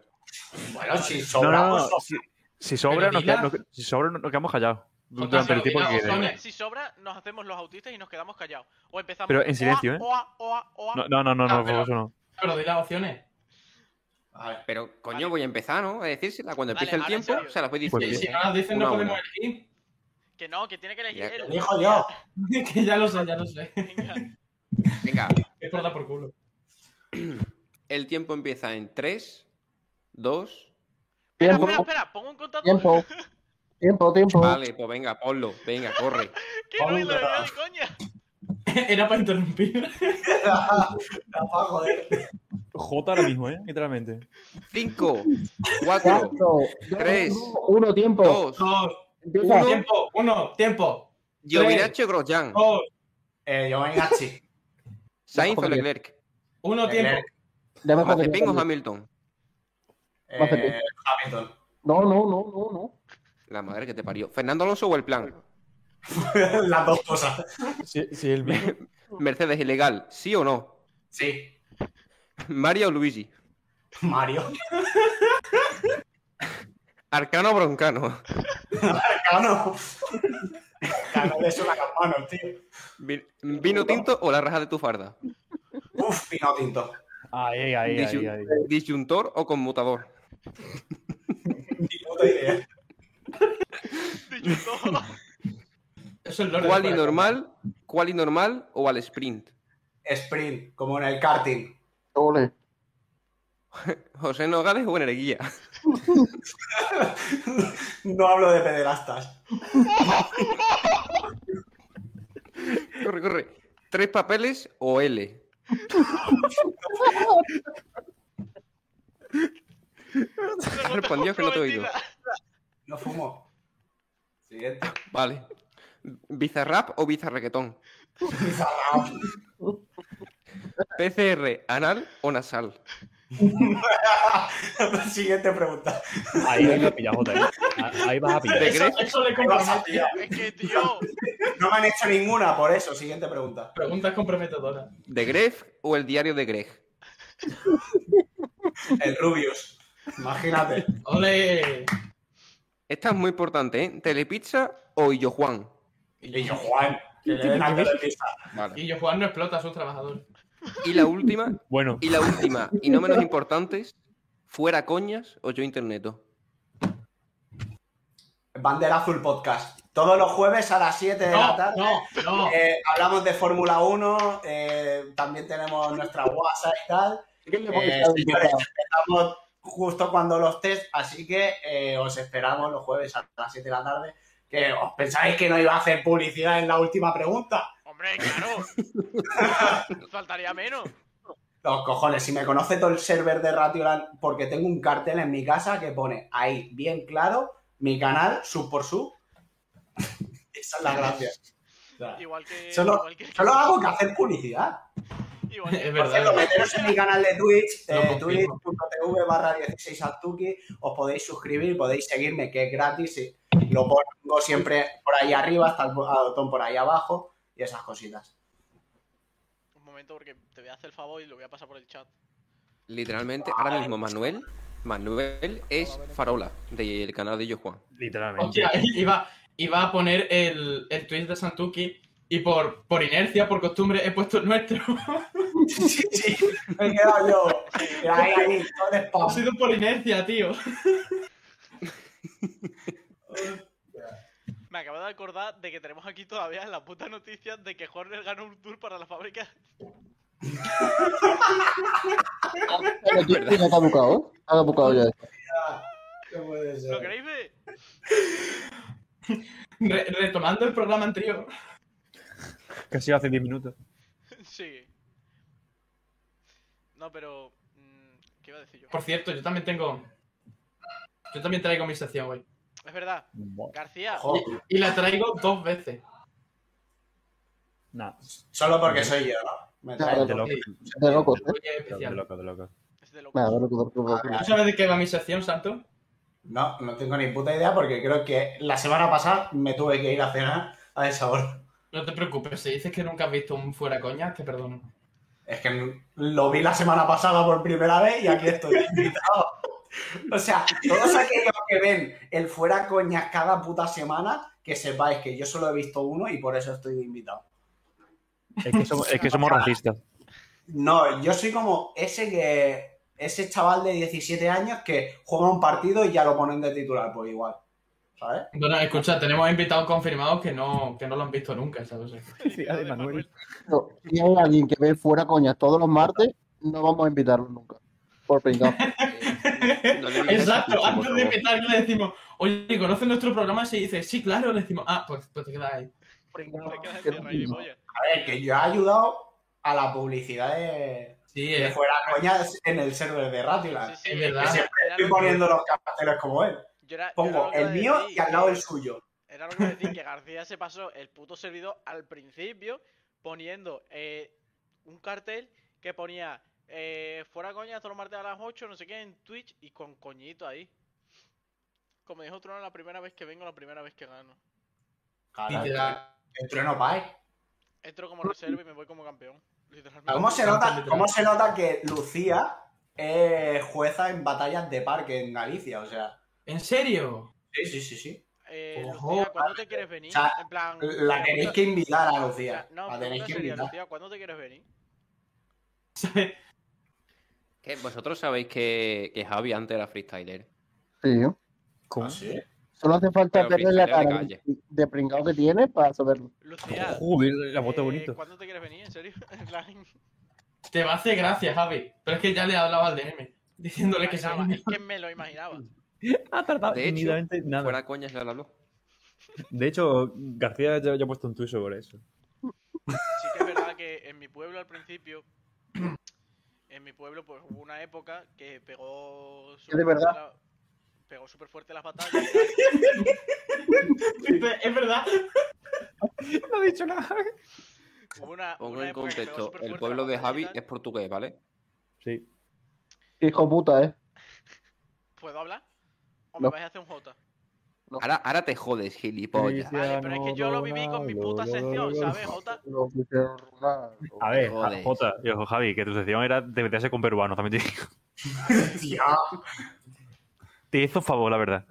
[SPEAKER 5] Bueno,
[SPEAKER 4] No, no,
[SPEAKER 5] si
[SPEAKER 8] pues,
[SPEAKER 2] Ah,
[SPEAKER 5] sobramos,
[SPEAKER 4] no. Si, si sobra,
[SPEAKER 8] Pero
[SPEAKER 4] nos
[SPEAKER 8] dila.
[SPEAKER 4] queda- nos- si sobra, nos quedamos callados.
[SPEAKER 8] Jota,
[SPEAKER 4] Durante el
[SPEAKER 8] pero
[SPEAKER 4] tiempo
[SPEAKER 8] dila
[SPEAKER 4] que
[SPEAKER 8] dos
[SPEAKER 4] quede.
[SPEAKER 8] opciones.
[SPEAKER 3] Si sobra, nos hacemos los autistas y nos quedamos callados. O empezamos.
[SPEAKER 4] Pero en silencio,
[SPEAKER 3] oa,
[SPEAKER 4] ¿eh?
[SPEAKER 3] Oa, oa, oa.
[SPEAKER 4] No, no, no, no,
[SPEAKER 8] Ah,
[SPEAKER 4] no,
[SPEAKER 8] pero-
[SPEAKER 4] eso no.
[SPEAKER 8] pero di las opciones.
[SPEAKER 5] A ver,
[SPEAKER 7] Pero, coño,
[SPEAKER 3] Vale.
[SPEAKER 7] voy a empezar, ¿no? A decírsela. Cuando
[SPEAKER 3] Vale,
[SPEAKER 7] empiece el
[SPEAKER 3] ahora en
[SPEAKER 7] tiempo,
[SPEAKER 3] serio.
[SPEAKER 7] se las voy
[SPEAKER 4] Pues
[SPEAKER 7] diciendo.
[SPEAKER 8] Y
[SPEAKER 4] bien.
[SPEAKER 8] si no las dicen,
[SPEAKER 7] Una
[SPEAKER 8] no
[SPEAKER 7] a
[SPEAKER 8] podemos
[SPEAKER 7] una.
[SPEAKER 8] elegir.
[SPEAKER 3] Que no, que tiene que elegir
[SPEAKER 7] Ya,
[SPEAKER 3] él.
[SPEAKER 5] lo dijo yo.
[SPEAKER 8] que ya lo sé, ya lo sé.
[SPEAKER 3] Venga.
[SPEAKER 7] Venga,
[SPEAKER 8] Es por dar por culo.
[SPEAKER 7] el tiempo empieza en 3, 2...
[SPEAKER 3] Espera,
[SPEAKER 6] Tiempo,
[SPEAKER 3] espera, espera, pongo un contador.
[SPEAKER 6] tiempo, tiempo, tiempo.
[SPEAKER 7] Vale, pues venga, ponlo. Venga, corre.
[SPEAKER 3] Que no,
[SPEAKER 5] Pongo
[SPEAKER 3] y
[SPEAKER 5] un
[SPEAKER 3] lo
[SPEAKER 5] contador.
[SPEAKER 3] diría de coña.
[SPEAKER 8] Era para interrumpir.
[SPEAKER 5] no, pa' joder.
[SPEAKER 4] Jota ahora mismo, ¿eh? Literalmente.
[SPEAKER 7] 5, 4,
[SPEAKER 6] Cuatro,
[SPEAKER 7] Tres.
[SPEAKER 6] dos, uno, tiempo.
[SPEAKER 7] 2...
[SPEAKER 8] Dos,
[SPEAKER 6] Empieza.
[SPEAKER 7] uno.
[SPEAKER 8] tiempo, uno, tiempo.
[SPEAKER 7] Giovinaccio Grosjean.
[SPEAKER 8] Dos,
[SPEAKER 5] Eh, Giovanni Gachi.
[SPEAKER 7] Sainz o
[SPEAKER 6] joder.
[SPEAKER 7] Leclerc.
[SPEAKER 8] uno, tiempo.
[SPEAKER 5] Leclerc,
[SPEAKER 6] Ya me jodí.
[SPEAKER 7] Mazepin o Hamilton.
[SPEAKER 5] eh, Hamilton.
[SPEAKER 6] No, no, no, no, no.
[SPEAKER 7] La madre que te parió. Fernando Alonso o el plan.
[SPEAKER 5] Las dos cosas.
[SPEAKER 4] Sí, sí, el mismo.
[SPEAKER 7] Mercedes ilegal, ¿sí o no?
[SPEAKER 5] Sí.
[SPEAKER 7] Mario o Luigi.
[SPEAKER 5] Mario.
[SPEAKER 7] Arcano o Broncano.
[SPEAKER 5] Cano. Cano de una campana, tío.
[SPEAKER 7] Vi- Vino tinto o la raja de tu farda.
[SPEAKER 5] Uf, pino tinto.
[SPEAKER 4] Ahí, ahí, ahí,
[SPEAKER 7] Disyun-
[SPEAKER 4] ahí.
[SPEAKER 7] Disyuntor o conmutador.
[SPEAKER 5] Ni puta idea.
[SPEAKER 3] Dicho todo.
[SPEAKER 8] Eso es
[SPEAKER 7] ¿Cuál y
[SPEAKER 8] para-
[SPEAKER 7] normal? ¿Cuál y normal o al sprint?
[SPEAKER 5] Sprint, como en el karting.
[SPEAKER 6] Ole.
[SPEAKER 7] José Nogales o Energuía.
[SPEAKER 5] No hablo de pederastas.
[SPEAKER 7] Corre, corre. ¿Tres papeles o L? Respondió que no te he oído.
[SPEAKER 5] No fumo. Siguiente.
[SPEAKER 7] Vale. ¿Bizarrap o bizarrequetón? PCR, anal o nasal.
[SPEAKER 5] Siguiente pregunta.
[SPEAKER 4] Ahí vas a pillar, Jota. ¿eh? Ahí vas a pillar.
[SPEAKER 7] ¿Te
[SPEAKER 8] Eso,
[SPEAKER 7] crees?
[SPEAKER 8] eso le
[SPEAKER 5] Pregunta,
[SPEAKER 8] compromete.
[SPEAKER 5] tío.
[SPEAKER 3] Es que, tío.
[SPEAKER 5] No me han hecho ninguna por eso. Siguiente pregunta.
[SPEAKER 8] Preguntas comprometedoras.
[SPEAKER 7] ¿De Gref o el diario de Greg?
[SPEAKER 5] El Rubius. Imagínate.
[SPEAKER 8] ¡Ole!
[SPEAKER 7] Esta es muy importante, ¿eh? ¿Telepizza o Illo Juan?
[SPEAKER 5] Y yo, Juan. Que le den algo de pizza.
[SPEAKER 7] Vale.
[SPEAKER 8] Y yo Juan no explota a sus trabajadores.
[SPEAKER 7] Y la última,
[SPEAKER 4] Bueno,
[SPEAKER 7] y la última, y no menos importante, ¿fuera coñas o yo interneto?
[SPEAKER 5] Bandera Azul Podcast. Todos los jueves a las 7 de la
[SPEAKER 8] No,
[SPEAKER 5] tarde.
[SPEAKER 8] no, no.
[SPEAKER 5] Eh, hablamos de Fórmula 1, eh, también tenemos nuestra WhatsApp y tal. Eh, señores, empezamos justo cuando los test, así que eh, os esperamos los jueves a las 7 de la tarde. Que os pensáis que no iba a hacer publicidad en la última pregunta.
[SPEAKER 3] Hombre, claro. Faltaría menos.
[SPEAKER 5] Los cojones, si me conoce todo el server de Ratioland, porque tengo un cartel en mi casa que pone ahí, bien claro, mi canal, sub por sub. Esa es la gracia. O sea,
[SPEAKER 3] Igual que.
[SPEAKER 5] Solo-
[SPEAKER 3] igual que-
[SPEAKER 5] Solo hago que hacer publicidad.
[SPEAKER 3] Digo, oye,
[SPEAKER 8] Es
[SPEAKER 5] Por
[SPEAKER 8] verdad.
[SPEAKER 5] cierto, meteros en mi canal de Twitch,
[SPEAKER 8] Lo
[SPEAKER 5] eh,
[SPEAKER 8] confirmo.
[SPEAKER 5] twitch.tv barra 16 Artuki, os podéis suscribir, podéis seguirme, que es gratis, y lo pongo siempre por ahí arriba, hasta el bo- al botón por ahí abajo, y esas cositas.
[SPEAKER 3] Un momento porque te voy a hacer el favor y lo voy a pasar por el chat.
[SPEAKER 7] Literalmente, ahora mismo Manuel, Manuel es Farola del canal de Yo Juan.
[SPEAKER 4] Literalmente.
[SPEAKER 8] Hostia, iba, iba a poner el, el tweet de Santuki y por, por inercia, por costumbre, he puesto el nuestro.
[SPEAKER 5] Sí, sí, me he quedado yo. Mira, Ahí, ahí, todo el
[SPEAKER 8] ha
[SPEAKER 5] spam.
[SPEAKER 8] sido por inercia, tío.
[SPEAKER 3] Me acabo de acordar de que tenemos aquí todavía en las putas noticias de que Horner ganó un tour para la fábrica.
[SPEAKER 6] Pero tío, ya está caducado, ¿eh? Ha caducado ya.
[SPEAKER 5] ¿Qué puede ser?
[SPEAKER 3] ¿Lo queréis ver?
[SPEAKER 8] Re- retomando el programa anterior.
[SPEAKER 4] Casi hace 10 minutos.
[SPEAKER 3] Sí. No, pero... mm, ¿Qué iba a decir yo?
[SPEAKER 8] Por cierto, yo también tengo. Yo también traigo mi sección hoy.
[SPEAKER 3] Es verdad. García,
[SPEAKER 5] Ojo,
[SPEAKER 8] Y la traigo dos veces.
[SPEAKER 4] Nah,
[SPEAKER 5] solo porque soy yo, ¿no? Me
[SPEAKER 6] Ya,
[SPEAKER 5] trae-
[SPEAKER 6] de
[SPEAKER 4] de loco.
[SPEAKER 6] De locos, ¿eh?
[SPEAKER 8] Hoy es
[SPEAKER 4] De
[SPEAKER 8] especial.
[SPEAKER 4] loco, de loco.
[SPEAKER 3] es de locos.
[SPEAKER 6] Nada, de locos, de locos, de
[SPEAKER 8] ¿Tú
[SPEAKER 6] locos.
[SPEAKER 8] sabes de qué va mi sección, Santo?
[SPEAKER 5] Ah, No, no tengo ni puta idea porque creo que la semana pasada me tuve que ir a cenar a esa hora.
[SPEAKER 8] No te preocupes, si dices que nunca has visto un fuera coña, te perdono.
[SPEAKER 5] Es que lo vi la semana pasada por primera vez y aquí estoy invitado. O sea, todos aquellos que ven el fuera coñas cada puta semana, que sepáis que yo solo he visto uno y por eso estoy invitado.
[SPEAKER 4] Es que somos, es que somos racistas.
[SPEAKER 5] No, yo soy como ese que. Ese chaval de 17 años que juega un partido y ya lo ponen de titular, pues igual. ¿Sabes?
[SPEAKER 8] Bueno, escucha, tenemos invitados confirmados que no, que no lo han visto nunca, ¿sabes?
[SPEAKER 3] Felicidades,
[SPEAKER 4] de Manuel.
[SPEAKER 6] Pero Si hay alguien que ve fuera coña todos los martes, no vamos a invitarlo nunca. Por pringado.
[SPEAKER 7] No le digas
[SPEAKER 8] Exacto,
[SPEAKER 7] a
[SPEAKER 8] antes de
[SPEAKER 7] Pichi, por favor.
[SPEAKER 8] invitarle le decimos, oye, ¿conoces nuestro programa? Si dice, sí, claro, le decimos, ah, pues, pues te quedas ahí.
[SPEAKER 3] Te quedas en tierra, gilipollas.
[SPEAKER 5] A ver, que yo he ayudado a la publicidad de,
[SPEAKER 8] Sí,
[SPEAKER 5] de
[SPEAKER 8] es,
[SPEAKER 5] fuera coñas en el server de Ratiland.
[SPEAKER 3] Sí, sí,
[SPEAKER 8] Es verdad.
[SPEAKER 3] era
[SPEAKER 5] Siempre
[SPEAKER 3] lo
[SPEAKER 5] estoy
[SPEAKER 3] que-
[SPEAKER 5] poniendo los carteles como él.
[SPEAKER 3] yo era- yo era
[SPEAKER 5] Pongo
[SPEAKER 3] lo que iba
[SPEAKER 5] el
[SPEAKER 3] a
[SPEAKER 5] mío
[SPEAKER 3] decir,
[SPEAKER 5] y al lado
[SPEAKER 3] que-
[SPEAKER 5] el suyo.
[SPEAKER 3] Era lo que iba a decir, que García se pasó el puto servidor al principio poniendo eh, un cartel que ponía eh, fuera coña todos los martes a las 8, no sé qué, en Twitch y con coñito ahí. Como dijo Trono, la primera vez que vengo, la primera vez que gano.
[SPEAKER 5] Claro,
[SPEAKER 8] literal.
[SPEAKER 5] el trueno pai.
[SPEAKER 3] Entro como reserva y me voy como campeón. Literalmente.
[SPEAKER 5] ¿Cómo se, nota,
[SPEAKER 8] literal.
[SPEAKER 5] ¿Cómo se nota que Lucía es jueza en batallas de parque en Galicia? O sea,
[SPEAKER 8] ¿En serio?
[SPEAKER 5] sí, sí, sí. sí.
[SPEAKER 3] Eh,
[SPEAKER 8] Ojo,
[SPEAKER 3] Lucía, ¿cuándo te quieres venir?
[SPEAKER 5] O sea,
[SPEAKER 3] en plan.
[SPEAKER 5] La
[SPEAKER 3] me
[SPEAKER 5] tenéis
[SPEAKER 3] gusta-
[SPEAKER 5] que invitar a
[SPEAKER 3] o sea,
[SPEAKER 5] Lucía.
[SPEAKER 3] No,
[SPEAKER 5] La
[SPEAKER 3] me
[SPEAKER 5] tenéis
[SPEAKER 3] gusta
[SPEAKER 5] que
[SPEAKER 3] sería,
[SPEAKER 5] invitar.
[SPEAKER 3] Lucía, ¿cuándo te quieres venir?
[SPEAKER 7] Que Vosotros sabéis que, que Javi antes era freestyler.
[SPEAKER 6] Sí.
[SPEAKER 5] ¿Ah, sí?
[SPEAKER 6] Solo hace
[SPEAKER 7] Pero
[SPEAKER 6] falta verle la
[SPEAKER 7] freestyle de
[SPEAKER 6] cara
[SPEAKER 7] calle.
[SPEAKER 6] de- de pringado que tiene para saberlo.
[SPEAKER 3] Lucía.
[SPEAKER 4] Joder, la bota
[SPEAKER 3] eh,
[SPEAKER 4] bonito.
[SPEAKER 3] ¿Cuándo te quieres venir? ¿En serio? En plan.
[SPEAKER 8] Te va a hacer gracia, Javi. Pero es que ya le he hablado al DM, diciéndole que se
[SPEAKER 3] imaginaba,
[SPEAKER 8] venga.
[SPEAKER 3] es que me lo imaginaba.
[SPEAKER 4] Ha tardado
[SPEAKER 7] De hecho,
[SPEAKER 4] infinitamente nada.
[SPEAKER 7] Fuera coñas le habló.
[SPEAKER 4] De hecho, García ya, ya ha puesto un tuit sobre eso.
[SPEAKER 3] sí que es verdad que en mi pueblo al principio, en mi pueblo pues hubo una época que pegó súper fuerte
[SPEAKER 6] verdad.
[SPEAKER 3] la- pegó súper fuerte las batallas.
[SPEAKER 8] Dice, Es verdad.
[SPEAKER 4] No ha dicho nada.
[SPEAKER 3] Hubo una,
[SPEAKER 7] Pongo
[SPEAKER 3] una
[SPEAKER 7] en
[SPEAKER 3] época que pegó
[SPEAKER 7] contexto,
[SPEAKER 3] súper
[SPEAKER 7] el
[SPEAKER 3] fuerte
[SPEAKER 7] pueblo
[SPEAKER 3] las
[SPEAKER 7] de
[SPEAKER 3] batallas y
[SPEAKER 7] Javi
[SPEAKER 3] tal.
[SPEAKER 7] es portugués, ¿vale?
[SPEAKER 4] Sí.
[SPEAKER 6] Hijo puta, ¿eh?
[SPEAKER 3] ¿Puedo hablar? ¿O me
[SPEAKER 6] No.
[SPEAKER 3] vais a hacer un J?
[SPEAKER 7] Ahora, ahora te jodes, gilipollas.
[SPEAKER 4] Sí,
[SPEAKER 3] Vale, pero es que yo lo viví con mi puta sección, ¿sabes, Jota?
[SPEAKER 6] Lo que quiero Ronaldo.
[SPEAKER 4] A ver,
[SPEAKER 7] Joder.
[SPEAKER 4] Jota, yo, Javi, que tu sección era de meterse con peruanos también. Te,
[SPEAKER 5] Tía,
[SPEAKER 4] te hizo un favor, la verdad.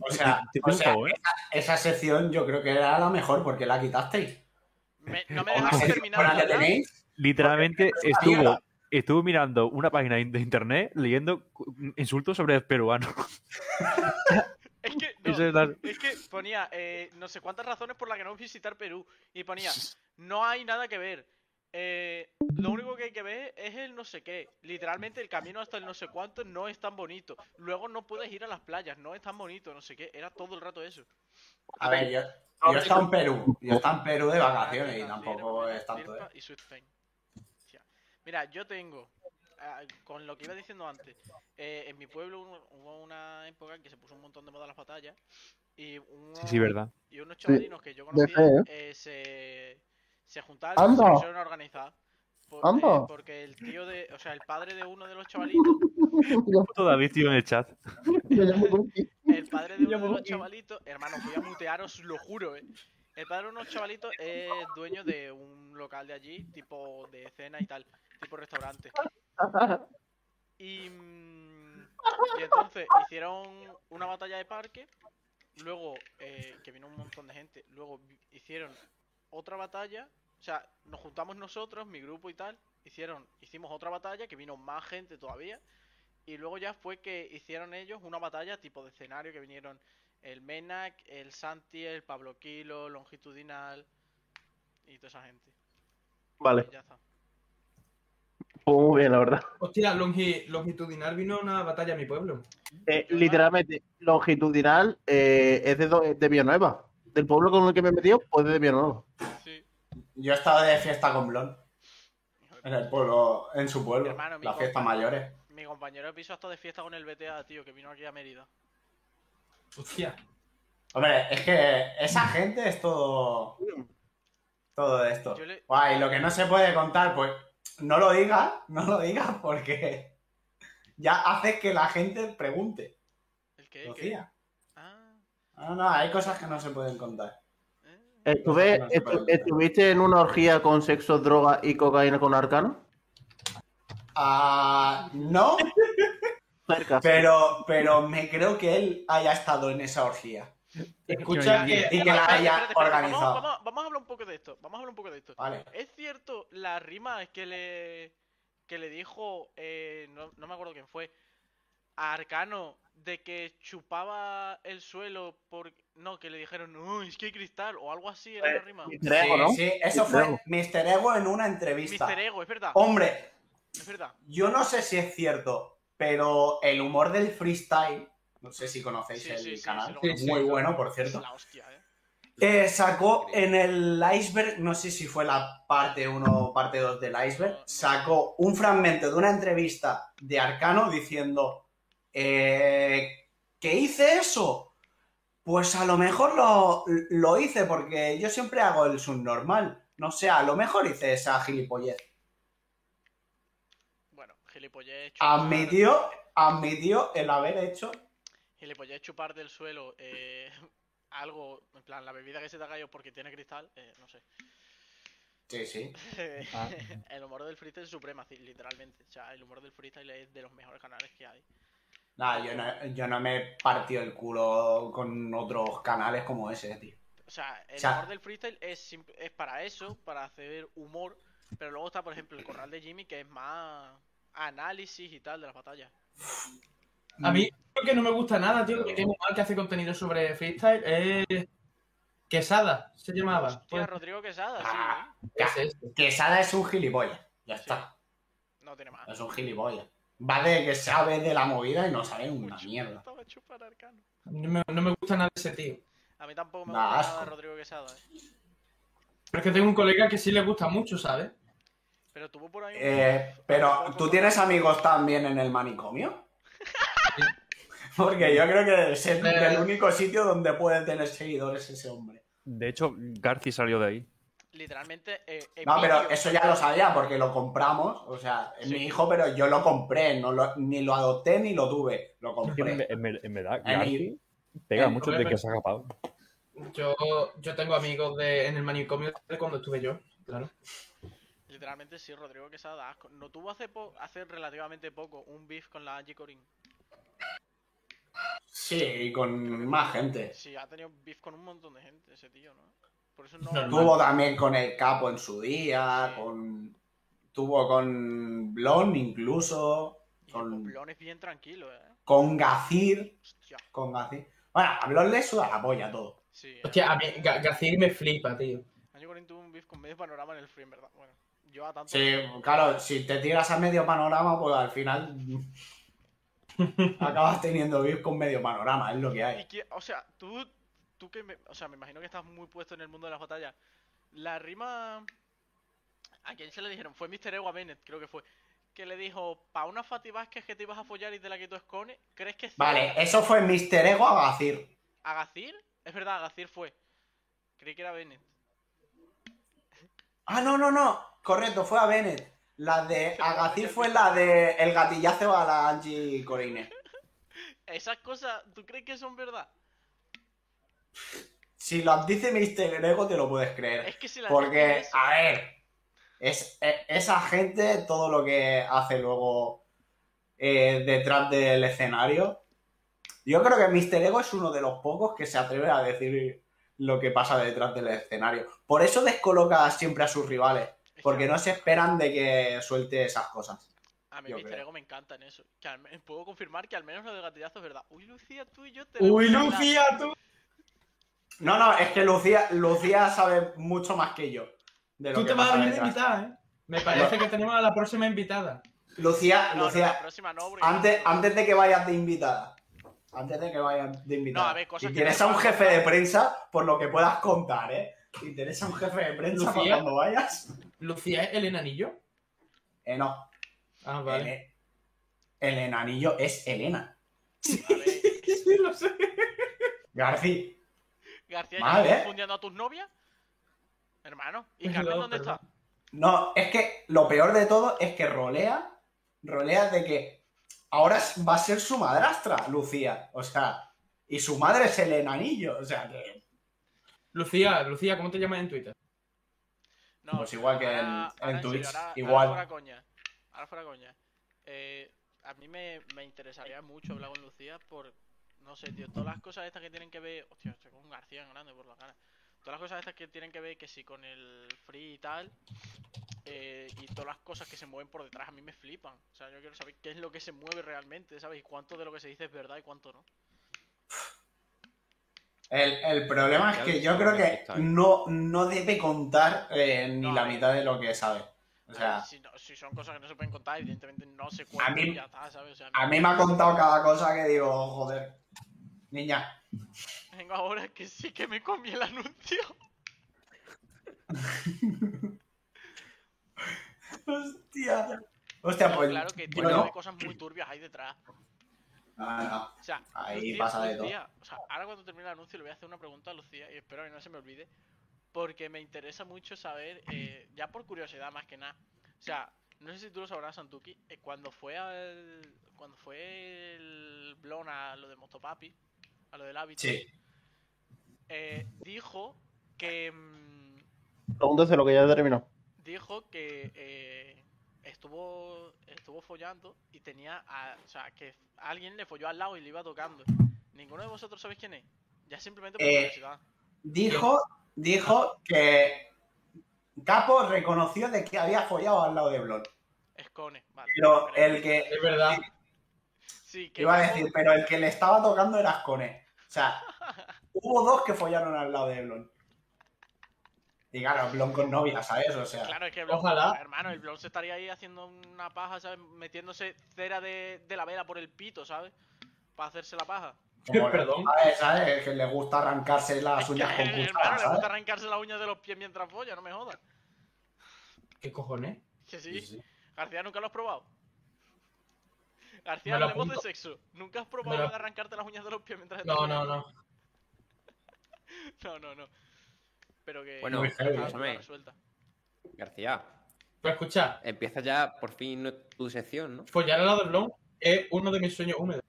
[SPEAKER 5] O sea,
[SPEAKER 4] Te hizo
[SPEAKER 5] o
[SPEAKER 4] un
[SPEAKER 5] sea,
[SPEAKER 4] favor, ¿eh?
[SPEAKER 5] esa sección yo creo que era la mejor porque la quitasteis.
[SPEAKER 3] Me- no me
[SPEAKER 5] Una
[SPEAKER 3] dejas
[SPEAKER 5] sección
[SPEAKER 3] terminar. de
[SPEAKER 5] buena que
[SPEAKER 3] hablar.
[SPEAKER 5] tenéis.
[SPEAKER 4] Literalmente
[SPEAKER 5] porque-
[SPEAKER 4] estuvo, estuvo mirando una página de internet leyendo insultos sobre peruanos.
[SPEAKER 3] Es que, no,
[SPEAKER 4] Eso es la-
[SPEAKER 3] es que ponía eh, no sé cuántas razones por las que no visitar Perú. Y ponía, no hay nada que ver. eh, lo único que hay que ver es el no sé qué. Literalmente el camino hasta el no sé cuánto no es tan bonito. Luego no puedes ir a las playas, no es tan bonito, no sé qué. Era todo el rato eso.
[SPEAKER 5] A ver, yo, yo he estado en Perú. Yo he estado en Perú de vacaciones y tampoco es tanto, ¿eh?
[SPEAKER 3] Y Sweet Pain. Hostia. Mira, yo tengo, ah, con lo que iba diciendo antes, eh, en mi pueblo hubo- hubo una época en que se puso un montón de moda las batallas. Y uno,
[SPEAKER 4] Sí, sí, verdad.
[SPEAKER 3] y unos chavalinos que yo
[SPEAKER 6] de
[SPEAKER 3] conocía
[SPEAKER 6] fe,
[SPEAKER 3] eh, se, se juntaron
[SPEAKER 6] Anda.
[SPEAKER 3] se pusieron a organizar. Por- eh,
[SPEAKER 6] Ambos.
[SPEAKER 3] porque el tío de. O sea, el padre de uno de los chavalitos.
[SPEAKER 4] Puto David, tío, en el chat.
[SPEAKER 6] Me llamo Guti.
[SPEAKER 3] El padre de
[SPEAKER 5] Ya
[SPEAKER 3] uno de los
[SPEAKER 5] voy.
[SPEAKER 3] chavalitos. Hermano, voy a mutearos, lo juro, eh. El padre de unos chavalitos es dueño de un local de allí, tipo de cena y tal, tipo restaurante. Y, mm, y entonces hicieron una batalla de parque, luego eh, que vino un montón de gente, luego vi- hicieron otra batalla, o sea, nos juntamos nosotros, mi grupo y tal, hicieron, hicimos otra batalla que vino más gente todavía, y luego ya fue que hicieron ellos una batalla tipo de escenario que vinieron el Menac, el Santi, el Pablo Kilo, Longitudinal y toda esa gente.
[SPEAKER 2] Vale,
[SPEAKER 3] Y ya está.
[SPEAKER 2] pues muy bien, la verdad.
[SPEAKER 8] Hostia, longi- longitudinal vino una batalla a mi pueblo.
[SPEAKER 2] Eh, literalmente, longitudinal eh, es de, do- de Villanueva. Del pueblo con el que me he metido, pues de Villanueva.
[SPEAKER 3] Sí.
[SPEAKER 5] Yo he estado de fiesta con Blon.
[SPEAKER 3] hijo de
[SPEAKER 5] En el pueblo, en su pueblo.
[SPEAKER 3] Hermano, mi
[SPEAKER 5] las fiestas
[SPEAKER 3] compa.
[SPEAKER 5] mayores.
[SPEAKER 3] Mi compañero de piso hasta de fiesta con el BTA, tío, que vino aquí a Mérida.
[SPEAKER 8] Hostia.
[SPEAKER 5] Hombre, es que esa gente es todo. Todo de esto.
[SPEAKER 3] Yo le-
[SPEAKER 5] Guay, lo que no se puede contar, pues no lo digas, no lo digas porque ya haces que la gente pregunte.
[SPEAKER 3] ¿El qué? ¿Qué?
[SPEAKER 5] Lucía.
[SPEAKER 3] Ah,
[SPEAKER 5] No, no, hay cosas que no se pueden contar.
[SPEAKER 3] eh.
[SPEAKER 2] Estuve,
[SPEAKER 5] No, no se puede
[SPEAKER 2] estu-
[SPEAKER 5] evitar.
[SPEAKER 2] ¿Estuviste en una orgía con sexo, droga y cocaína con arcano?
[SPEAKER 5] Ah, no,
[SPEAKER 2] Cerca.
[SPEAKER 5] pero, pero me creo que él haya estado en esa orgía.
[SPEAKER 8] Escucha que.
[SPEAKER 5] Y que la
[SPEAKER 3] Espérate,
[SPEAKER 5] haya
[SPEAKER 3] espérate, espérate, Vamos,
[SPEAKER 5] organizado.
[SPEAKER 3] vamos- vamos a hablar un poco de esto. Vamos a hablar un poco de esto.
[SPEAKER 5] Vale.
[SPEAKER 3] ¿Es cierto la rima que le, que le dijo, eh, no, no me acuerdo quién fue, a Arcano de que chupaba el suelo por... No, que le dijeron, uy, es que hay cristal o algo así
[SPEAKER 5] Eh,
[SPEAKER 3] era la rima.
[SPEAKER 2] Creo, ¿no?
[SPEAKER 5] Sí, sí, eso fue
[SPEAKER 2] Ego.
[SPEAKER 5] Mr. Ego en una entrevista.
[SPEAKER 3] Mister Ego, es verdad,
[SPEAKER 5] Hombre,
[SPEAKER 3] es verdad.
[SPEAKER 5] Yo no sé si es cierto, pero el humor del freestyle, no sé si conocéis
[SPEAKER 3] Sí,
[SPEAKER 5] el
[SPEAKER 3] sí, sí,
[SPEAKER 5] canal,
[SPEAKER 3] sí, lo
[SPEAKER 5] muy
[SPEAKER 3] conozco.
[SPEAKER 5] bueno, por
[SPEAKER 3] Es
[SPEAKER 5] cierto,
[SPEAKER 3] la hostia, ¿eh?
[SPEAKER 5] eh, sacó en el iceberg, no sé si fue la parte 1 o parte 2 del
[SPEAKER 3] No,
[SPEAKER 5] iceberg,
[SPEAKER 3] no.
[SPEAKER 5] sacó un fragmento de una entrevista de Arcano diciendo, eh, ¿qué hice eso? Pues a lo mejor lo, lo hice porque yo siempre hago el subnormal. No sé, a lo mejor hice esa gilipollez.
[SPEAKER 3] Bueno, gilipollez chupar,
[SPEAKER 5] Admitió, admitió el haber hecho
[SPEAKER 3] gilipollez chupar del suelo eh, algo, en plan, la bebida que se te ha caído porque tiene cristal, eh, no sé.
[SPEAKER 5] Sí, sí. Ah.
[SPEAKER 3] el humor del freestyle es suprema, literalmente. O sea, el humor del freestyle es de los mejores canales que hay.
[SPEAKER 5] Nah, yo no, yo no me he partido el culo con otros canales como ese, tío.
[SPEAKER 3] O sea, el
[SPEAKER 5] O sea-
[SPEAKER 3] humor del freestyle es, simp- es para eso, para hacer humor. Pero luego está, por ejemplo, el corral de Jimmy, que es más análisis y tal de las batallas.
[SPEAKER 8] A mí lo que no me gusta nada, tío, que es un mal que hace contenido sobre freestyle es. Quesada, se llamaba. Pues,
[SPEAKER 3] Hostia, Rodrigo Quesada,
[SPEAKER 5] Pues- Ah.
[SPEAKER 3] sí. ¿eh?
[SPEAKER 8] ¿Qué es esto?
[SPEAKER 5] Quesada es un gilipollas. Ya está.
[SPEAKER 3] No tiene más.
[SPEAKER 5] Es un gilipollas. Vale que sabe de la movida y no sabe una
[SPEAKER 3] Uy,
[SPEAKER 5] mierda.
[SPEAKER 3] estaba a chupar arcano.
[SPEAKER 8] No me, no me gusta nada ese tío.
[SPEAKER 3] A mí tampoco me
[SPEAKER 5] Da
[SPEAKER 3] gusta nada
[SPEAKER 5] asco.
[SPEAKER 3] Rodrigo Quesada. ¿eh?
[SPEAKER 8] Pero es que tengo un colega que sí le gusta mucho, ¿sabes?
[SPEAKER 3] Pero tuvo por ahí. un-
[SPEAKER 5] Eh, pero, ¿tú tienes amigos también en el manicomio? Porque yo creo que es el, el único sitio donde puede tener seguidores ese hombre.
[SPEAKER 4] De hecho, Garci salió de ahí.
[SPEAKER 3] Literalmente. eh,
[SPEAKER 5] No, pero
[SPEAKER 3] Emilio-
[SPEAKER 5] eso ya lo sabía porque lo compramos. O sea, es mi hijo, pero yo lo compré. No lo- ni lo adopté ni lo tuve. Lo compré.
[SPEAKER 4] En, ver- en verdad,
[SPEAKER 5] En
[SPEAKER 4] Garci pega
[SPEAKER 5] en-
[SPEAKER 4] mucho de que se ha escapado.
[SPEAKER 8] Yo, yo tengo amigos de, en el manicomio de cuando estuve yo, claro.
[SPEAKER 3] Literalmente sí, Rodrigo Quesada da asco. No tuvo hace, po- hace relativamente poco un beef con la Angie Corín.
[SPEAKER 5] Sí, y con más gente.
[SPEAKER 3] Sí, ha tenido beef con un montón de gente ese tío, ¿no? Por eso
[SPEAKER 8] No,
[SPEAKER 3] no.
[SPEAKER 8] no.
[SPEAKER 5] Tuvo también con el capo en su día,
[SPEAKER 3] Sí.
[SPEAKER 5] con. Tuvo con Blon incluso,
[SPEAKER 3] Y
[SPEAKER 5] con-
[SPEAKER 3] el Poblón es bien tranquilo, ¿eh?
[SPEAKER 5] con Gacir,
[SPEAKER 3] Hostia,
[SPEAKER 5] con Gacir. Bueno, a Blon le suda la polla todo.
[SPEAKER 3] sí. ¿eh?
[SPEAKER 8] Hostia, a mí Ga- García me flipa, tío.
[SPEAKER 3] Angie Corín tuvo un beef con medio panorama en el free, en verdad. Bueno, yo a tanto.
[SPEAKER 5] Sí, claro, si te tiras a medio panorama, pues al final acabas teniendo vivir con medio panorama, es lo que
[SPEAKER 3] Y
[SPEAKER 5] hay.
[SPEAKER 3] que- o sea, tú, tú que me, o sea, me imagino que estás muy puesto en el mundo de las batallas. La rima a quién se le dijeron fue Mr. Ego a Bennett, creo que fue, que le dijo pa una Fati Vázquez que te ibas a follar y te la quitó Scone. ¿Crees que
[SPEAKER 5] Vale, eso fue Mr. Ego a Gacir.
[SPEAKER 3] a Gacir? Es verdad, Agacir fue. Creí que era Bennett.
[SPEAKER 5] Ah, no, no, no. Correcto, fue a Bennett. La de Agaciz fue la de el gatillazo a la Angie Corine.
[SPEAKER 3] Esas cosas, ¿tú crees que son verdad?
[SPEAKER 5] Si lo dice Mr. Grego, te lo puedes creer.
[SPEAKER 3] Es que si la gente
[SPEAKER 5] Porque,
[SPEAKER 3] es-
[SPEAKER 5] a ver, es, e- esa gente, todo lo que hace luego eh, detrás del escenario. Yo creo que Mr. Ego es uno de los pocos que se atreve a decir lo que pasa detrás del escenario. Por eso descoloca siempre a sus rivales,
[SPEAKER 3] es que
[SPEAKER 5] porque no se esperan de que suelte esas cosas.
[SPEAKER 3] A mí
[SPEAKER 5] yo
[SPEAKER 3] Mr.
[SPEAKER 5] creo.
[SPEAKER 3] Ego me encanta en eso. Que al men- puedo confirmar que al menos lo de gatillazo es verdad. Uy, Lucía, tú y yo te
[SPEAKER 8] Uy, Lucía, tú.
[SPEAKER 5] No, no, es que Lucía, Lucía sabe mucho más que yo. de lo
[SPEAKER 8] Tú
[SPEAKER 5] que
[SPEAKER 8] te vas a
[SPEAKER 5] pasa
[SPEAKER 8] venir de
[SPEAKER 5] detrás.
[SPEAKER 8] invitada, ¿eh? Me parece que tenemos a la próxima invitada.
[SPEAKER 5] Lucía,
[SPEAKER 3] No, no,
[SPEAKER 5] Lucía,
[SPEAKER 3] la próxima no, porque-
[SPEAKER 5] Antes, antes de que vayas de invitada. Antes de que vayas de invitada.
[SPEAKER 3] No, a ver, cosas que
[SPEAKER 5] interesa
[SPEAKER 3] no-
[SPEAKER 5] un jefe de prensa por lo que puedas contar, ¿eh? ¿Te interesa un jefe de prensa para
[SPEAKER 8] Lucía.
[SPEAKER 5] cuando vayas?
[SPEAKER 8] ¿Lucía es el enanillo?
[SPEAKER 5] Eh, no.
[SPEAKER 8] Ah, vale.
[SPEAKER 5] Vale. El, enanillo es Elena.
[SPEAKER 3] A ver,
[SPEAKER 8] Sí, lo sé.
[SPEAKER 5] García.
[SPEAKER 3] García, ¿ya
[SPEAKER 5] Mal,
[SPEAKER 3] estás
[SPEAKER 5] ¿eh?
[SPEAKER 3] confundiendo a tus novias? Hermano, ¿y
[SPEAKER 8] Perdón,
[SPEAKER 3] Carmen dónde
[SPEAKER 8] perdón.
[SPEAKER 3] está?
[SPEAKER 5] No, es que lo peor de todo es que rolea. Rolea de que ahora va a ser su madrastra, Lucía. O sea, y su madre es el enanillo. O sea, que
[SPEAKER 8] Lucía, Lucía, ¿cómo te llamas en Twitter?
[SPEAKER 3] No,
[SPEAKER 5] Pues igual que en-
[SPEAKER 3] ahora-
[SPEAKER 5] en
[SPEAKER 3] ahora serio,
[SPEAKER 5] Twitch,
[SPEAKER 3] ahora-
[SPEAKER 5] igual.
[SPEAKER 3] Ahora fuera coña. Ahora fuera coña. Eh, a mí me, me interesaría mucho hablar con Lucía por. No sé, tío. Todas las cosas estas que tienen que ver. Hostia, estoy con un García en grande por la cara. Todas las cosas estas que tienen que ver que si con el free y tal. eh, y todas las cosas que se mueven por detrás a mí me flipan. O sea, yo quiero saber qué es lo que se mueve realmente, ¿sabes? Y cuánto de lo que se dice es verdad y cuánto no.
[SPEAKER 5] El, el problema es
[SPEAKER 7] Ya
[SPEAKER 5] que
[SPEAKER 7] ves,
[SPEAKER 5] yo
[SPEAKER 7] ya
[SPEAKER 5] creo que
[SPEAKER 7] está.
[SPEAKER 5] no, no debe contar eh, ni
[SPEAKER 3] No,
[SPEAKER 5] la
[SPEAKER 3] a ver.
[SPEAKER 5] mitad de lo que sabe. O
[SPEAKER 3] Ah,
[SPEAKER 5] sea,
[SPEAKER 3] si, no- si son cosas que no se pueden contar, evidentemente no se
[SPEAKER 5] A
[SPEAKER 3] cuentan
[SPEAKER 5] mí-
[SPEAKER 3] y ya está, ¿sabes? O sea,
[SPEAKER 5] a mí me ha contado cada cosa que digo, "Oh, joder, niña.
[SPEAKER 3] Vengo ahora que sí que me comí el anuncio.
[SPEAKER 5] Hostia. Hostia,
[SPEAKER 3] No,
[SPEAKER 5] pues.
[SPEAKER 3] claro que tío,
[SPEAKER 5] bueno,
[SPEAKER 3] hay cosas muy turbias ahí detrás.
[SPEAKER 5] no, no.
[SPEAKER 3] O sea,
[SPEAKER 5] Ahí pasa de todo.
[SPEAKER 3] Lucía, o sea, ahora cuando termine el anuncio le voy a hacer una pregunta a Lucía y espero que no se me olvide. Porque me interesa mucho saber, eh, ya por curiosidad más que nada. O sea, no sé si tú lo sabrás, Santuki. eh, cuando fue al. Cuando fue el Blon a lo de Motopapi, a lo del hábito,
[SPEAKER 5] Sí.
[SPEAKER 3] eh, dijo que. mm,
[SPEAKER 2] Pregúntase lo que ya terminó.
[SPEAKER 3] dijo que eh, estuvo estuvo follando y tenía a, o sea que alguien le folló al lado y le iba tocando ninguno de vosotros sabéis quién es ya simplemente por
[SPEAKER 5] Eh,
[SPEAKER 3] curiosidad
[SPEAKER 5] Dijo, dijo que Capo reconoció de que había follado al lado de Blon.
[SPEAKER 3] es Cone vale
[SPEAKER 5] Pero
[SPEAKER 3] Vale.
[SPEAKER 5] el que.
[SPEAKER 8] Es verdad.
[SPEAKER 3] sí que
[SPEAKER 5] Iba a
[SPEAKER 3] luego-
[SPEAKER 5] decir, pero el que le estaba tocando era Ascone. O sea, hubo dos que follaron al lado de Blon. Y claro, Blon con novia, ¿sabes? O sea,
[SPEAKER 3] claro es que Blon-
[SPEAKER 8] Ojalá.
[SPEAKER 3] hermano el blon se estaría ahí haciendo una paja sabes metiéndose cera de, de la vela por el pito sabes para hacerse la paja
[SPEAKER 5] como
[SPEAKER 8] Perdón.
[SPEAKER 5] ¿sabes? ¿sabes? Que le gusta arrancarse las uñas con
[SPEAKER 3] Eh, hermano
[SPEAKER 5] cuchara,
[SPEAKER 3] le gusta
[SPEAKER 5] ¿sabes?
[SPEAKER 3] arrancarse las uñas de los pies mientras folla no me jodas
[SPEAKER 8] ¿Qué cojones?
[SPEAKER 3] que sí. García, ¿nunca lo has probado? García,
[SPEAKER 8] Me lo
[SPEAKER 3] hablemos de
[SPEAKER 8] apunto.
[SPEAKER 3] sexo. ¿Nunca has probado
[SPEAKER 8] Me lo-
[SPEAKER 3] de arrancarte las uñas de los pies mientras estás
[SPEAKER 8] No, no,
[SPEAKER 3] follando?
[SPEAKER 8] no.
[SPEAKER 3] No, no, no. Pero que.
[SPEAKER 7] Bueno,
[SPEAKER 3] que está
[SPEAKER 7] escúchame.
[SPEAKER 3] bastante resuelta.
[SPEAKER 7] García,
[SPEAKER 8] Pero escucha,
[SPEAKER 7] empieza ya por fin no- tu sección, ¿no?
[SPEAKER 8] follar al lado de Blon es uno de mis sueños húmedos.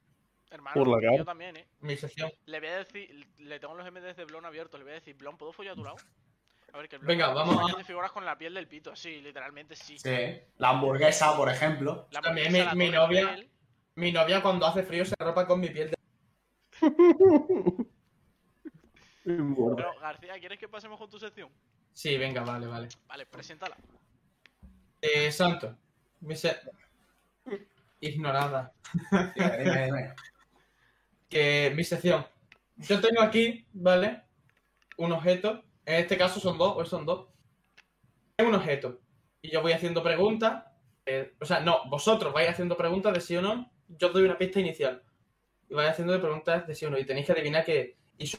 [SPEAKER 3] Hermano,
[SPEAKER 4] Por la cara.
[SPEAKER 3] yo también, eh.
[SPEAKER 8] Mi sección.
[SPEAKER 3] Le voy a decir. Le tengo los MDs de Blon abiertos. Le voy a decir, Blon, ¿puedo follar a tu lado? A ver, que el Blon.
[SPEAKER 8] Venga, vamos a-
[SPEAKER 3] hace figuras con la piel del pito. Sí, literalmente sí.
[SPEAKER 5] Sí. La hamburguesa, por ejemplo.
[SPEAKER 3] La
[SPEAKER 8] También
[SPEAKER 3] hamburguesa,
[SPEAKER 8] mi-
[SPEAKER 3] la
[SPEAKER 8] mi
[SPEAKER 3] torre
[SPEAKER 8] novia-
[SPEAKER 3] de él.
[SPEAKER 8] Mi novia cuando hace frío se arropa con mi piel de...
[SPEAKER 3] Pero, García, ¿quieres que pasemos con tu sección?
[SPEAKER 8] Sí, venga, vale, vale.
[SPEAKER 3] Vale, preséntala.
[SPEAKER 8] Eh, Santo. Mi se- Ignorada.
[SPEAKER 5] Dime, dime, dime.
[SPEAKER 8] que mi sección. Yo tengo aquí, ¿vale? Un objeto. En este caso son dos, hoy son dos. Es un objeto. Y yo voy haciendo preguntas. eh, o sea, no, vosotros vais haciendo preguntas de sí o no. Yo os doy una pista inicial. Y vais haciendo preguntas de sí o no. Y tenéis que adivinar que. Y su-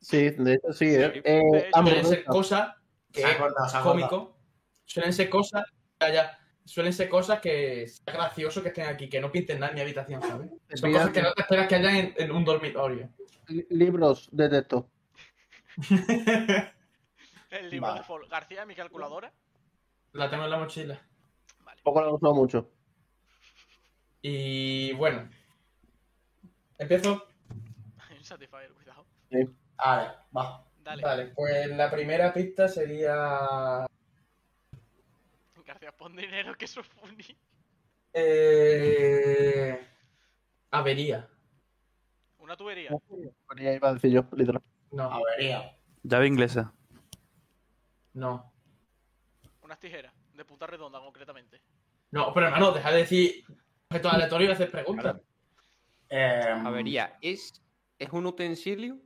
[SPEAKER 6] Sí, de hecho sí, ¿eh?
[SPEAKER 7] Sí.
[SPEAKER 3] De
[SPEAKER 6] Eh,
[SPEAKER 3] hecho,
[SPEAKER 8] suelen
[SPEAKER 6] hamburguesa.
[SPEAKER 8] ser cosas que
[SPEAKER 5] Se ha cortado, se ha cortado.
[SPEAKER 8] Ah, cómico. Suelen ser cosas. ya, ya, Suelen ser cosas que sea gracioso que estén aquí, que no pinten nada en mi habitación, ¿sabes? Son
[SPEAKER 6] Mira,
[SPEAKER 8] cosas que no te esperas que haya en- en un dormitorio.
[SPEAKER 2] eh,
[SPEAKER 6] li- Libros de texto.
[SPEAKER 3] El libro
[SPEAKER 5] Vale.
[SPEAKER 3] de Fall. García, mi calculadora.
[SPEAKER 8] La tengo en la mochila.
[SPEAKER 3] Vale.
[SPEAKER 6] Poco la he usado mucho.
[SPEAKER 8] Y bueno. Empiezo.
[SPEAKER 3] Hay un Satisfyer, cuidado.
[SPEAKER 5] A ver, va.
[SPEAKER 3] Dale.
[SPEAKER 8] Vale, pues la primera pista sería.
[SPEAKER 3] Gracias, pon dinero, que eso es funny.
[SPEAKER 8] eh, avería.
[SPEAKER 3] Una tubería.
[SPEAKER 6] Ya iba a decir yo, literal.
[SPEAKER 8] No,
[SPEAKER 5] Avería.
[SPEAKER 4] Llave inglesa.
[SPEAKER 8] no.
[SPEAKER 3] Unas tijeras. De punta redonda, concretamente.
[SPEAKER 8] No, pero hermano, deja de decir objetos aleatorios y hacer preguntas.
[SPEAKER 5] Eh,
[SPEAKER 7] Avería, ¿es, ¿es un utensilio?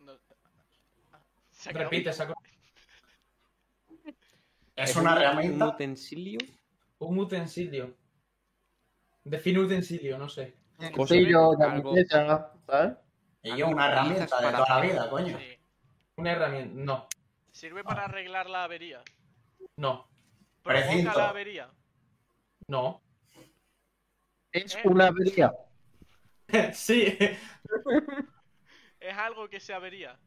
[SPEAKER 3] No- Ah, se ha quedado-
[SPEAKER 8] Repite, saco.
[SPEAKER 5] Es una
[SPEAKER 7] un- ¿Un
[SPEAKER 5] herramienta.
[SPEAKER 7] utensilio?
[SPEAKER 8] Un utensilio. Define utensilio, no sé.
[SPEAKER 7] Cosa-
[SPEAKER 6] Sí, yo,
[SPEAKER 7] algo-
[SPEAKER 6] ya, ¿sabes?
[SPEAKER 5] Y yo, una herramienta de toda la vida, coño.
[SPEAKER 3] Sí.
[SPEAKER 8] Una herramienta. No,
[SPEAKER 3] Sirve para arreglar la avería.
[SPEAKER 8] no,
[SPEAKER 3] Provoca
[SPEAKER 5] Precinto.
[SPEAKER 3] la avería.
[SPEAKER 8] no.
[SPEAKER 6] Es una avería.
[SPEAKER 8] sí.
[SPEAKER 3] Es algo que se avería.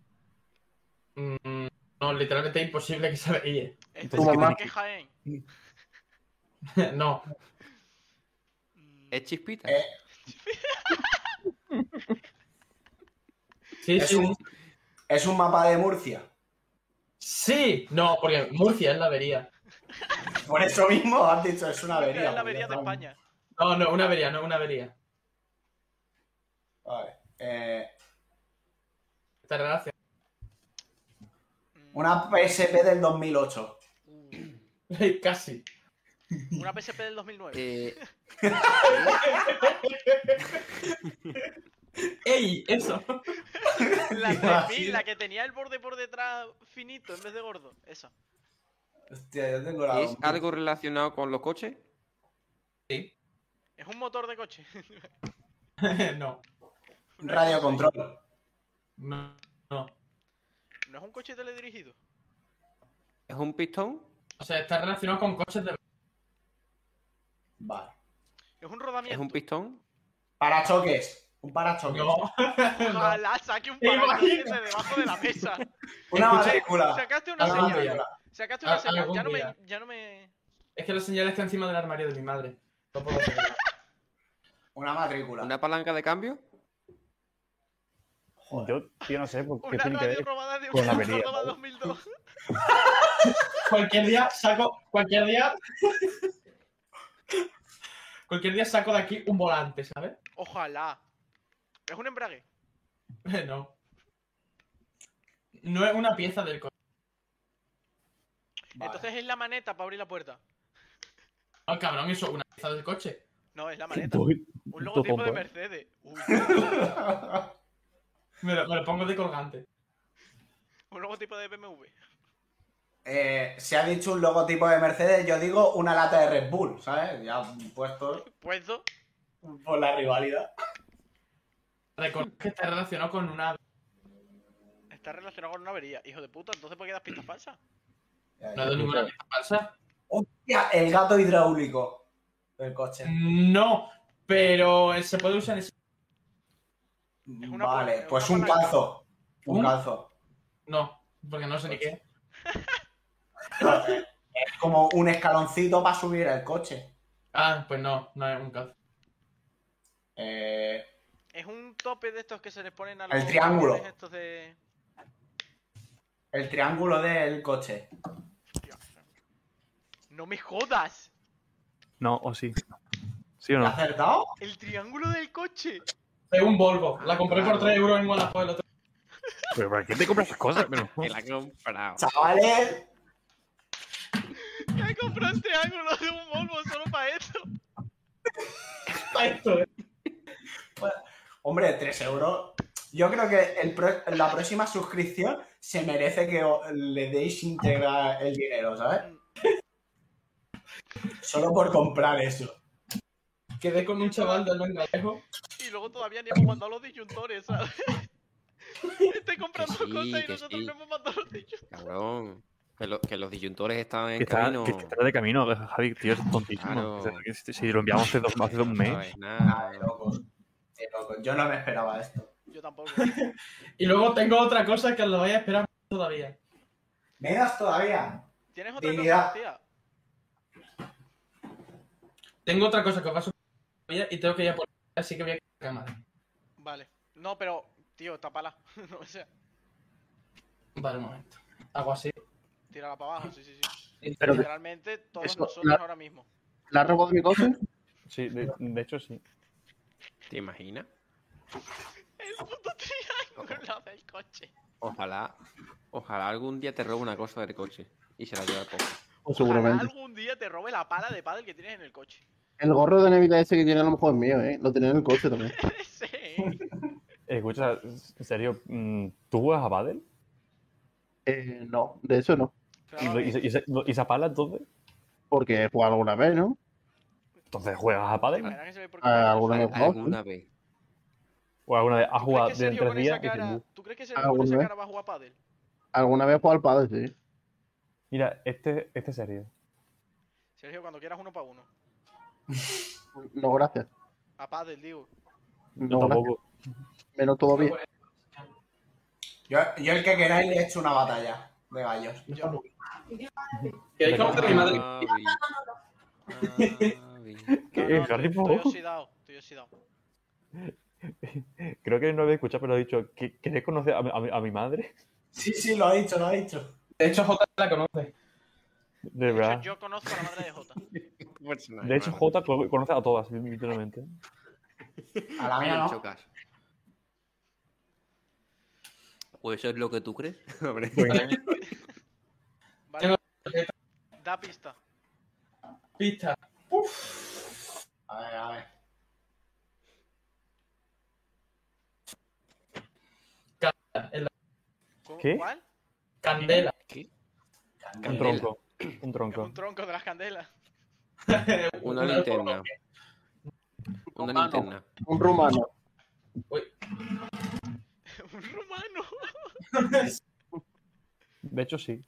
[SPEAKER 8] Mm, no, literalmente es imposible que se veía.
[SPEAKER 3] Es
[SPEAKER 4] Entonces,
[SPEAKER 3] posible
[SPEAKER 4] ¿qué
[SPEAKER 3] que es Jaén.
[SPEAKER 8] no,
[SPEAKER 3] Mm,
[SPEAKER 7] ¿Es chispita?
[SPEAKER 5] Eh,
[SPEAKER 8] sí,
[SPEAKER 5] Es
[SPEAKER 8] sí.
[SPEAKER 5] un, es un mapa de Murcia.
[SPEAKER 8] Sí, no, porque Murcia es la avería.
[SPEAKER 5] Por eso mismo has dicho es una avería.
[SPEAKER 3] Mm. es la avería de
[SPEAKER 5] porque-
[SPEAKER 3] España.
[SPEAKER 8] No, no, una avería, no, una avería.
[SPEAKER 5] Vale. Eh,
[SPEAKER 8] Tardacia.
[SPEAKER 3] Mm, Uh,
[SPEAKER 5] una PSP del 2008.
[SPEAKER 8] Casi.
[SPEAKER 3] Una PSP del 2009.
[SPEAKER 7] Eh,
[SPEAKER 8] ¡Ey! Eso.
[SPEAKER 3] La
[SPEAKER 5] Tío,
[SPEAKER 3] 3000,
[SPEAKER 5] así.
[SPEAKER 3] la que tenía el borde por detrás finito en vez de gordo. Esa.
[SPEAKER 5] Hostia, yo tengo la.
[SPEAKER 7] ¿Es algo relacionado con los coches?
[SPEAKER 3] Es un motor de coche.
[SPEAKER 8] no,
[SPEAKER 5] Radio control.
[SPEAKER 8] no, no.
[SPEAKER 3] No es un coche teledirigido.
[SPEAKER 7] ¿Es un pistón?
[SPEAKER 8] O sea, está relacionado con coches de.
[SPEAKER 5] Vale.
[SPEAKER 3] Es un
[SPEAKER 7] ¿Es
[SPEAKER 3] rodamiento.
[SPEAKER 7] un pistón?
[SPEAKER 5] Parachoques. Un parachoques.
[SPEAKER 8] No. no.
[SPEAKER 3] Ojalá saque un
[SPEAKER 8] Te
[SPEAKER 3] parachoques
[SPEAKER 8] imaginas.
[SPEAKER 3] de debajo de la mesa.
[SPEAKER 5] Una
[SPEAKER 8] Escucha,
[SPEAKER 5] matrícula.
[SPEAKER 3] Sacaste una
[SPEAKER 5] Una
[SPEAKER 8] Ah,
[SPEAKER 3] señal.
[SPEAKER 5] matrícula.
[SPEAKER 3] Sacaste
[SPEAKER 8] Ah,
[SPEAKER 3] una señal.
[SPEAKER 8] algún
[SPEAKER 3] Ya no me.
[SPEAKER 8] día.
[SPEAKER 3] Ya no me.
[SPEAKER 8] Es que la señal está encima del armario de mi madre. No puedo hacer nada.
[SPEAKER 5] Una matrícula.
[SPEAKER 7] ¿Una palanca de cambio?
[SPEAKER 5] Joder.
[SPEAKER 4] Yo, yo no sé por qué
[SPEAKER 3] Una
[SPEAKER 4] tiene que
[SPEAKER 3] radio
[SPEAKER 4] ver.
[SPEAKER 3] robada de
[SPEAKER 4] con
[SPEAKER 3] una
[SPEAKER 4] la avería,
[SPEAKER 3] Córdoba
[SPEAKER 4] ¿no?
[SPEAKER 3] 2002.
[SPEAKER 8] Cualquier día saco. Cualquier día. cualquier día saco de aquí un volante, ¿sabes?
[SPEAKER 3] Ojalá. Es un embrague.
[SPEAKER 8] no. No es una pieza del coche.
[SPEAKER 5] Vale.
[SPEAKER 3] Entonces es la maneta para abrir la puerta.
[SPEAKER 8] No, cabrón, eso es una pieza del coche.
[SPEAKER 3] No, es la maneta. Un logotipo de Mercedes. Uy,
[SPEAKER 8] Me lo, me lo pongo de colgante.
[SPEAKER 3] un logotipo de BMW.
[SPEAKER 5] Eh, se ha dicho un logotipo de Mercedes, yo digo una lata de Red Bull, ¿sabes? Ya puesto
[SPEAKER 3] Puesto.
[SPEAKER 5] por la rivalidad.
[SPEAKER 8] Recuerda que está relacionado con una.
[SPEAKER 3] Está relacionado con una avería. Hijo de puta, entonces ¿por qué das pistas falsas?
[SPEAKER 5] Ya,
[SPEAKER 8] No
[SPEAKER 5] ya.
[SPEAKER 8] es de ninguna pieza falsa.
[SPEAKER 5] Hostia, el gato hidráulico del coche.
[SPEAKER 8] No, pero se puede usar en...
[SPEAKER 3] una
[SPEAKER 5] vale,
[SPEAKER 3] pala-
[SPEAKER 5] pues
[SPEAKER 3] una
[SPEAKER 5] un
[SPEAKER 3] palanca.
[SPEAKER 5] calzo. Un
[SPEAKER 8] ¿Un?
[SPEAKER 5] calzo.
[SPEAKER 8] No, porque no sé ni qué.
[SPEAKER 5] Es como un escaloncito para subir al coche.
[SPEAKER 8] Ah, pues no, no es un calzo.
[SPEAKER 5] Eh,
[SPEAKER 3] Es un tope de estos que se les ponen a
[SPEAKER 5] El triángulo.
[SPEAKER 3] árboles Estos de...
[SPEAKER 5] el triángulo del coche.
[SPEAKER 3] Dios. No me jodas.
[SPEAKER 4] No, o sí. ¿Sí o
[SPEAKER 5] ¿He
[SPEAKER 4] no?
[SPEAKER 3] Ah.
[SPEAKER 5] acertado?
[SPEAKER 3] El triángulo del coche.
[SPEAKER 8] Es un Volvo. La compré por
[SPEAKER 7] Claro.
[SPEAKER 8] 3 euros en Wallapop el otro.
[SPEAKER 4] ¿Pero para qué te compras esas cosas? Pero-
[SPEAKER 7] Que la he comprado.
[SPEAKER 5] Chavales,
[SPEAKER 3] Me compró un triángulo de un Volvo solo para esto.
[SPEAKER 8] Esto, eh.
[SPEAKER 5] hombre, 3 euros. Yo creo que el pro- la próxima suscripción se merece que o- le deis integrar el dinero, ¿sabes? Solo por comprar eso.
[SPEAKER 8] Quedé con un chaval de Alba Galejo.
[SPEAKER 3] Y luego todavía ni hemos mandado los disyuntores, ¿sabes? Estoy comprando
[SPEAKER 7] Que sí,
[SPEAKER 3] cosas y
[SPEAKER 7] que
[SPEAKER 3] nosotros
[SPEAKER 7] sí.
[SPEAKER 3] no hemos mandado los disyuntores.
[SPEAKER 7] Cabrón. Que, lo- que los disyuntores están en
[SPEAKER 4] Que está,
[SPEAKER 7] camino.
[SPEAKER 4] que está de camino, Javi, tío, es tontísimo.
[SPEAKER 7] Claro.
[SPEAKER 4] O sea, que si- Si lo enviamos hace dos, hace dos
[SPEAKER 7] No
[SPEAKER 4] meses.
[SPEAKER 7] es
[SPEAKER 5] Nada,
[SPEAKER 7] nada.
[SPEAKER 5] Ah, de locos. De locos. Yo no me esperaba esto.
[SPEAKER 3] Yo tampoco.
[SPEAKER 8] Y luego tengo otra cosa que os lo vais a esperar todavía.
[SPEAKER 5] Menos todavía.
[SPEAKER 3] ¿Tienes otra cosa,
[SPEAKER 5] Dignidad.
[SPEAKER 3] tía?
[SPEAKER 8] Tengo otra cosa que os va a sorprender y tengo que ir a por así que voy a quitar la cámara.
[SPEAKER 3] Vale. No, pero, tío, tápala. no, o sea,
[SPEAKER 8] Vale, un momento. Hago así.
[SPEAKER 3] tírala para abajo, sí, sí, sí.
[SPEAKER 2] Pero-
[SPEAKER 3] Literalmente todos
[SPEAKER 2] Eso,
[SPEAKER 3] nosotros
[SPEAKER 2] la-
[SPEAKER 3] ahora mismo.
[SPEAKER 6] ¿La has robado mi coche?
[SPEAKER 4] Sí, de, de hecho sí.
[SPEAKER 7] ¿Te imaginas?
[SPEAKER 3] El puto triángulo del coche.
[SPEAKER 7] Ojalá, ojalá algún día te robe una cosa del coche y se la lleve al poco.
[SPEAKER 6] Pues
[SPEAKER 3] Ojalá
[SPEAKER 6] seguramente.
[SPEAKER 3] algún día te robe la pala de pádel que tienes en el coche.
[SPEAKER 6] El gorro de Nevita ese que tiene a lo mejor es mío, ¿eh? Lo tenía en el coche también.
[SPEAKER 3] Sí.
[SPEAKER 4] Escucha, en serio, mm, ¿tú juegas a Badel?
[SPEAKER 6] Eh, no, de eso no.
[SPEAKER 4] ¿Y,
[SPEAKER 3] Pero,
[SPEAKER 4] y- y- y se apala entonces?
[SPEAKER 6] Porque he jugado alguna vez, ¿no?
[SPEAKER 4] Entonces juegas a Padel.
[SPEAKER 3] verán que se ve por qué
[SPEAKER 6] Ah,
[SPEAKER 3] no
[SPEAKER 6] alguna
[SPEAKER 3] sale.
[SPEAKER 6] vez. Ojo.
[SPEAKER 7] Alguna vez.
[SPEAKER 4] O alguna vez has
[SPEAKER 3] ¿Tú
[SPEAKER 4] jugado
[SPEAKER 3] crees que
[SPEAKER 4] de en
[SPEAKER 3] Sergio
[SPEAKER 4] tres
[SPEAKER 3] con esa
[SPEAKER 4] días y
[SPEAKER 3] cara-
[SPEAKER 4] dices, "Bu".
[SPEAKER 3] ¿Tú crees que Sergio con
[SPEAKER 6] Alguna
[SPEAKER 3] esa
[SPEAKER 6] vez.
[SPEAKER 3] cara va a jugar a pádel?
[SPEAKER 6] Alguna vez he jugado al padre, sí.
[SPEAKER 4] Mira, este, este serio.
[SPEAKER 3] Sergio, cuando quieras uno para uno.
[SPEAKER 6] No, gracias.
[SPEAKER 3] A pádel, digo.
[SPEAKER 6] No,
[SPEAKER 4] Yo
[SPEAKER 6] gracias.
[SPEAKER 4] tampoco.
[SPEAKER 6] Menos todavía.
[SPEAKER 5] Yo, yo el que queráis le he hecho una batalla de gallos.
[SPEAKER 3] Yo no.
[SPEAKER 8] ¿Queréis conocer a mi madre?
[SPEAKER 7] Avi, Avi.
[SPEAKER 4] ¿Qué?
[SPEAKER 3] No, no, estoy-
[SPEAKER 4] Harry
[SPEAKER 3] estoy
[SPEAKER 4] Potter.
[SPEAKER 3] oxidado, estoy oxidado.
[SPEAKER 4] Creo que no había escuchado, pero he dicho, "¿Qui- ¿querés conocer a mi, a mi- a mi madre?
[SPEAKER 5] Sí, sí, lo ha dicho, lo ha dicho.
[SPEAKER 8] De hecho, J la conoce.
[SPEAKER 4] De
[SPEAKER 3] De hecho,
[SPEAKER 4] verdad.
[SPEAKER 3] yo conozco a la madre de Jota.
[SPEAKER 7] Pues nada,
[SPEAKER 4] De hecho,
[SPEAKER 7] nada.
[SPEAKER 4] Jota co- conoce a todas, literalmente.
[SPEAKER 5] A la mía
[SPEAKER 7] No le
[SPEAKER 5] no.
[SPEAKER 7] chocas. ¿O Pues eso es lo que tú crees? Hombre.
[SPEAKER 4] Pues,
[SPEAKER 3] Vale. Da pista.
[SPEAKER 8] Pista.
[SPEAKER 5] A ver, a ver.
[SPEAKER 3] ¿Cómo-
[SPEAKER 4] ¿Qué?
[SPEAKER 3] ¿Cuál?
[SPEAKER 8] Candela.
[SPEAKER 4] Un
[SPEAKER 7] Candela.
[SPEAKER 4] tronco. Un
[SPEAKER 3] Es
[SPEAKER 4] tronco.
[SPEAKER 3] un tronco de las candelas.
[SPEAKER 7] Una linterna. Una
[SPEAKER 6] Romano.
[SPEAKER 7] linterna.
[SPEAKER 6] Un rumano.
[SPEAKER 3] un rumano.
[SPEAKER 4] De hecho, sí.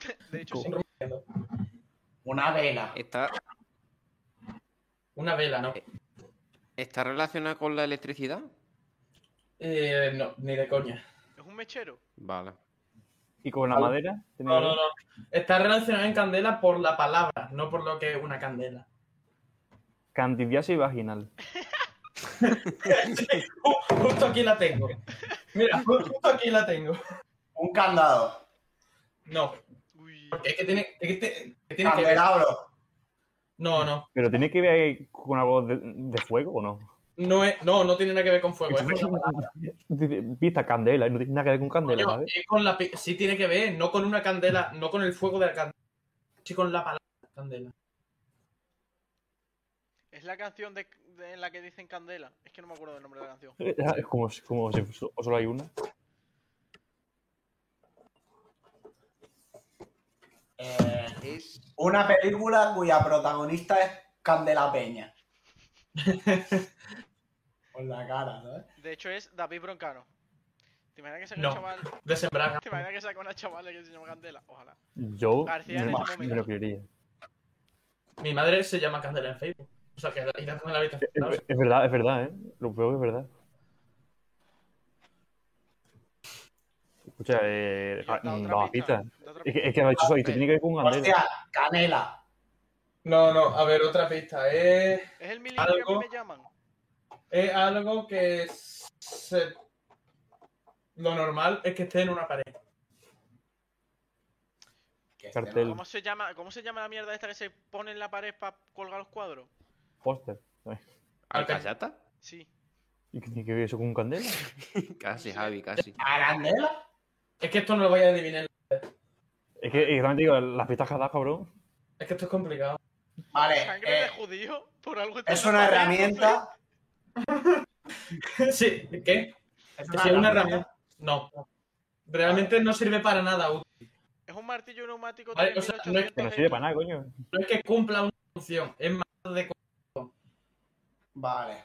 [SPEAKER 3] De hecho, sí.
[SPEAKER 5] Una vela.
[SPEAKER 7] Está,
[SPEAKER 8] Una vela, ¿no?
[SPEAKER 7] está relacionada con la electricidad.
[SPEAKER 8] Eh, no, ni de coña.
[SPEAKER 3] Es un mechero.
[SPEAKER 7] Vale.
[SPEAKER 4] ¿Y con la
[SPEAKER 6] Algo-
[SPEAKER 4] madera?
[SPEAKER 8] No, no, no. Está relacionada en candela por la palabra, no por lo que es una candela.
[SPEAKER 4] Candidiasis vaginal.
[SPEAKER 8] Ju- Uh, Justo aquí la tengo. Mira, ju- justo aquí la tengo.
[SPEAKER 5] Un candado.
[SPEAKER 8] No,
[SPEAKER 3] Uy.
[SPEAKER 8] porque es que tiene, es que te- que tiene que ver.
[SPEAKER 5] Candelabro.
[SPEAKER 8] No, no.
[SPEAKER 4] ¿Pero tiene que ver con algo de, de fuego o no?
[SPEAKER 8] No, es, no, no tiene nada que ver con fuego. Es con la
[SPEAKER 4] Dice, Vista candela, y no tiene nada que ver con candela,
[SPEAKER 8] Coño,
[SPEAKER 4] ¿sabes?
[SPEAKER 8] es con la pi- sí tiene que ver, no con una candela, no con el fuego de la candela, sí con la palabra candela.
[SPEAKER 3] Es la canción de, de- en la que dicen candela. Es que no me acuerdo del nombre de la canción.
[SPEAKER 4] Es como, si- como si so- solo hay una.
[SPEAKER 5] Eh,
[SPEAKER 7] Es
[SPEAKER 5] una película cuya protagonista es Candela Peña. Con la cara, ¿sabes?
[SPEAKER 3] De hecho, es David Broncano. ¿Te imaginas que saca
[SPEAKER 8] No.
[SPEAKER 3] un chaval?
[SPEAKER 8] De sembrar.
[SPEAKER 3] ¿Te imaginas que saca una chavala que se llama Candela? Ojalá.
[SPEAKER 4] Yo
[SPEAKER 3] García en
[SPEAKER 4] me,
[SPEAKER 3] este
[SPEAKER 4] me lo creería.
[SPEAKER 8] Mi madre se llama Candela en Facebook. O sea, que la, y la tengo en la habitación.
[SPEAKER 4] Es,
[SPEAKER 8] ¿sabes?
[SPEAKER 4] es verdad, es verdad, ¿eh? Lo peor es verdad. Escucha, eh,
[SPEAKER 3] Y da otra
[SPEAKER 4] no,
[SPEAKER 3] pista,
[SPEAKER 4] pista.
[SPEAKER 3] da otra
[SPEAKER 4] Es
[SPEAKER 3] pista.
[SPEAKER 4] que, es que lo ha dicho Soy, tiene que ver con candela.
[SPEAKER 5] Hostia, canela.
[SPEAKER 8] No, no, a ver, otra pista. Es,
[SPEAKER 3] Es el milagro que
[SPEAKER 8] algo-
[SPEAKER 3] me llaman.
[SPEAKER 8] es algo que se- lo normal es que esté en una pared.
[SPEAKER 5] Que este
[SPEAKER 4] Cartel,
[SPEAKER 3] ¿Cómo se llama? ¿Cómo se llama la mierda esta que se pone en la pared para colgar los cuadros?
[SPEAKER 4] póster.
[SPEAKER 7] alcayata.
[SPEAKER 3] Sí.
[SPEAKER 4] ¿Y qué tiene que ver eso con candela?
[SPEAKER 7] Casi,
[SPEAKER 3] Sí.
[SPEAKER 7] Javi, casi.
[SPEAKER 5] no- ¿A Ah, candela?
[SPEAKER 8] Es que esto no lo voy a adivinar.
[SPEAKER 4] Es que, es que también te digo, las pistas que has dado, cabrón.
[SPEAKER 8] Es que esto es complicado.
[SPEAKER 5] Vale,
[SPEAKER 3] Sangre de
[SPEAKER 5] eh,
[SPEAKER 3] judío por algo está
[SPEAKER 5] es
[SPEAKER 3] en la
[SPEAKER 5] una
[SPEAKER 3] pared,
[SPEAKER 5] herramienta.
[SPEAKER 8] sí, ¿qué?
[SPEAKER 5] Es
[SPEAKER 8] Que si es una herramienta. No. Realmente no sirve para nada.
[SPEAKER 3] no sé. Es un martillo neumático de
[SPEAKER 8] Vale, o sea, no es
[SPEAKER 4] Que no sirve para nada, coño.
[SPEAKER 8] No es que cumpla una función, es más de
[SPEAKER 5] Vale.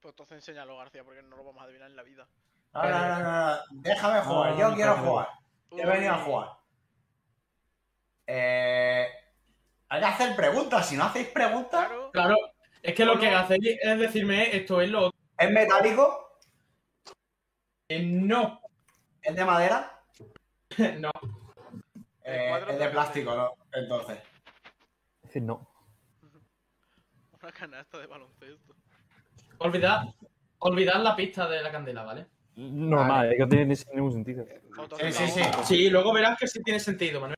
[SPEAKER 3] Pues entonces enséñalo, García, porque no lo vamos a adivinar en la vida.
[SPEAKER 5] No, no, no, no, no. Déjame jugar.
[SPEAKER 4] no,
[SPEAKER 5] Yo
[SPEAKER 4] no,
[SPEAKER 5] quiero
[SPEAKER 4] no.
[SPEAKER 5] jugar. He venido a
[SPEAKER 3] Uy.
[SPEAKER 5] jugar. Eh, hay que hacer preguntas. Si no hacéis preguntas,
[SPEAKER 3] Claro.
[SPEAKER 8] Claro, es "Eh, que lo que hacéis es decirme esto es lo otro.
[SPEAKER 5] ¿es metálico?
[SPEAKER 8] Eh, No,
[SPEAKER 5] ¿Es de madera?
[SPEAKER 8] no,
[SPEAKER 5] Eh,
[SPEAKER 3] cuadro
[SPEAKER 5] es de
[SPEAKER 3] también.
[SPEAKER 5] plástico, ¿no? Entonces.
[SPEAKER 4] Dice, no.
[SPEAKER 3] Una canasta de baloncesto.
[SPEAKER 8] olvidad, olvidad la pista de la candela, ¿vale?
[SPEAKER 4] Normal, es que no tiene ni- ningún sentido.
[SPEAKER 3] Fotos
[SPEAKER 5] Sí,
[SPEAKER 3] de
[SPEAKER 5] sí,
[SPEAKER 3] la
[SPEAKER 5] sí.
[SPEAKER 3] boda.
[SPEAKER 8] Sí, luego verás que sí tiene sentido, Manuel.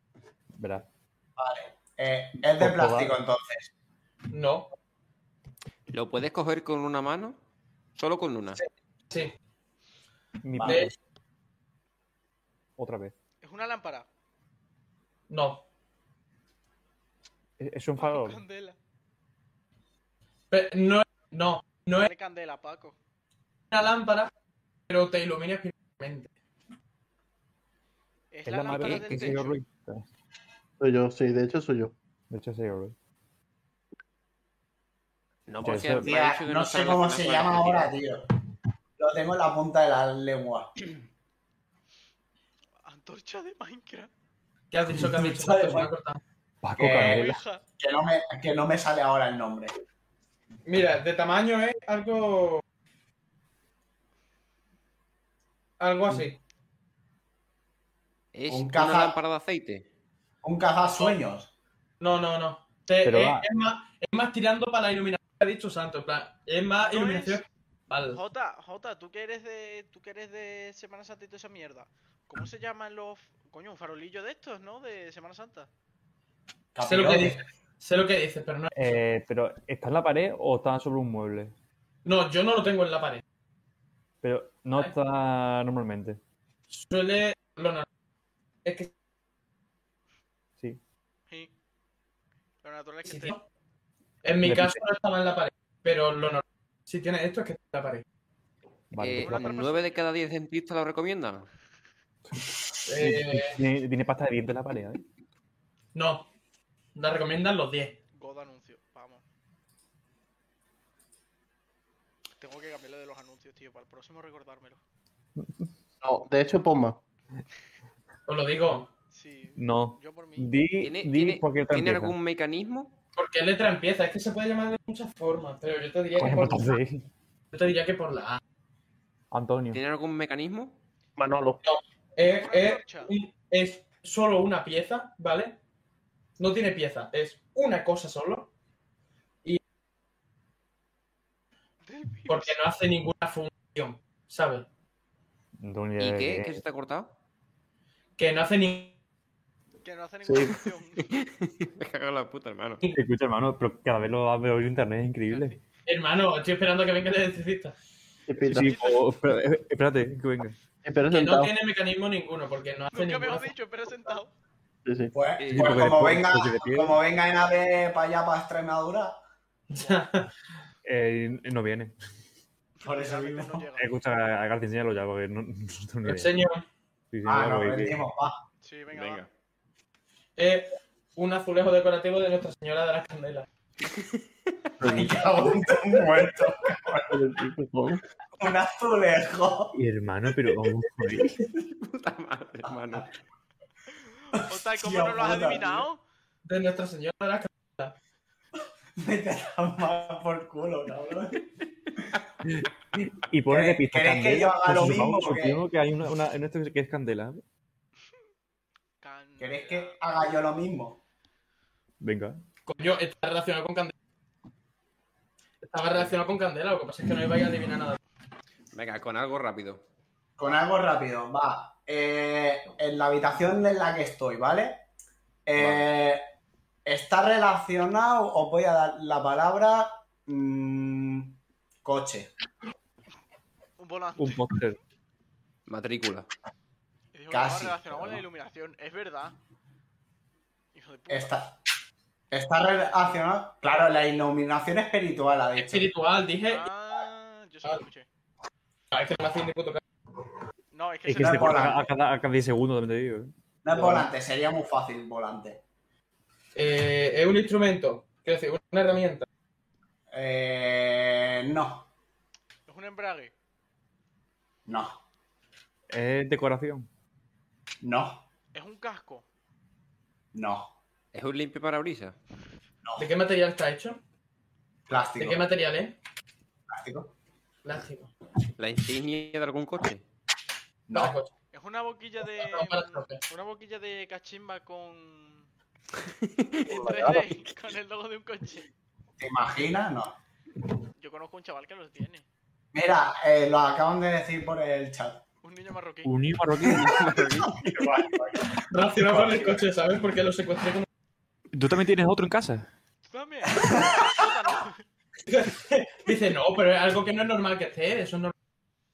[SPEAKER 4] Verás.
[SPEAKER 5] Vale. Eh, es de
[SPEAKER 4] Por favor.
[SPEAKER 5] plástico, entonces.
[SPEAKER 8] No,
[SPEAKER 7] ¿Lo puedes coger con una mano? Solo con una.
[SPEAKER 8] sí. Eh,
[SPEAKER 4] Mi
[SPEAKER 5] Vale.
[SPEAKER 4] padre. Otra vez.
[SPEAKER 3] Es una lámpara.
[SPEAKER 8] No.
[SPEAKER 4] Es es un farol.
[SPEAKER 3] Candela.
[SPEAKER 8] Pe- no, no, no es
[SPEAKER 3] Dale candela, Paco.
[SPEAKER 8] una lámpara, pero te ilumina espiritualmente.
[SPEAKER 3] Es,
[SPEAKER 4] Es
[SPEAKER 3] la,
[SPEAKER 4] la
[SPEAKER 3] lámpara
[SPEAKER 4] madre
[SPEAKER 3] del
[SPEAKER 4] que
[SPEAKER 3] techo.
[SPEAKER 4] se Ruiz.
[SPEAKER 2] Soy yo, sí, de hecho soy yo.
[SPEAKER 4] De hecho, señor Ruiz.
[SPEAKER 7] No,
[SPEAKER 4] Yo
[SPEAKER 7] porque
[SPEAKER 4] sé.
[SPEAKER 7] me ha dicho
[SPEAKER 5] Tía,
[SPEAKER 7] que
[SPEAKER 5] no, sé
[SPEAKER 7] sabe la
[SPEAKER 5] cómo
[SPEAKER 7] zona
[SPEAKER 5] se
[SPEAKER 7] con la
[SPEAKER 5] llama
[SPEAKER 7] que tira.
[SPEAKER 5] ahora, tío. Lo tengo en la punta de la lengua.
[SPEAKER 3] Antorcha de Minecraft.
[SPEAKER 8] ¿Qué has dicho que has dicho?
[SPEAKER 5] Sabe,
[SPEAKER 8] Se me ha
[SPEAKER 5] Juan.
[SPEAKER 8] cortado.
[SPEAKER 4] Paco
[SPEAKER 5] Que-
[SPEAKER 7] Eh,
[SPEAKER 4] Candela.
[SPEAKER 3] Ouija.
[SPEAKER 5] Que no, me, que no me sale ahora el nombre.
[SPEAKER 8] Mira, de tamaño es algo. Algo así.
[SPEAKER 7] ¿Es
[SPEAKER 5] Un
[SPEAKER 7] una
[SPEAKER 5] caja-
[SPEAKER 7] lámpara de aceite?
[SPEAKER 5] Un cazasueños.
[SPEAKER 8] No, no, no. Te-
[SPEAKER 4] Pero
[SPEAKER 8] es,
[SPEAKER 4] va.
[SPEAKER 8] es más, es más tirando para la iluminación que ha dicho Santo. En plan, es más
[SPEAKER 3] No
[SPEAKER 8] iluminación.
[SPEAKER 3] es-
[SPEAKER 8] Vale.
[SPEAKER 3] Jota, Jota, tú que eres de. tú que eres de Semana Santa y toda esa mierda. ¿Cómo se llaman los. Coño, un farolillo de estos, ¿no? De Semana Santa.
[SPEAKER 8] Sé lo que
[SPEAKER 5] Capirote.
[SPEAKER 8] dices. Sé lo que dices, pero no.
[SPEAKER 4] Eh, pero, ¿está en la pared o está sobre un mueble?
[SPEAKER 8] No, yo no lo tengo en la pared.
[SPEAKER 4] Pero no
[SPEAKER 8] Vale.
[SPEAKER 4] está normalmente.
[SPEAKER 8] Suele. Lo normal. Es que
[SPEAKER 4] Sí.
[SPEAKER 3] Sí. Lo natural es que
[SPEAKER 8] si
[SPEAKER 3] esté-
[SPEAKER 8] tiene- En mi
[SPEAKER 4] Repite.
[SPEAKER 8] caso no estaba en la pared, pero lo normal. Si tienes esto es que está en la pared.
[SPEAKER 4] Vale,
[SPEAKER 7] Eh,
[SPEAKER 4] pues la-
[SPEAKER 3] persona.
[SPEAKER 7] ¿Nueve de cada diez dentistas lo recomiendan?
[SPEAKER 8] Eh,
[SPEAKER 4] tiene, tiene pasta de dientes la pared, ¿eh?
[SPEAKER 8] no. La recomiendan los 10.
[SPEAKER 3] God anuncio. Vamos. Tengo que cambiarlo de los anuncios, tío. Para el próximo recordármelo.
[SPEAKER 2] No, de hecho, Poma.
[SPEAKER 8] Os lo digo.
[SPEAKER 3] Sí.
[SPEAKER 4] No.
[SPEAKER 3] Yo por mí.
[SPEAKER 4] Di,
[SPEAKER 7] ¿Tiene,
[SPEAKER 4] di
[SPEAKER 7] tiene-
[SPEAKER 4] por qué otra
[SPEAKER 7] ¿tiene
[SPEAKER 4] empieza.
[SPEAKER 7] algún mecanismo?
[SPEAKER 8] Porque letra empieza. Es que se puede llamar de muchas formas, pero yo te diría que
[SPEAKER 4] Coño,
[SPEAKER 8] por,
[SPEAKER 4] pues entonces,
[SPEAKER 8] yo te diría que por la A.
[SPEAKER 4] Antonio.
[SPEAKER 7] ¿Tiene algún mecanismo?
[SPEAKER 2] Manolo.
[SPEAKER 8] Es,
[SPEAKER 3] Una
[SPEAKER 8] es,
[SPEAKER 3] antorcha.
[SPEAKER 8] un- es solo una pieza, ¿vale? No tiene pieza, es una cosa solo,
[SPEAKER 3] Del virus.
[SPEAKER 8] porque no hace ninguna función, ¿sabes?
[SPEAKER 4] No tengo ni idea
[SPEAKER 7] ¿Y
[SPEAKER 4] de
[SPEAKER 7] qué?
[SPEAKER 4] qué
[SPEAKER 7] ¿Qué se
[SPEAKER 4] es.
[SPEAKER 7] te ha cortado?
[SPEAKER 8] Que no hace ni-
[SPEAKER 3] Que no hace ninguna función.
[SPEAKER 7] Me cago en la puta, hermano.
[SPEAKER 4] Escucha, hermano, pero cada vez lo veo en internet, es increíble.
[SPEAKER 8] Hermano, estoy esperando que venga el electricista.
[SPEAKER 2] Chipita.
[SPEAKER 4] Sí, o- espera- eh, espérate, que venga.
[SPEAKER 2] Espera
[SPEAKER 8] Que no
[SPEAKER 2] sentado.
[SPEAKER 8] tiene mecanismo ninguno, porque no hace
[SPEAKER 3] Nunca me
[SPEAKER 8] ninguna
[SPEAKER 3] lo he
[SPEAKER 8] función.
[SPEAKER 3] dicho, espera sentado.
[SPEAKER 2] Sí, sí.
[SPEAKER 5] Pues,
[SPEAKER 7] Sí,
[SPEAKER 5] pues
[SPEAKER 4] porque
[SPEAKER 5] como,
[SPEAKER 4] después-
[SPEAKER 5] venga,
[SPEAKER 4] porque de pie-
[SPEAKER 5] como venga en AVE para allá, para Extremadura.
[SPEAKER 4] Eh, no viene.
[SPEAKER 5] Por eso
[SPEAKER 3] Realmente
[SPEAKER 5] mismo.
[SPEAKER 3] no llega.
[SPEAKER 4] Eh, Escucha, a García, enséñalo ya, porque no, no tengo ni idea.
[SPEAKER 8] Señor,
[SPEAKER 4] Sí, sí,
[SPEAKER 5] Ah,
[SPEAKER 4] ya,
[SPEAKER 5] no,
[SPEAKER 4] porque-
[SPEAKER 5] vendimos, va.
[SPEAKER 3] Sí, venga. va.
[SPEAKER 8] es un azulejo decorativo de Nuestra Señora de las Candelas.
[SPEAKER 4] Pues
[SPEAKER 5] Y cago en tu muerto.
[SPEAKER 4] pues.
[SPEAKER 5] Un azulejo.
[SPEAKER 4] Y hermano, pero vamos a ver.
[SPEAKER 7] Puta madre, hermano.
[SPEAKER 3] Jota, ¿cómo
[SPEAKER 5] Hostia
[SPEAKER 3] no lo has
[SPEAKER 5] puta,
[SPEAKER 3] adivinado?
[SPEAKER 8] De Nuestra Señora de las Candelas.
[SPEAKER 5] Vete a tomar por culo, cabrón.
[SPEAKER 4] Y pone de
[SPEAKER 5] ¿Queréis-
[SPEAKER 4] pista
[SPEAKER 5] queréis que yo haga
[SPEAKER 4] Pues
[SPEAKER 5] lo
[SPEAKER 4] si
[SPEAKER 5] mismo
[SPEAKER 4] vamos,
[SPEAKER 5] o qué?
[SPEAKER 4] supongo que hay una, una- en esto que es candela.
[SPEAKER 3] Can-
[SPEAKER 5] ¿Queréis que haga yo lo mismo?
[SPEAKER 4] Venga.
[SPEAKER 8] Coño, está relacionado con Candela. Estaba relacionado con Candela, lo que pasa es que no iba a adivinar nada.
[SPEAKER 7] Venga, con algo rápido.
[SPEAKER 5] Con algo rápido, va. Eh, en la habitación en la que estoy, ¿vale? Eh, Está relacionado, os voy a dar la palabra mm, coche.
[SPEAKER 3] Un volante.
[SPEAKER 4] Un póster.
[SPEAKER 7] Matrícula.
[SPEAKER 3] Y dijo, "Estaba
[SPEAKER 5] Casi,
[SPEAKER 3] relacionado
[SPEAKER 5] pero
[SPEAKER 3] con la
[SPEAKER 5] no".
[SPEAKER 3] iluminación, es verdad. Hijo de
[SPEAKER 8] Este-
[SPEAKER 3] puta.
[SPEAKER 5] Está, está relacionado, claro, la iluminación espiritual, ha dicho.
[SPEAKER 8] Espiritual, dije.
[SPEAKER 3] Ah, yo sí lo escuché.
[SPEAKER 8] Ah, es que no me hacía ni puto caso.
[SPEAKER 3] No, es que
[SPEAKER 4] Es
[SPEAKER 3] se
[SPEAKER 4] que este
[SPEAKER 5] da
[SPEAKER 4] se
[SPEAKER 5] por
[SPEAKER 4] corta
[SPEAKER 5] la-
[SPEAKER 4] a cada, a cada 10 segundos, también te digo. ¿eh?
[SPEAKER 5] No es volante, sería muy fácil volante.
[SPEAKER 8] Eh, es un instrumento, quiero decir, una herramienta.
[SPEAKER 5] Eh, no,
[SPEAKER 3] es un embrague.
[SPEAKER 5] no,
[SPEAKER 4] Es decoración.
[SPEAKER 5] no,
[SPEAKER 3] Es un casco.
[SPEAKER 5] no,
[SPEAKER 7] ¿Es un limpio parabrisas?
[SPEAKER 8] ¿De qué material está hecho? ¿De
[SPEAKER 5] plástico.
[SPEAKER 8] qué material es?
[SPEAKER 5] plástico.
[SPEAKER 8] Plástico.
[SPEAKER 7] ¿La insignia de algún coche?
[SPEAKER 5] No,
[SPEAKER 8] Para coche.
[SPEAKER 3] Es una boquilla de.
[SPEAKER 8] No, para el trofe.
[SPEAKER 3] Una boquilla de cachimba con. en 3D, con el logo de un coche.
[SPEAKER 5] ¿Te imaginas? No.
[SPEAKER 3] Yo conozco un chaval que los tiene.
[SPEAKER 5] Mira, eh, lo acaban de decir por el chat.
[SPEAKER 3] Un niño marroquí.
[SPEAKER 4] Un niño marroquí.
[SPEAKER 8] Relacionado con el coche, ¿sabes? Porque lo secuestré con
[SPEAKER 4] ¿Tú también tienes otro en casa?
[SPEAKER 3] También. Sótano.
[SPEAKER 8] Dice, no, pero es algo que no es normal que esté, eso es normal.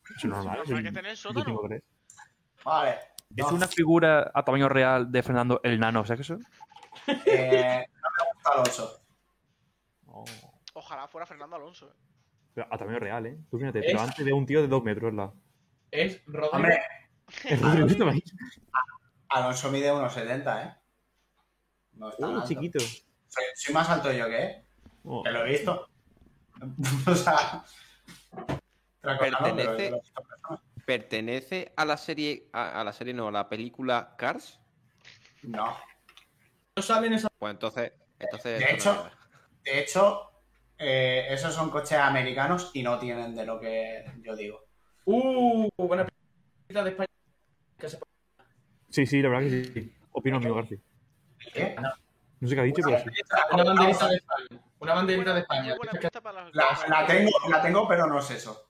[SPEAKER 4] Eso es normal.
[SPEAKER 3] Pero
[SPEAKER 4] eso
[SPEAKER 3] para
[SPEAKER 4] es
[SPEAKER 3] que tener
[SPEAKER 4] lo
[SPEAKER 3] sótano.
[SPEAKER 4] típico que es.
[SPEAKER 5] Vale.
[SPEAKER 4] Es una figura a tamaño real de Fernando el Nano, ¿sabes eso?
[SPEAKER 5] Eh, no me gusta el oso.
[SPEAKER 3] Ojalá fuera Fernando Alonso. eh.
[SPEAKER 4] Pero a tamaño real, ¿eh? Tú fíjate,
[SPEAKER 8] Es-
[SPEAKER 4] pero antes de un tío de dos metros, la.
[SPEAKER 8] Es Rodrigo.
[SPEAKER 5] Hombre,
[SPEAKER 4] Es Rodrigo de tamaño.
[SPEAKER 5] Alonso mide unos 70, ¿eh? No es tan
[SPEAKER 4] Uh,
[SPEAKER 5] alto.
[SPEAKER 4] chiquito.
[SPEAKER 5] Soy, soy más alto yo que él.
[SPEAKER 4] Oh.
[SPEAKER 5] Te lo he visto. o sea. Otra cosa no, pero
[SPEAKER 7] Pertenece-
[SPEAKER 5] yo lo he visto en persona.
[SPEAKER 7] ¿Pertenece a la serie, a, a la serie no, a la película Cars?
[SPEAKER 5] No.
[SPEAKER 8] No salen esas.
[SPEAKER 7] Pues entonces... entonces
[SPEAKER 5] De
[SPEAKER 7] eso no
[SPEAKER 5] hecho-
[SPEAKER 7] llega.
[SPEAKER 5] De hecho, eh, esos son coches americanos y no tienen de lo que yo digo.
[SPEAKER 8] Uh, buena película de España. Que se-
[SPEAKER 4] Sí, sí, la verdad que sí. Opino, amigo García.
[SPEAKER 5] ¿El qué?
[SPEAKER 4] No sé qué ha dicho, pero sí.
[SPEAKER 8] Una banderita de España. Una banderita de
[SPEAKER 3] Muy
[SPEAKER 8] España.
[SPEAKER 3] buena pista para los-
[SPEAKER 5] La, la tengo, la tengo, pero no es eso.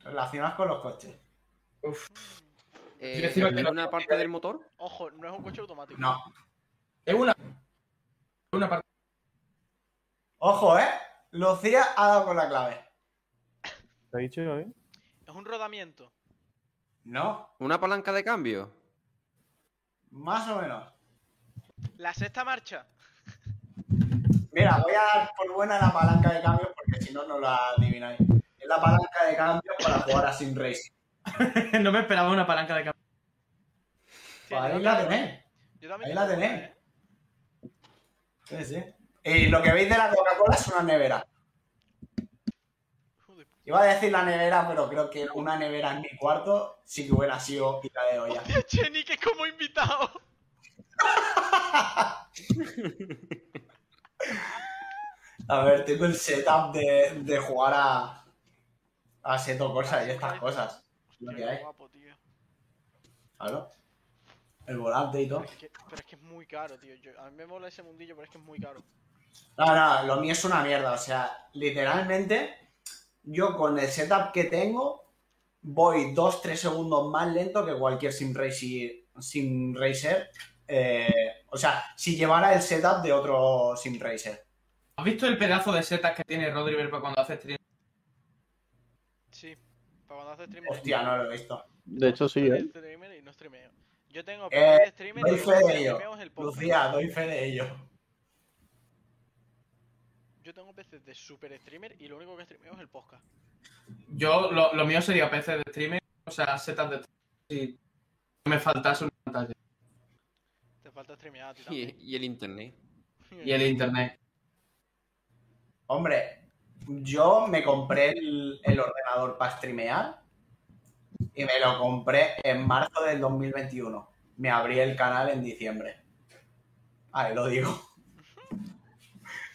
[SPEAKER 5] Relacionas con los coches.
[SPEAKER 8] Uf.
[SPEAKER 7] Eh,
[SPEAKER 8] Yo encima que no-
[SPEAKER 7] ¿Una parte del motor?
[SPEAKER 3] Ojo, no es un coche automático.
[SPEAKER 5] No.
[SPEAKER 8] Es una. Una parte.
[SPEAKER 5] Ojo, ¿eh? Lucía ha dado con la clave.
[SPEAKER 4] ¿Te ha dicho, eh?
[SPEAKER 5] Ah.
[SPEAKER 3] Es un rodamiento.
[SPEAKER 5] No,
[SPEAKER 7] ¿Una palanca de cambio?
[SPEAKER 5] más o menos.
[SPEAKER 3] La sexta marcha.
[SPEAKER 5] Pues Mira, voy a dar por buena la palanca de cambio porque si no, no la adivináis. Es la palanca de cambio para jugar a Sim Racing.
[SPEAKER 8] no me esperaba una palanca de cambio.
[SPEAKER 3] Sí,
[SPEAKER 5] Pues ahí
[SPEAKER 3] yo
[SPEAKER 5] la
[SPEAKER 3] también-
[SPEAKER 5] tenéis.
[SPEAKER 3] yo también
[SPEAKER 5] Ahí la
[SPEAKER 3] tengo una,
[SPEAKER 5] tenéis.
[SPEAKER 3] ¿eh?
[SPEAKER 5] Sí, sí. Y lo que veis de la Coca-Cola es una nevera.
[SPEAKER 3] Hijo de puta.
[SPEAKER 5] Iba a decir la nevera, pero creo que una nevera en mi cuarto sí que hubiera sido pita de olla.
[SPEAKER 3] Jenny, que es como invitado.
[SPEAKER 5] A ver, tengo el setup de, de jugar a. a Seto Corsa y estas cosas. Lo que
[SPEAKER 3] Hostia, qué
[SPEAKER 5] hay,
[SPEAKER 3] guapo, tío.
[SPEAKER 5] claro. El volante y todo.
[SPEAKER 3] Pero es, que, pero es que es muy caro, tío. Yo- a mí me mola ese mundillo, pero es que es muy caro.
[SPEAKER 5] No, no, lo mío es una mierda. O sea, literalmente, yo con el setup que tengo, voy 2-3 segundos más lento que cualquier sim, raci- sim racer. eh, o sea, si llevara el setup de otro sim racer.
[SPEAKER 8] ¿Has visto el pedazo de setas que tiene Rodrigo para cuando hace stream?
[SPEAKER 3] Sí, para cuando hace streamer.
[SPEAKER 5] Hostia, no lo he visto.
[SPEAKER 6] De hecho, sí, ¿eh?
[SPEAKER 3] Streamer y no streameo. Yo tengo
[SPEAKER 5] Eh,
[SPEAKER 3] perfil de streamer
[SPEAKER 5] doy
[SPEAKER 3] y
[SPEAKER 5] fe
[SPEAKER 3] lo único
[SPEAKER 5] de
[SPEAKER 3] que
[SPEAKER 5] ello.
[SPEAKER 3] streameo es el podcast.
[SPEAKER 5] Lucía, doy fe de ello.
[SPEAKER 3] Yo tengo PC de super streamer y lo único que streameo es el podcast.
[SPEAKER 8] Yo, lo, lo mío sería PC de streamer, o sea, setas de streamer. Si no me faltase una pantalla.
[SPEAKER 3] Te falta streamear a ti
[SPEAKER 7] Y,
[SPEAKER 3] también.
[SPEAKER 7] y el internet.
[SPEAKER 8] Y el internet.
[SPEAKER 5] Hombre, yo me compré el, el ordenador para streamear y me lo compré en marzo del 2021. Me abrí el canal en diciembre. Ahí lo digo.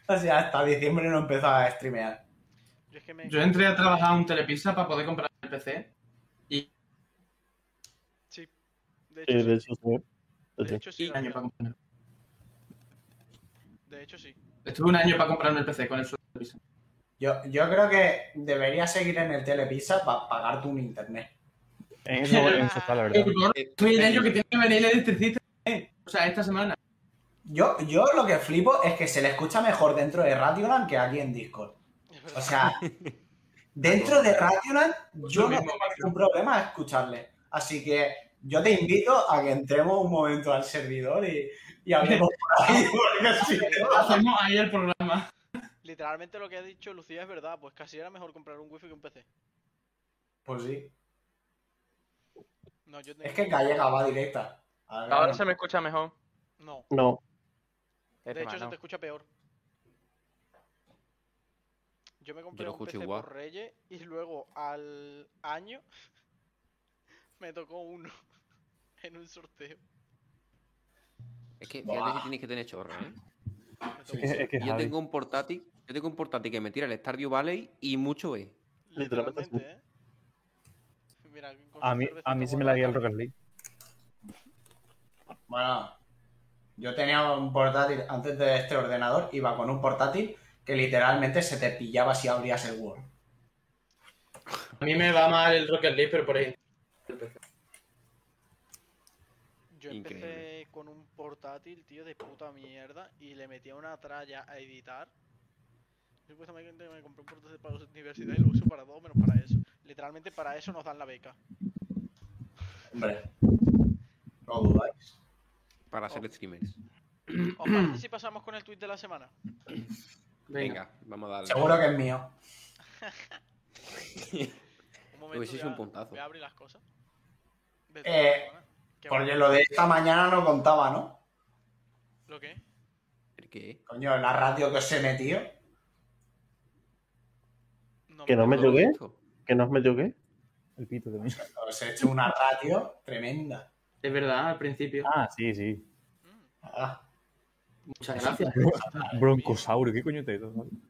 [SPEAKER 5] O sea, hasta diciembre no empezó a streamear.
[SPEAKER 3] Yo es que me-
[SPEAKER 8] Yo entré a trabajar a un telepizza para poder comprar el PC.
[SPEAKER 3] Sí. De
[SPEAKER 2] Sí,
[SPEAKER 3] hecho,
[SPEAKER 2] de
[SPEAKER 3] sí.
[SPEAKER 2] hecho, sí.
[SPEAKER 3] De hecho, sí.
[SPEAKER 8] Un año para comprarme.
[SPEAKER 3] De hecho, sí.
[SPEAKER 8] Estuve un año para comprarme el PC con el sueldo de telepizza.
[SPEAKER 5] Yo, yo creo que deberías seguir en el Telepizza para pagarte un internet.
[SPEAKER 2] Eh,
[SPEAKER 4] En eso, en eso está, la verdad.
[SPEAKER 8] Estoy en ello que tiene que venir el electricista. eh, O sea, esta semana.
[SPEAKER 5] Yo, yo lo que flipo es que se le escucha mejor dentro de Radioland que aquí en Discord.
[SPEAKER 3] Es verdad.
[SPEAKER 5] O sea, dentro de Radioland yo
[SPEAKER 8] Pues, lo
[SPEAKER 5] no
[SPEAKER 8] mismo,
[SPEAKER 5] tengo ningún problema a escucharle. Así que yo te invito a que entremos un momento al servidor y, y hablemos por ahí, porque si no-
[SPEAKER 8] Hacemos ahí el programa.
[SPEAKER 3] Literalmente lo que ha dicho Lucía es verdad. Pues casi era mejor comprar un wifi que un PC.
[SPEAKER 5] Pues sí.
[SPEAKER 3] No, yo tengo...
[SPEAKER 5] Es que Gallega va directa. A ver,
[SPEAKER 9] Ahora se me escucha mejor.
[SPEAKER 3] No.
[SPEAKER 2] No,
[SPEAKER 3] De
[SPEAKER 9] Este
[SPEAKER 3] hecho, se
[SPEAKER 9] mano.
[SPEAKER 3] te escucha peor. Yo me compré
[SPEAKER 7] lo
[SPEAKER 3] un
[SPEAKER 7] escucho
[SPEAKER 3] PC
[SPEAKER 7] igual.
[SPEAKER 3] por Reyes y luego al año me tocó uno en un sorteo.
[SPEAKER 7] Es que
[SPEAKER 5] Buah.
[SPEAKER 7] fíjate que tienes que tener chorro, ¿eh?
[SPEAKER 3] Me tocó
[SPEAKER 4] Es, es que es
[SPEAKER 7] Yo
[SPEAKER 4] Javi.
[SPEAKER 7] tengo un portátil, yo tengo un portátil que me tira el Stardew Valley y mucho es.
[SPEAKER 3] Literalmente, ¿eh? mira, con
[SPEAKER 4] A mí,
[SPEAKER 3] cervecita
[SPEAKER 4] a mí sí
[SPEAKER 3] por
[SPEAKER 4] me la guía el
[SPEAKER 3] acá.
[SPEAKER 4] Rocket League.
[SPEAKER 5] Bueno, yo tenía un portátil antes de este ordenador, iba con un portátil que literalmente se te pillaba si abrías el Word.
[SPEAKER 8] A mí me va mal el Rocket League, pero por ejemplo.
[SPEAKER 3] Yo empecé
[SPEAKER 7] Increíble.
[SPEAKER 3] con un portátil, tío, de puta mierda, y le metía una tralla a editar. Supuestamente me compré un portátil para la universidad y lo uso para todo menos para eso. Literalmente para eso nos dan la beca.
[SPEAKER 5] Hombre, no dudáis.
[SPEAKER 7] para hacer streamers.
[SPEAKER 3] ¿Os parece si pasamos con el tweet de la semana?
[SPEAKER 7] Venga, vamos a darle.
[SPEAKER 5] Seguro que es mío.
[SPEAKER 3] Un momento,
[SPEAKER 7] Hubiese sido
[SPEAKER 3] voy a-
[SPEAKER 7] un puntazo.
[SPEAKER 3] Voy a abrir las cosas. De
[SPEAKER 5] Eh,
[SPEAKER 3] todas las semanas. ¿Qué
[SPEAKER 5] Porque
[SPEAKER 3] va?
[SPEAKER 5] lo de esta mañana no contaba, ¿no?
[SPEAKER 3] ¿Lo qué?
[SPEAKER 7] ¿El qué?
[SPEAKER 5] Coño, la radio que os he metido.
[SPEAKER 2] Que no me
[SPEAKER 7] ¿Todo
[SPEAKER 2] toqué,
[SPEAKER 7] esto?
[SPEAKER 2] que no os metió qué.
[SPEAKER 4] El pito también.
[SPEAKER 5] Os he hecho una radio tremenda.
[SPEAKER 8] Es verdad, al principio.
[SPEAKER 4] Ah, sí, sí.
[SPEAKER 3] Mm,
[SPEAKER 5] Ah,
[SPEAKER 8] Muchas gracias.
[SPEAKER 3] Ah,
[SPEAKER 4] Broncosaurio, ¿qué coño te
[SPEAKER 8] Yo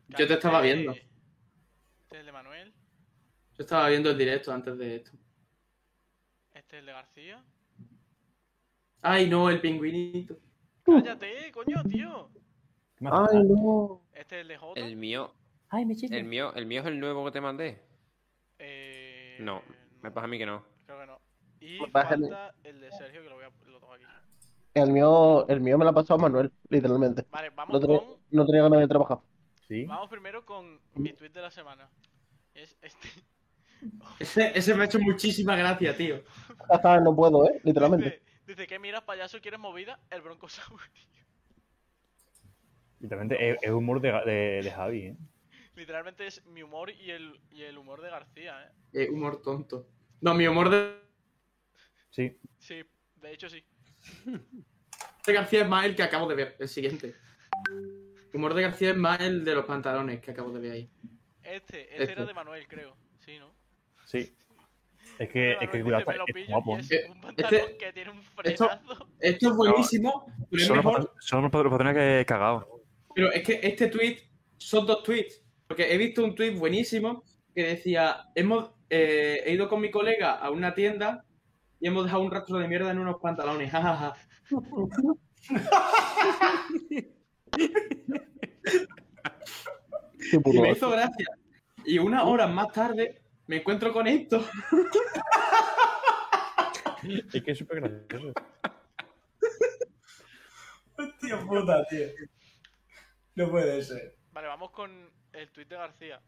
[SPEAKER 8] te estaba
[SPEAKER 3] cállate.
[SPEAKER 8] viendo.
[SPEAKER 3] Este es el de Manuel,
[SPEAKER 8] Yo estaba viendo el directo antes de esto.
[SPEAKER 3] este es el de García.
[SPEAKER 8] Ay, no, el pingüinito.
[SPEAKER 3] ¡Cállate, coño, tío!
[SPEAKER 2] Ay, no.
[SPEAKER 3] Este es el de Jota.
[SPEAKER 7] El mío. el mío, el mío es el nuevo que te mandé.
[SPEAKER 3] Eh,
[SPEAKER 7] No, me pasa a mí que no.
[SPEAKER 3] Creo que no. Y
[SPEAKER 6] Me pasa a mí.
[SPEAKER 3] falta el de Sergio, que lo, voy a, lo tengo aquí.
[SPEAKER 6] El mío, el mío me lo ha pasado Manuel, literalmente.
[SPEAKER 3] Vale,
[SPEAKER 6] No
[SPEAKER 3] vamos
[SPEAKER 6] tenía,
[SPEAKER 3] con
[SPEAKER 6] no tenía ganas de trabajar.
[SPEAKER 4] Sí.
[SPEAKER 3] Vamos primero con mi tweet de la semana. Es este.
[SPEAKER 8] Ese, ese me ha hecho muchísima gracia, tío.
[SPEAKER 6] Ya está, no puedo, ¿eh? Literalmente.
[SPEAKER 3] Dice, dice que miras payaso, quieres movida, el broncosaurio.
[SPEAKER 4] Literalmente es, es humor de, de, de Javi, ¿eh?
[SPEAKER 3] Literalmente es mi humor y el, y el humor de García, ¿eh?
[SPEAKER 8] Eh, humor tonto. No, mi humor de
[SPEAKER 4] Sí.
[SPEAKER 3] Sí, de hecho sí.
[SPEAKER 8] de García es más el que acabo de ver, el siguiente. Humor de García es más el de los pantalones que acabo de ver ahí.
[SPEAKER 3] Este, este,
[SPEAKER 8] Este.
[SPEAKER 3] era de Manuel, creo. Sí, ¿no?
[SPEAKER 4] Sí. Es que, es
[SPEAKER 3] Manuel
[SPEAKER 4] que
[SPEAKER 3] dice,
[SPEAKER 4] cuidado,
[SPEAKER 3] "Me lo
[SPEAKER 4] es
[SPEAKER 3] pillo", y
[SPEAKER 4] guapo. ¿eh?
[SPEAKER 3] es
[SPEAKER 8] Eh,
[SPEAKER 3] un pantalón
[SPEAKER 8] este-
[SPEAKER 3] que tiene un frenazo.
[SPEAKER 8] Esto es buenísimo, pero, es
[SPEAKER 4] Son los
[SPEAKER 8] mejor-
[SPEAKER 4] patro- son los patrones que he cagado.
[SPEAKER 8] pero es que este tweet son dos tweets. Porque he visto un tweet buenísimo que decía: hemos, eh, He ido con mi colega a una tienda y hemos dejado un rastro de mierda en unos pantalones. jajaja".
[SPEAKER 6] Qué
[SPEAKER 8] Y
[SPEAKER 6] puto eh.
[SPEAKER 8] me
[SPEAKER 6] asco.
[SPEAKER 8] hizo gracia. Y unas horas más tarde me encuentro con esto.
[SPEAKER 4] Es que es súper gracioso.
[SPEAKER 5] hostia puta, tío. No puede ser.
[SPEAKER 3] Vale, vamos con el tweet de García.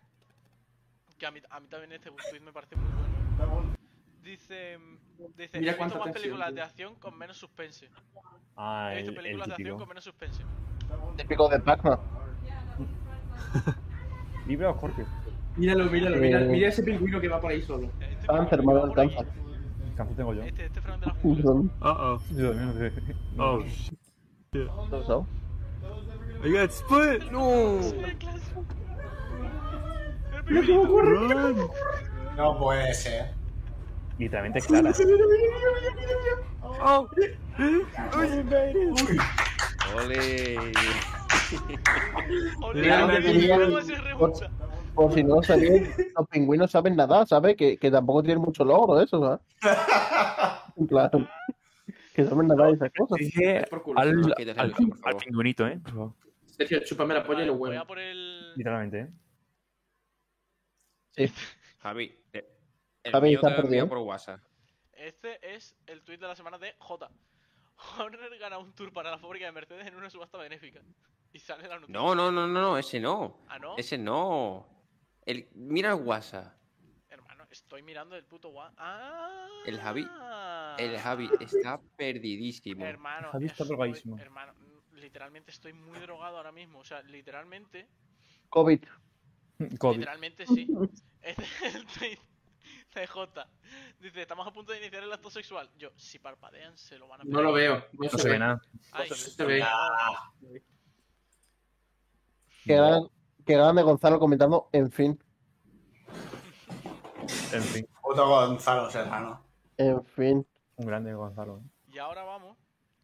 [SPEAKER 3] Que a mí, a mí también este tweet me parece muy bueno. Dice, dice
[SPEAKER 8] Mira
[SPEAKER 3] he visto
[SPEAKER 8] cuánta
[SPEAKER 3] más
[SPEAKER 8] tensión,
[SPEAKER 3] películas
[SPEAKER 8] tío.
[SPEAKER 3] de acción con menos suspense.
[SPEAKER 4] Ah,
[SPEAKER 3] He visto
[SPEAKER 4] el, el
[SPEAKER 3] películas de acción
[SPEAKER 4] típico.
[SPEAKER 3] con menos suspense.
[SPEAKER 6] Típico de Pac-Man.
[SPEAKER 4] Libre o Scorpio.
[SPEAKER 8] Míralo, míralo, mira,
[SPEAKER 6] Eh.
[SPEAKER 8] mira ese pingüino que va por ahí solo.
[SPEAKER 3] Este
[SPEAKER 6] Cáncer,
[SPEAKER 3] Fran-
[SPEAKER 6] Manuel,
[SPEAKER 3] por ahí.
[SPEAKER 6] cáncer.
[SPEAKER 4] Cáncer tengo yo.
[SPEAKER 3] Este, este Fran de la jungla.
[SPEAKER 6] Ujú.
[SPEAKER 9] Uh oh.
[SPEAKER 4] Yo también lo sé.
[SPEAKER 9] Oh shit.
[SPEAKER 6] Eso, eso.
[SPEAKER 9] I got split! No!
[SPEAKER 3] Sí, de clase. El pingüinito.
[SPEAKER 9] Run!
[SPEAKER 5] No puede ser.
[SPEAKER 4] Literalmente es clara.
[SPEAKER 9] Oh!
[SPEAKER 7] ¡Ole!
[SPEAKER 3] Olvídalo
[SPEAKER 8] Mira,
[SPEAKER 3] de
[SPEAKER 8] mira,
[SPEAKER 3] mí,
[SPEAKER 6] mira.
[SPEAKER 3] luego se rehúsa.
[SPEAKER 6] Por si no lo sabéis, los pingüinos saben nadar, ¿sabes? Que, que tampoco tienen mucho logro eso, ¿sabes? Claro. Que saben nadar y esas cosas.
[SPEAKER 4] Dije
[SPEAKER 8] Por culo.
[SPEAKER 4] Eh, al,
[SPEAKER 7] No,
[SPEAKER 4] al,
[SPEAKER 7] quítate el
[SPEAKER 4] al,
[SPEAKER 7] micro, por favor.
[SPEAKER 4] pingüinito, ¿eh? Por favor.
[SPEAKER 8] Sergio, chúpame la polla y
[SPEAKER 3] Vale,
[SPEAKER 8] los
[SPEAKER 3] voy a
[SPEAKER 8] huevos.
[SPEAKER 3] por el...
[SPEAKER 4] Literalmente, ¿eh?
[SPEAKER 6] Sí.
[SPEAKER 7] Javi, eh, el
[SPEAKER 6] Javi,
[SPEAKER 7] mío te
[SPEAKER 6] ¿estás
[SPEAKER 7] lo envío
[SPEAKER 6] perdido?
[SPEAKER 7] por WhatsApp.
[SPEAKER 3] Este es el tweet de la semana de J. Horner gana un tour para la fábrica de Mercedes en una subasta benéfica. Y sale la noticia.
[SPEAKER 7] No, no, no, no, no, ese no.
[SPEAKER 3] Ah, no.
[SPEAKER 7] Ese no. El, mira el WhatsApp.
[SPEAKER 3] Hermano, estoy mirando el puto guan. ¡Ah!
[SPEAKER 7] El Javi- El Javi está perdidísimo.
[SPEAKER 3] Hermano,
[SPEAKER 4] El Javi está
[SPEAKER 3] estoy-
[SPEAKER 4] drogadísimo.
[SPEAKER 3] Hermano, mm, literalmente estoy muy drogado ahora mismo. O sea, literalmente.
[SPEAKER 6] COVID.
[SPEAKER 4] ¿eh? COVID.
[SPEAKER 3] Literalmente sí. Este es el tweet de J. Dice: Estamos a punto de iniciar el acto sexual. Yo, si parpadean, se lo van a
[SPEAKER 8] No lo veo. No,
[SPEAKER 4] No se ve nada.
[SPEAKER 3] Ay,
[SPEAKER 8] No se ve.
[SPEAKER 6] Que ganan, que ganan de Gonzalo comentando, en fin,
[SPEAKER 4] En fin,
[SPEAKER 5] Puto Gonzalo Serrano.
[SPEAKER 6] en fin.
[SPEAKER 4] un grande Gonzalo. ¿eh?
[SPEAKER 3] Y ahora vamos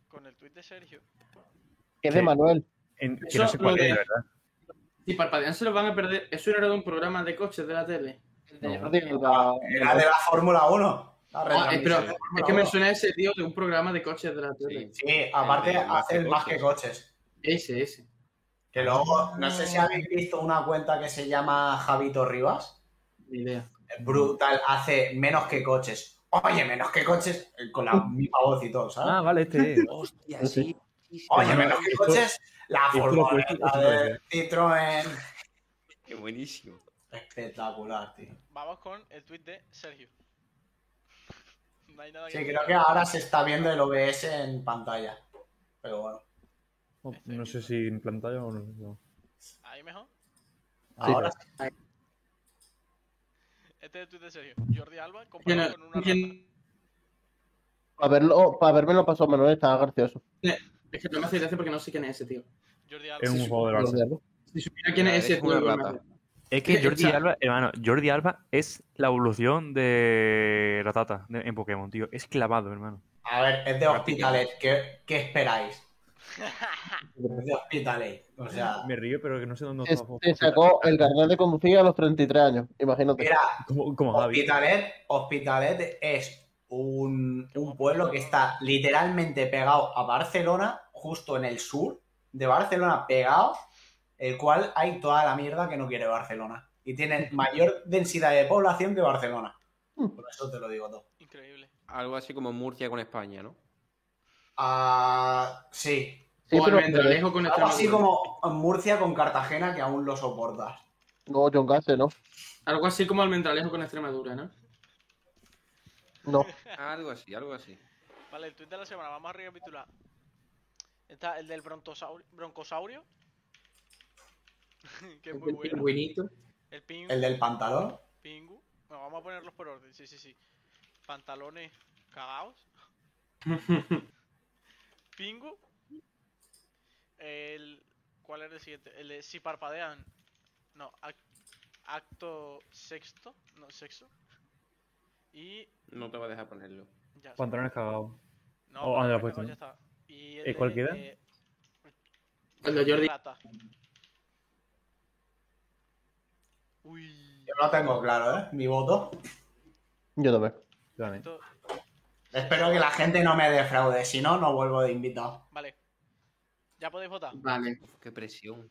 [SPEAKER 3] con el tweet de Sergio.
[SPEAKER 6] Que es de
[SPEAKER 4] Sí.
[SPEAKER 6] Manuel.
[SPEAKER 4] En, que
[SPEAKER 8] Eso
[SPEAKER 4] no sé cuál es,
[SPEAKER 8] lo de-
[SPEAKER 4] de verdad.
[SPEAKER 8] Si parpadean se lo van a perder. Eso era de un programa de coches de la tele.
[SPEAKER 4] No.
[SPEAKER 6] No digo la-
[SPEAKER 5] Era de la Fórmula 1. La
[SPEAKER 8] Ah, eh, pero
[SPEAKER 5] retransmisión de
[SPEAKER 8] es
[SPEAKER 5] Fórmula
[SPEAKER 8] que me
[SPEAKER 5] 1.
[SPEAKER 8] suena ese tío de un programa de coches de la tele.
[SPEAKER 5] Sí, aparte
[SPEAKER 7] El de más
[SPEAKER 5] hacer
[SPEAKER 7] que
[SPEAKER 5] más que coches.
[SPEAKER 8] Ese, ese.
[SPEAKER 5] Que luego, no sé si habéis visto una cuenta que se llama Javito Rivas.
[SPEAKER 8] Ni idea.
[SPEAKER 5] Es brutal, hace menos que coches. Oye, menos que coches, eh, con la misma voz y todo, ¿sabes?
[SPEAKER 4] Ah, vale, este. es.
[SPEAKER 1] Hostia, sí. sí, sí.
[SPEAKER 5] Oye, menos que coches, la
[SPEAKER 4] esto lo
[SPEAKER 5] furgoneta
[SPEAKER 4] cuento, esto lo
[SPEAKER 5] del Citroën.
[SPEAKER 7] Qué buenísimo.
[SPEAKER 5] Espectacular, tío.
[SPEAKER 3] Vamos con el tweet de Sergio. No hay nada
[SPEAKER 5] Sí,
[SPEAKER 3] que
[SPEAKER 5] creo que ahora se está viendo el OBS en pantalla. Pero bueno,
[SPEAKER 4] No sé si en pantalla o no. no.
[SPEAKER 3] Ahí mejor.
[SPEAKER 5] ahora sí.
[SPEAKER 3] Este es el tweet de Sergio. Jordi Alba
[SPEAKER 8] Yo no-
[SPEAKER 3] comparado con una
[SPEAKER 8] yo
[SPEAKER 3] rata.
[SPEAKER 8] no-
[SPEAKER 6] Para verlo, para verme lo pasó Manuel, estaba gracioso.
[SPEAKER 8] Es que no me hace gracia porque no sé quién es ese tío.
[SPEAKER 3] Jordi Alba.
[SPEAKER 4] Es un juego de
[SPEAKER 6] Lo
[SPEAKER 4] Barça.
[SPEAKER 6] verlo.
[SPEAKER 8] Si supiera quién
[SPEAKER 7] Ah,
[SPEAKER 8] es ese
[SPEAKER 7] eres una
[SPEAKER 8] tío, me
[SPEAKER 7] rata.
[SPEAKER 8] hace-
[SPEAKER 4] Es que Jordi
[SPEAKER 8] Echa.
[SPEAKER 4] Alba, hermano, Jordi Alba es la evolución de Ratata de- en Pokémon, tío. Es clavado, hermano.
[SPEAKER 5] A ver, es de Hospitalet. ¿Qué, qué esperáis? Es de Hospitalet. O sea,
[SPEAKER 4] Me río, pero que no sé dónde
[SPEAKER 6] Se,
[SPEAKER 4] está.
[SPEAKER 6] se sacó el carnet de conducir a los 33 años, imagínate.
[SPEAKER 5] mira,
[SPEAKER 4] Como, como Javi.
[SPEAKER 5] Hospitalet, Hospitalet es un, un pueblo que está literalmente pegado a Barcelona, justo en el sur de Barcelona, pegado, el cual hay toda la mierda que no quiere Barcelona. Y tienen mayor densidad de población que Barcelona. Por eso te lo digo todo.
[SPEAKER 3] Increíble.
[SPEAKER 7] Algo así como Murcia con España, ¿no?
[SPEAKER 5] Ah, sí.
[SPEAKER 6] Sí,
[SPEAKER 8] o
[SPEAKER 6] pero-
[SPEAKER 8] Almendralejo con
[SPEAKER 5] Algo así
[SPEAKER 8] Extremadura.
[SPEAKER 5] como Murcia con Cartagena que aún lo soportas.
[SPEAKER 6] No, John Gase, ¿no?
[SPEAKER 8] Algo así como Almendralejo con Extremadura, ¿no?
[SPEAKER 6] No.
[SPEAKER 7] Algo así, algo así.
[SPEAKER 3] Vale, el tweet de la semana. Vamos a recapitular. Está el del brontosaurio, broncosaurio. que es muy
[SPEAKER 8] El
[SPEAKER 3] bueno.
[SPEAKER 8] pingüinito.
[SPEAKER 3] El pingu.
[SPEAKER 5] El del pantalón.
[SPEAKER 3] Pingu. Bueno, vamos a ponerlos por orden. Sí, sí, sí. Pantalones cagados. Pingu. El. ¿Cuál era el siguiente? El de si parpadean. No, ac- acto sexto. No, sexo. Y.
[SPEAKER 7] No te voy a dejar ponerlo.
[SPEAKER 3] Ya.
[SPEAKER 4] Pantalones cagados.
[SPEAKER 3] No,
[SPEAKER 4] Oh, ah,
[SPEAKER 3] pantalones
[SPEAKER 4] la puesta,
[SPEAKER 3] cagados,
[SPEAKER 4] ¿no?
[SPEAKER 3] ya está. Y
[SPEAKER 4] ¿Eh, cuál
[SPEAKER 3] de,
[SPEAKER 4] queda?
[SPEAKER 3] eh,
[SPEAKER 8] El de Jordi.
[SPEAKER 3] rata. Uy.
[SPEAKER 5] Yo lo tengo claro, ¿eh? Mi voto.
[SPEAKER 6] Yo también.
[SPEAKER 4] Dale.
[SPEAKER 3] Esto-
[SPEAKER 5] Espero que la gente no me defraude, si no, no vuelvo de invitado.
[SPEAKER 3] Vale. Ya podéis votar.
[SPEAKER 8] Vale.
[SPEAKER 7] Uf, qué presión.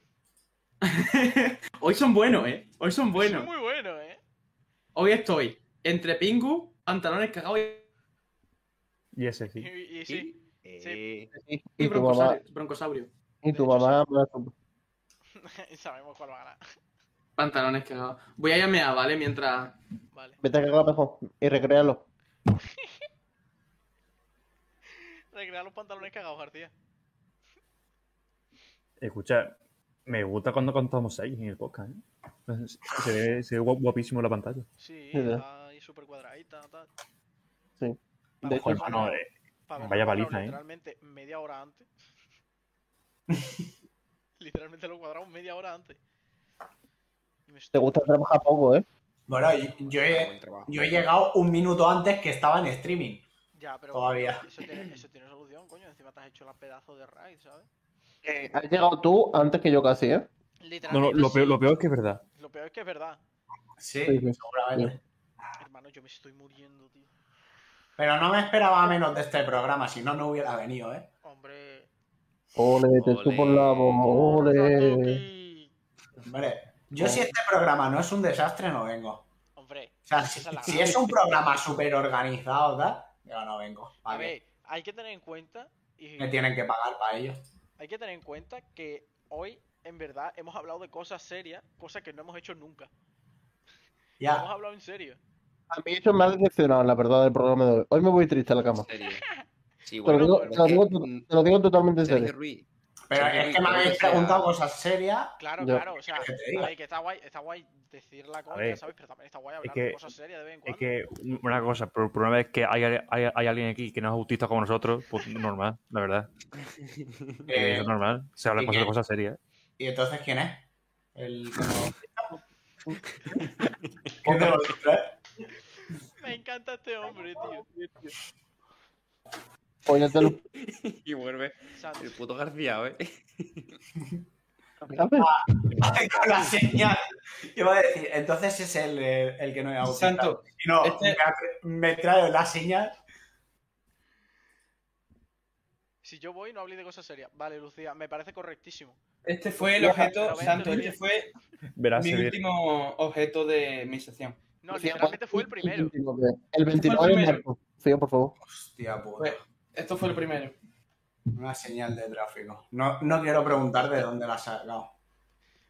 [SPEAKER 8] Hoy son buenos, ¿eh? Hoy son
[SPEAKER 3] Es
[SPEAKER 8] buenos.
[SPEAKER 3] muy bueno, eh.
[SPEAKER 8] Hoy estoy entre Pingu, pantalones cagados y-
[SPEAKER 4] Y ese sí.
[SPEAKER 3] Y, y sí.
[SPEAKER 7] Eh,
[SPEAKER 8] y
[SPEAKER 6] Y tu mamá,
[SPEAKER 8] broncosaurio. broncosaurio.
[SPEAKER 6] y tu mamá me la supo.
[SPEAKER 3] Sabemos cuál va a ganar.
[SPEAKER 8] Pantalones cagados. Voy a llamar, ¿vale? Mientras.
[SPEAKER 3] Vale.
[SPEAKER 6] vete a cagar mejor y recréalo.
[SPEAKER 3] Recrear los pantalones cagados, García.
[SPEAKER 4] Escucha, me gusta cuando contamos seis en el podcast, ¿eh? Se ve, se ve guap- guapísimo la pantalla.
[SPEAKER 3] Sí,
[SPEAKER 6] Sí, ¿verdad?
[SPEAKER 3] está ahí súper cuadradita, tal.
[SPEAKER 6] Sí.
[SPEAKER 3] Pa-
[SPEAKER 6] De hecho,
[SPEAKER 3] pa-
[SPEAKER 4] Joder, mano, eh,
[SPEAKER 3] pa-
[SPEAKER 4] vaya
[SPEAKER 3] pa-
[SPEAKER 4] paliza,
[SPEAKER 3] claro,
[SPEAKER 4] eh.
[SPEAKER 3] Literalmente media hora antes. literalmente lo cuadramos media hora antes. Y me
[SPEAKER 6] Te gusta trabajar poco, ¿eh?
[SPEAKER 5] Bueno, yo, yo
[SPEAKER 7] buen
[SPEAKER 5] he,
[SPEAKER 7] trabajo.
[SPEAKER 5] yo he llegado un minuto antes que estaba en streaming.
[SPEAKER 3] Ya, pero
[SPEAKER 5] Todavía.
[SPEAKER 3] Eso tiene, eso tiene solución, coño. Encima te has hecho la pedazo de raid, ¿sabes?
[SPEAKER 6] Eh, has llegado tú antes que yo casi, ¿eh?
[SPEAKER 4] No, no,
[SPEAKER 3] Literalmente.
[SPEAKER 4] lo
[SPEAKER 3] sí.
[SPEAKER 4] peor, lo peor es que es verdad.
[SPEAKER 3] Lo peor es que es verdad.
[SPEAKER 5] Sí,
[SPEAKER 6] Sí, sí.
[SPEAKER 5] seguramente.
[SPEAKER 3] Hermano, yo me estoy muriendo, tío.
[SPEAKER 5] Pero no me esperaba menos de este programa, si no, no hubiera venido, ¿eh?
[SPEAKER 3] Hombre.
[SPEAKER 6] Ole, te supo la voz, ole.
[SPEAKER 3] Ratoki.
[SPEAKER 5] Hombre, yo si este programa no es un desastre, no vengo. O
[SPEAKER 3] Hombre.
[SPEAKER 5] sea, si,
[SPEAKER 3] esa es la
[SPEAKER 5] si
[SPEAKER 3] gran.
[SPEAKER 5] es un programa súper organizado, tal, yo no vengo.
[SPEAKER 3] A
[SPEAKER 5] ¿Para qué?
[SPEAKER 3] ver, hay que tener en cuenta. Y
[SPEAKER 5] Me tienen que pagar para ello.
[SPEAKER 3] hay que tener en cuenta que hoy, en verdad, hemos hablado de cosas serias, cosas que no hemos hecho nunca. Hemos
[SPEAKER 5] Ya,
[SPEAKER 3] hablado en serio.
[SPEAKER 6] A mí eso me ha decepcionado, la verdad, del programa de hoy. Hoy me voy triste a la cama.
[SPEAKER 7] En serio. Sí,
[SPEAKER 6] Te lo
[SPEAKER 7] bueno,
[SPEAKER 6] digo,
[SPEAKER 7] pero
[SPEAKER 6] te lo
[SPEAKER 7] es
[SPEAKER 6] digo,
[SPEAKER 7] que,
[SPEAKER 6] to-
[SPEAKER 7] mm,
[SPEAKER 6] te lo digo totalmente en
[SPEAKER 7] Sergio
[SPEAKER 6] serio.
[SPEAKER 7] Ruiz,
[SPEAKER 5] pero
[SPEAKER 7] Sí,
[SPEAKER 5] es que
[SPEAKER 7] sí,
[SPEAKER 5] me
[SPEAKER 7] sí,
[SPEAKER 5] habéis
[SPEAKER 7] sí, sí.
[SPEAKER 5] preguntado cosas serias.
[SPEAKER 3] Claro,
[SPEAKER 6] Ya.
[SPEAKER 3] claro, o sea,
[SPEAKER 5] ¿Qué te
[SPEAKER 3] a
[SPEAKER 5] digo?
[SPEAKER 3] ver, que está guay, está guay decir la coña,
[SPEAKER 4] ver.
[SPEAKER 3] ¿sabes? Pero también está guay hablar
[SPEAKER 4] que-
[SPEAKER 3] de cosas serias de vez en
[SPEAKER 4] Es
[SPEAKER 3] cuando.
[SPEAKER 4] que un- una cosa, pero el problema es que hay, hay- hay alguien aquí que no es autista como nosotros, pues normal, la verdad.
[SPEAKER 5] Eh,
[SPEAKER 4] Es normal. Se habla
[SPEAKER 5] ¿y
[SPEAKER 4] cosas,
[SPEAKER 5] qué?
[SPEAKER 4] cosas serias.
[SPEAKER 5] ¿Y entonces quién es? El. ¿Qué te lo digo, eh?
[SPEAKER 3] Me encanta este hombre, tío.
[SPEAKER 6] Póñatelo.
[SPEAKER 7] Y vuelve
[SPEAKER 3] O sea,
[SPEAKER 7] el puto García, ¿eh?
[SPEAKER 5] Con la señal. Iba a decir, entonces es el, eh, el que no he bautizado.
[SPEAKER 8] Santo,
[SPEAKER 5] Y no,
[SPEAKER 8] este-
[SPEAKER 5] me ha- me, trae la señal.
[SPEAKER 3] Si yo voy, no hablé de cosas serias. Vale, Lucía, me parece correctísimo.
[SPEAKER 8] Este fue el objeto, Santo, este fue
[SPEAKER 4] Verás,
[SPEAKER 8] mi
[SPEAKER 4] se viene.
[SPEAKER 8] último objeto de mi sección.
[SPEAKER 3] No, literalmente fue el primero.
[SPEAKER 6] El 29 de
[SPEAKER 8] primero.
[SPEAKER 6] marzo. Fío, por favor.
[SPEAKER 5] Hostia puta.
[SPEAKER 8] Fue- Esto fue el primero.
[SPEAKER 5] Una señal de tráfico. No, no quiero preguntar de dónde la has sacado.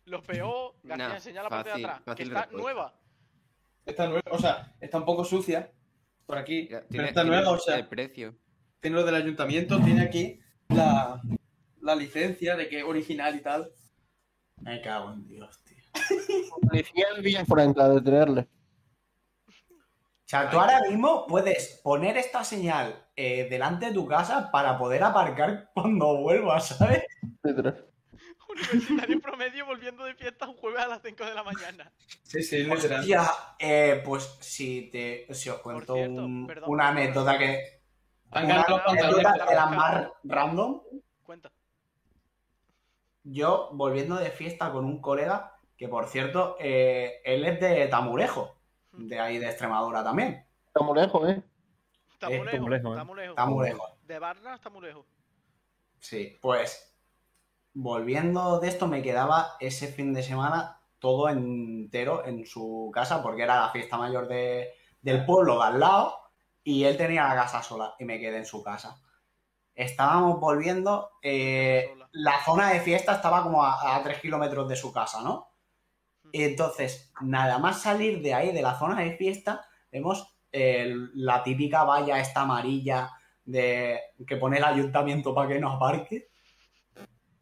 [SPEAKER 3] Lo peor, García,
[SPEAKER 7] Nah,
[SPEAKER 3] enseña la parte de
[SPEAKER 7] fácil,
[SPEAKER 3] atrás, que
[SPEAKER 7] fácil
[SPEAKER 3] está
[SPEAKER 7] respuesta.
[SPEAKER 3] nueva.
[SPEAKER 8] Está nueva, o sea, está un poco sucia por aquí,
[SPEAKER 7] Mira,
[SPEAKER 8] pero
[SPEAKER 7] tiene-
[SPEAKER 8] está
[SPEAKER 7] tiene
[SPEAKER 8] nueva, o sea,
[SPEAKER 7] El precio.
[SPEAKER 8] tiene lo del ayuntamiento, tiene aquí la, la licencia de que es original y tal.
[SPEAKER 5] Me cago en Dios, tío.
[SPEAKER 6] Policía en Villafranca a detenerle.
[SPEAKER 5] O sea, tú ahora mismo puedes poner esta señal eh, delante de tu casa para poder aparcar cuando vuelvas, ¿sabes?
[SPEAKER 6] Literal.
[SPEAKER 3] Universitario promedio volviendo de fiesta un jueves a las 5 de la mañana.
[SPEAKER 8] Sí, sí, literal.
[SPEAKER 5] Hostia, eh, pues si te si os cuento
[SPEAKER 3] cierto,
[SPEAKER 5] un-
[SPEAKER 3] perdón.
[SPEAKER 5] una anécdota que
[SPEAKER 8] Han
[SPEAKER 5] una
[SPEAKER 8] ganado los pantalones.
[SPEAKER 5] anécdota de la más random.
[SPEAKER 3] Cuenta.
[SPEAKER 5] Yo volviendo de fiesta con un colega que por cierto eh, él es de Tamurejo,
[SPEAKER 3] Mm.
[SPEAKER 5] de ahí de Extremadura también.
[SPEAKER 6] Estamos lejos, ¿eh?
[SPEAKER 3] Está muy
[SPEAKER 5] Eh,
[SPEAKER 3] lejos,
[SPEAKER 4] Tamulejo, eh.
[SPEAKER 3] está muy lejos.
[SPEAKER 5] Tamurejo.
[SPEAKER 3] De Barna está muy lejos.
[SPEAKER 5] Sí, pues volviendo de esto me quedaba ese fin de semana todo entero en su casa porque era la fiesta mayor de- del pueblo de al lado y él tenía la casa sola y me quedé en su casa. Estábamos volviendo, eh,
[SPEAKER 3] Sola.
[SPEAKER 5] la zona de fiesta estaba como a, a 3 kilómetros de su casa, ¿no? Y entonces, nada más salir de ahí, de la zona de fiesta, vemos eh, la típica valla esta amarilla de que pone el ayuntamiento para que nos aparque.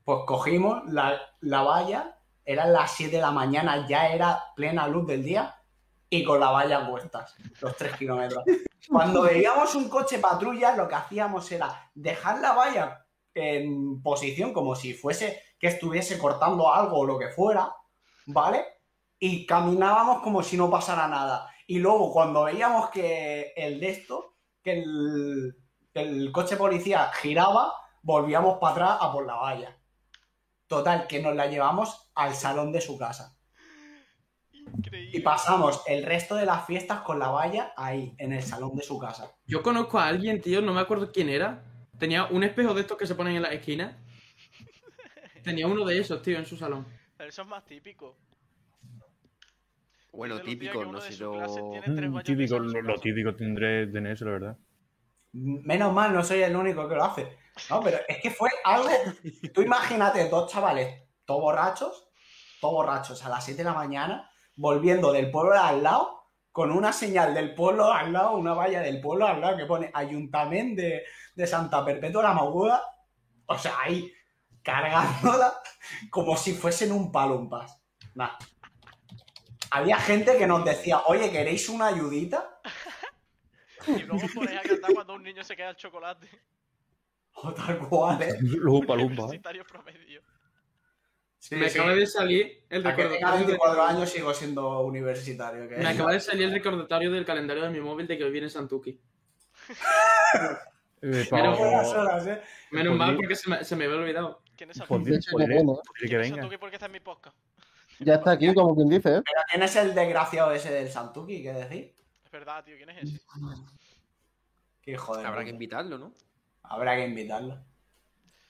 [SPEAKER 5] Pues cogimos la, la valla, eran las 7 de la mañana, ya era plena luz del día, y con la valla a cuestas, los 3 kilómetros. Cuando veíamos un coche patrulla, lo que hacíamos era dejar la valla en posición como si fuese que estuviese cortando algo o lo que fuera, ¿vale? Y caminábamos como si no pasara nada. Y luego cuando veíamos que el de esto, que el, que el coche policía giraba, volvíamos para atrás a por la valla. Total, que nos la llevamos al salón de su casa.
[SPEAKER 3] Mm. Increíble.
[SPEAKER 5] Y pasamos el resto de las fiestas con la valla ahí, en el salón de su casa.
[SPEAKER 8] Yo conozco a alguien, tío, no me acuerdo quién era. Tenía un espejo de estos que se ponen en las esquinas. Tenía uno de esos, tío, en su salón.
[SPEAKER 3] Pero eso es más típico.
[SPEAKER 7] Bueno,
[SPEAKER 3] Dice Lucía
[SPEAKER 7] típico,
[SPEAKER 3] que uno
[SPEAKER 7] no
[SPEAKER 3] de
[SPEAKER 7] sé
[SPEAKER 3] sus
[SPEAKER 7] yo.
[SPEAKER 3] clases tiene- tres
[SPEAKER 4] Mm,
[SPEAKER 3] vallas
[SPEAKER 4] Típico,
[SPEAKER 3] de esos
[SPEAKER 4] lo,
[SPEAKER 3] en
[SPEAKER 4] lo
[SPEAKER 3] casa.
[SPEAKER 4] típico tendré de eso, la verdad.
[SPEAKER 5] Menos mal, no soy el único que lo hace. No, pero es que fue algo. Tú imagínate dos chavales, todos borrachos, todos borrachos a las 7 de la mañana, volviendo del pueblo de al lado, con una señal del pueblo de al lado, una valla del pueblo de al lado que pone Ayuntamiento de, de Santa Perpetua la Maguda. O sea, ahí, cargándola como si fuesen un palumpas. Nah. Había gente que nos decía, oye, ¿queréis una ayudita?
[SPEAKER 3] Y luego os ponéis a cantar cuando un niño se queda el chocolate.
[SPEAKER 5] O tal cual, ¿eh?
[SPEAKER 4] Los Upa Lumpa, ¿eh?
[SPEAKER 3] Universitario promedio.
[SPEAKER 5] Sí,
[SPEAKER 8] me
[SPEAKER 5] sí.
[SPEAKER 8] acaba de salir el
[SPEAKER 5] A que tenga
[SPEAKER 8] recordatorio. de-
[SPEAKER 5] 24 años sigo siendo universitario. que
[SPEAKER 8] Me acaba de salir el recordatorio del calendario de mi móvil de que hoy viene Santuki.
[SPEAKER 4] Eh,
[SPEAKER 8] Pero
[SPEAKER 4] pa-
[SPEAKER 5] Buenas horas, eh.
[SPEAKER 8] Menos
[SPEAKER 4] Pues
[SPEAKER 8] mal
[SPEAKER 4] sí.
[SPEAKER 8] porque se me, se me había olvidado.
[SPEAKER 3] ¿Quién es Santuki?
[SPEAKER 4] Joder,
[SPEAKER 6] De hecho,
[SPEAKER 4] podré-
[SPEAKER 6] ya bueno, ¿eh?
[SPEAKER 4] podré pues, que
[SPEAKER 3] ¿Quién es
[SPEAKER 4] venga.
[SPEAKER 3] Santuki? Porque está en mi podcast.
[SPEAKER 6] Ya está aquí, como quien dice, ¿eh?
[SPEAKER 5] Pero ¿quién es el desgraciado ese del Santuki? ¿Qué decir?
[SPEAKER 3] Es verdad, tío, ¿quién es ese?
[SPEAKER 5] Que hijo de
[SPEAKER 7] pues, Habrá que
[SPEAKER 5] puta.
[SPEAKER 7] invitarlo, ¿no?
[SPEAKER 5] Habrá que invitarlo.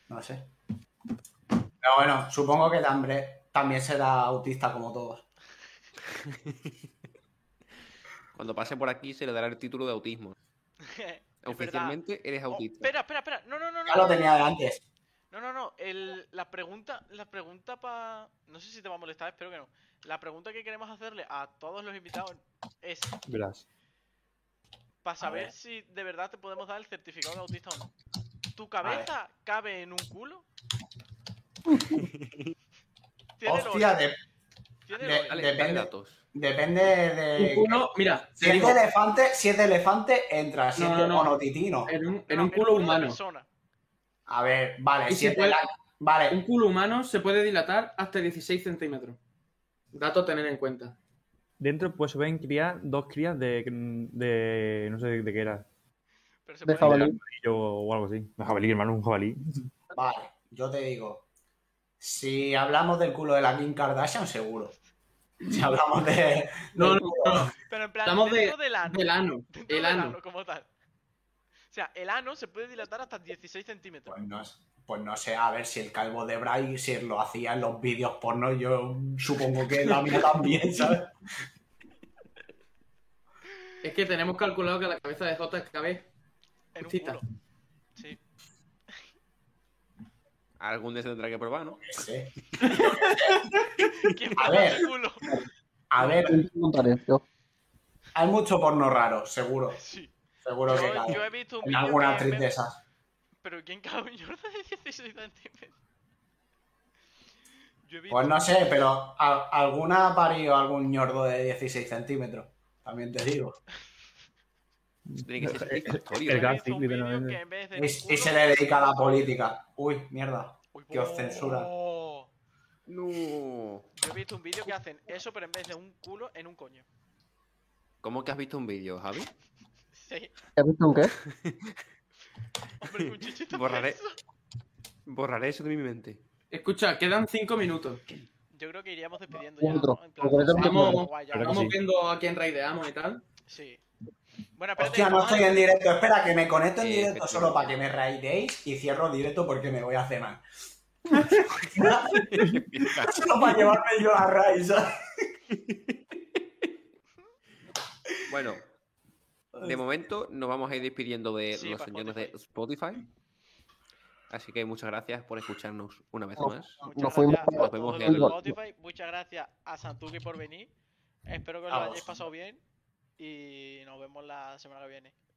[SPEAKER 5] No sé. Pero bueno, supongo que también, también será autista como todos.
[SPEAKER 7] Cuando pase por aquí se le dará el título de autismo.
[SPEAKER 3] Es verdad.
[SPEAKER 7] Oficialmente eres
[SPEAKER 3] Oh,
[SPEAKER 7] autista.
[SPEAKER 3] espera, espera, espera. No, no, no, no.
[SPEAKER 5] Ya lo tenía de antes.
[SPEAKER 3] No, no, no. El, la pregunta, la pregunta para. No sé si te va a molestar, espero que no. La pregunta que queremos hacerle a todos los invitados es
[SPEAKER 4] Verás.
[SPEAKER 3] para saber
[SPEAKER 5] ver.
[SPEAKER 3] si de verdad te podemos dar el certificado de autista o no. ¿Tu cabeza cabe en un culo? Tiene el
[SPEAKER 5] Hostia,
[SPEAKER 3] hoyo,
[SPEAKER 5] de-
[SPEAKER 3] tiene
[SPEAKER 5] de-
[SPEAKER 3] el hoyo.
[SPEAKER 7] Dale,
[SPEAKER 5] depende.
[SPEAKER 7] dale datos.
[SPEAKER 5] depende
[SPEAKER 8] Un
[SPEAKER 5] de.
[SPEAKER 8] culo, mira,
[SPEAKER 5] Si
[SPEAKER 8] te
[SPEAKER 5] es
[SPEAKER 8] digo,
[SPEAKER 5] Eh, de elefante, si es de elefante, entra. Si
[SPEAKER 8] No,
[SPEAKER 5] es
[SPEAKER 8] no,
[SPEAKER 5] de
[SPEAKER 8] no.
[SPEAKER 5] monotitino.
[SPEAKER 8] en un,
[SPEAKER 3] No,
[SPEAKER 8] en
[SPEAKER 3] no,
[SPEAKER 8] un culo
[SPEAKER 3] de
[SPEAKER 8] humano.
[SPEAKER 3] persona.
[SPEAKER 5] A ver, vale,
[SPEAKER 8] Y
[SPEAKER 5] si
[SPEAKER 8] si
[SPEAKER 5] es de
[SPEAKER 8] puede-
[SPEAKER 5] la- Vale,
[SPEAKER 8] Un culo humano se puede dilatar hasta 16 centímetros. Dato a tener en cuenta.
[SPEAKER 4] Dentro pues se ven crías, dos crías de, de no sé de qué era,
[SPEAKER 3] Pero se
[SPEAKER 6] De
[SPEAKER 3] puede-
[SPEAKER 6] jabalí.
[SPEAKER 4] yo, o algo así. Un jabalí, hermano, un jabalí.
[SPEAKER 5] Vale, yo te digo, Si hablamos del culo de la Kim Kardashian, seguro. Si hablamos de.
[SPEAKER 8] No,
[SPEAKER 5] del
[SPEAKER 8] no,
[SPEAKER 5] culo-
[SPEAKER 8] no.
[SPEAKER 3] Pero en plan,
[SPEAKER 8] Hablamos de-
[SPEAKER 3] dentro del ano.
[SPEAKER 8] Del ano.
[SPEAKER 3] dentro
[SPEAKER 8] El
[SPEAKER 3] del
[SPEAKER 8] ano.
[SPEAKER 3] como tal. O sea, el ano se puede dilatar hasta 16 centímetros.
[SPEAKER 5] Pues no, pues no sé, a ver si el calvo de Bray, si lo hacía en los vídeos porno, yo supongo que la mía también, ¿sabes?
[SPEAKER 8] Es que tenemos calculado que la cabeza de JKB.
[SPEAKER 3] En un
[SPEAKER 8] Cita.
[SPEAKER 3] culo. Sí.
[SPEAKER 7] Algún día se tendrá que probar, ¿no?
[SPEAKER 5] Que sé.
[SPEAKER 3] ¿Quién
[SPEAKER 5] A
[SPEAKER 3] prueba
[SPEAKER 5] ver.
[SPEAKER 3] el culo?
[SPEAKER 5] A ver,
[SPEAKER 6] Yo te contaré, yo.
[SPEAKER 5] hay mucho porno raro, seguro.
[SPEAKER 3] Sí.
[SPEAKER 5] Seguro que
[SPEAKER 3] Yo,
[SPEAKER 5] cae.
[SPEAKER 3] yo he visto un
[SPEAKER 5] En
[SPEAKER 3] vídeo
[SPEAKER 5] alguna
[SPEAKER 3] que
[SPEAKER 5] actriz
[SPEAKER 3] me-
[SPEAKER 5] de esas.
[SPEAKER 3] Pero ¿quién cabe un Jordan de 16 centímetros? Yo he visto...
[SPEAKER 5] Pues no sé, pero a- alguna ha parido algún ñordo de 16 centímetros. También te digo.
[SPEAKER 7] Tiene que ser satisfactorio.
[SPEAKER 3] yo
[SPEAKER 4] El
[SPEAKER 3] he
[SPEAKER 4] gato,
[SPEAKER 3] visto un vídeo
[SPEAKER 4] literalmente.
[SPEAKER 3] que en vez de...
[SPEAKER 5] Y, y se le dedica a la política. Uy, mierda. que os censura.
[SPEAKER 3] censuran.
[SPEAKER 7] No.
[SPEAKER 3] Yo he visto un vídeo que hacen eso, pero en vez de un culo, en un coño.
[SPEAKER 7] ¿Cómo que has visto un vídeo, Javi?
[SPEAKER 3] Sí,
[SPEAKER 6] ¿Has visto un qué?
[SPEAKER 3] hombre, un chichito
[SPEAKER 7] Borraré.
[SPEAKER 3] preso.
[SPEAKER 7] Borraré eso de mi mente.
[SPEAKER 8] Escucha, quedan cinco minutos.
[SPEAKER 3] Yo creo que iríamos despidiendo
[SPEAKER 6] Otro.
[SPEAKER 3] ya. ¿no? En plan,
[SPEAKER 6] Otro.
[SPEAKER 8] Vamos,
[SPEAKER 3] guay, ya,
[SPEAKER 4] Claro que
[SPEAKER 8] vamos
[SPEAKER 4] sí.
[SPEAKER 8] viendo a quién raideamos y tal.
[SPEAKER 3] Sí. Bueno, espérate.
[SPEAKER 5] Hostia, no
[SPEAKER 3] vamos a-
[SPEAKER 5] estoy en directo. Espera, que me conecto en
[SPEAKER 7] Sí,
[SPEAKER 5] directo solo
[SPEAKER 7] efectivamente.
[SPEAKER 5] para que me raidéis y cierro directo porque me voy a cenar. solo para llevarme yo la raid, ¿sabes?
[SPEAKER 7] bueno, de momento nos vamos a ir despidiendo de
[SPEAKER 3] Sí,
[SPEAKER 7] los
[SPEAKER 3] para
[SPEAKER 7] señores de Spotify. Así que muchas gracias por escucharnos una vez
[SPEAKER 6] No.
[SPEAKER 7] más.
[SPEAKER 3] Muchas
[SPEAKER 6] Nos fuimos
[SPEAKER 3] gracias a
[SPEAKER 7] para-
[SPEAKER 3] todos
[SPEAKER 7] nos
[SPEAKER 6] vemos
[SPEAKER 3] los de Spotify. Muchas gracias a Santuki por venir. Espero que os
[SPEAKER 5] A
[SPEAKER 3] lo
[SPEAKER 5] vos.
[SPEAKER 3] hayáis pasado bien. Y nos vemos la semana que viene.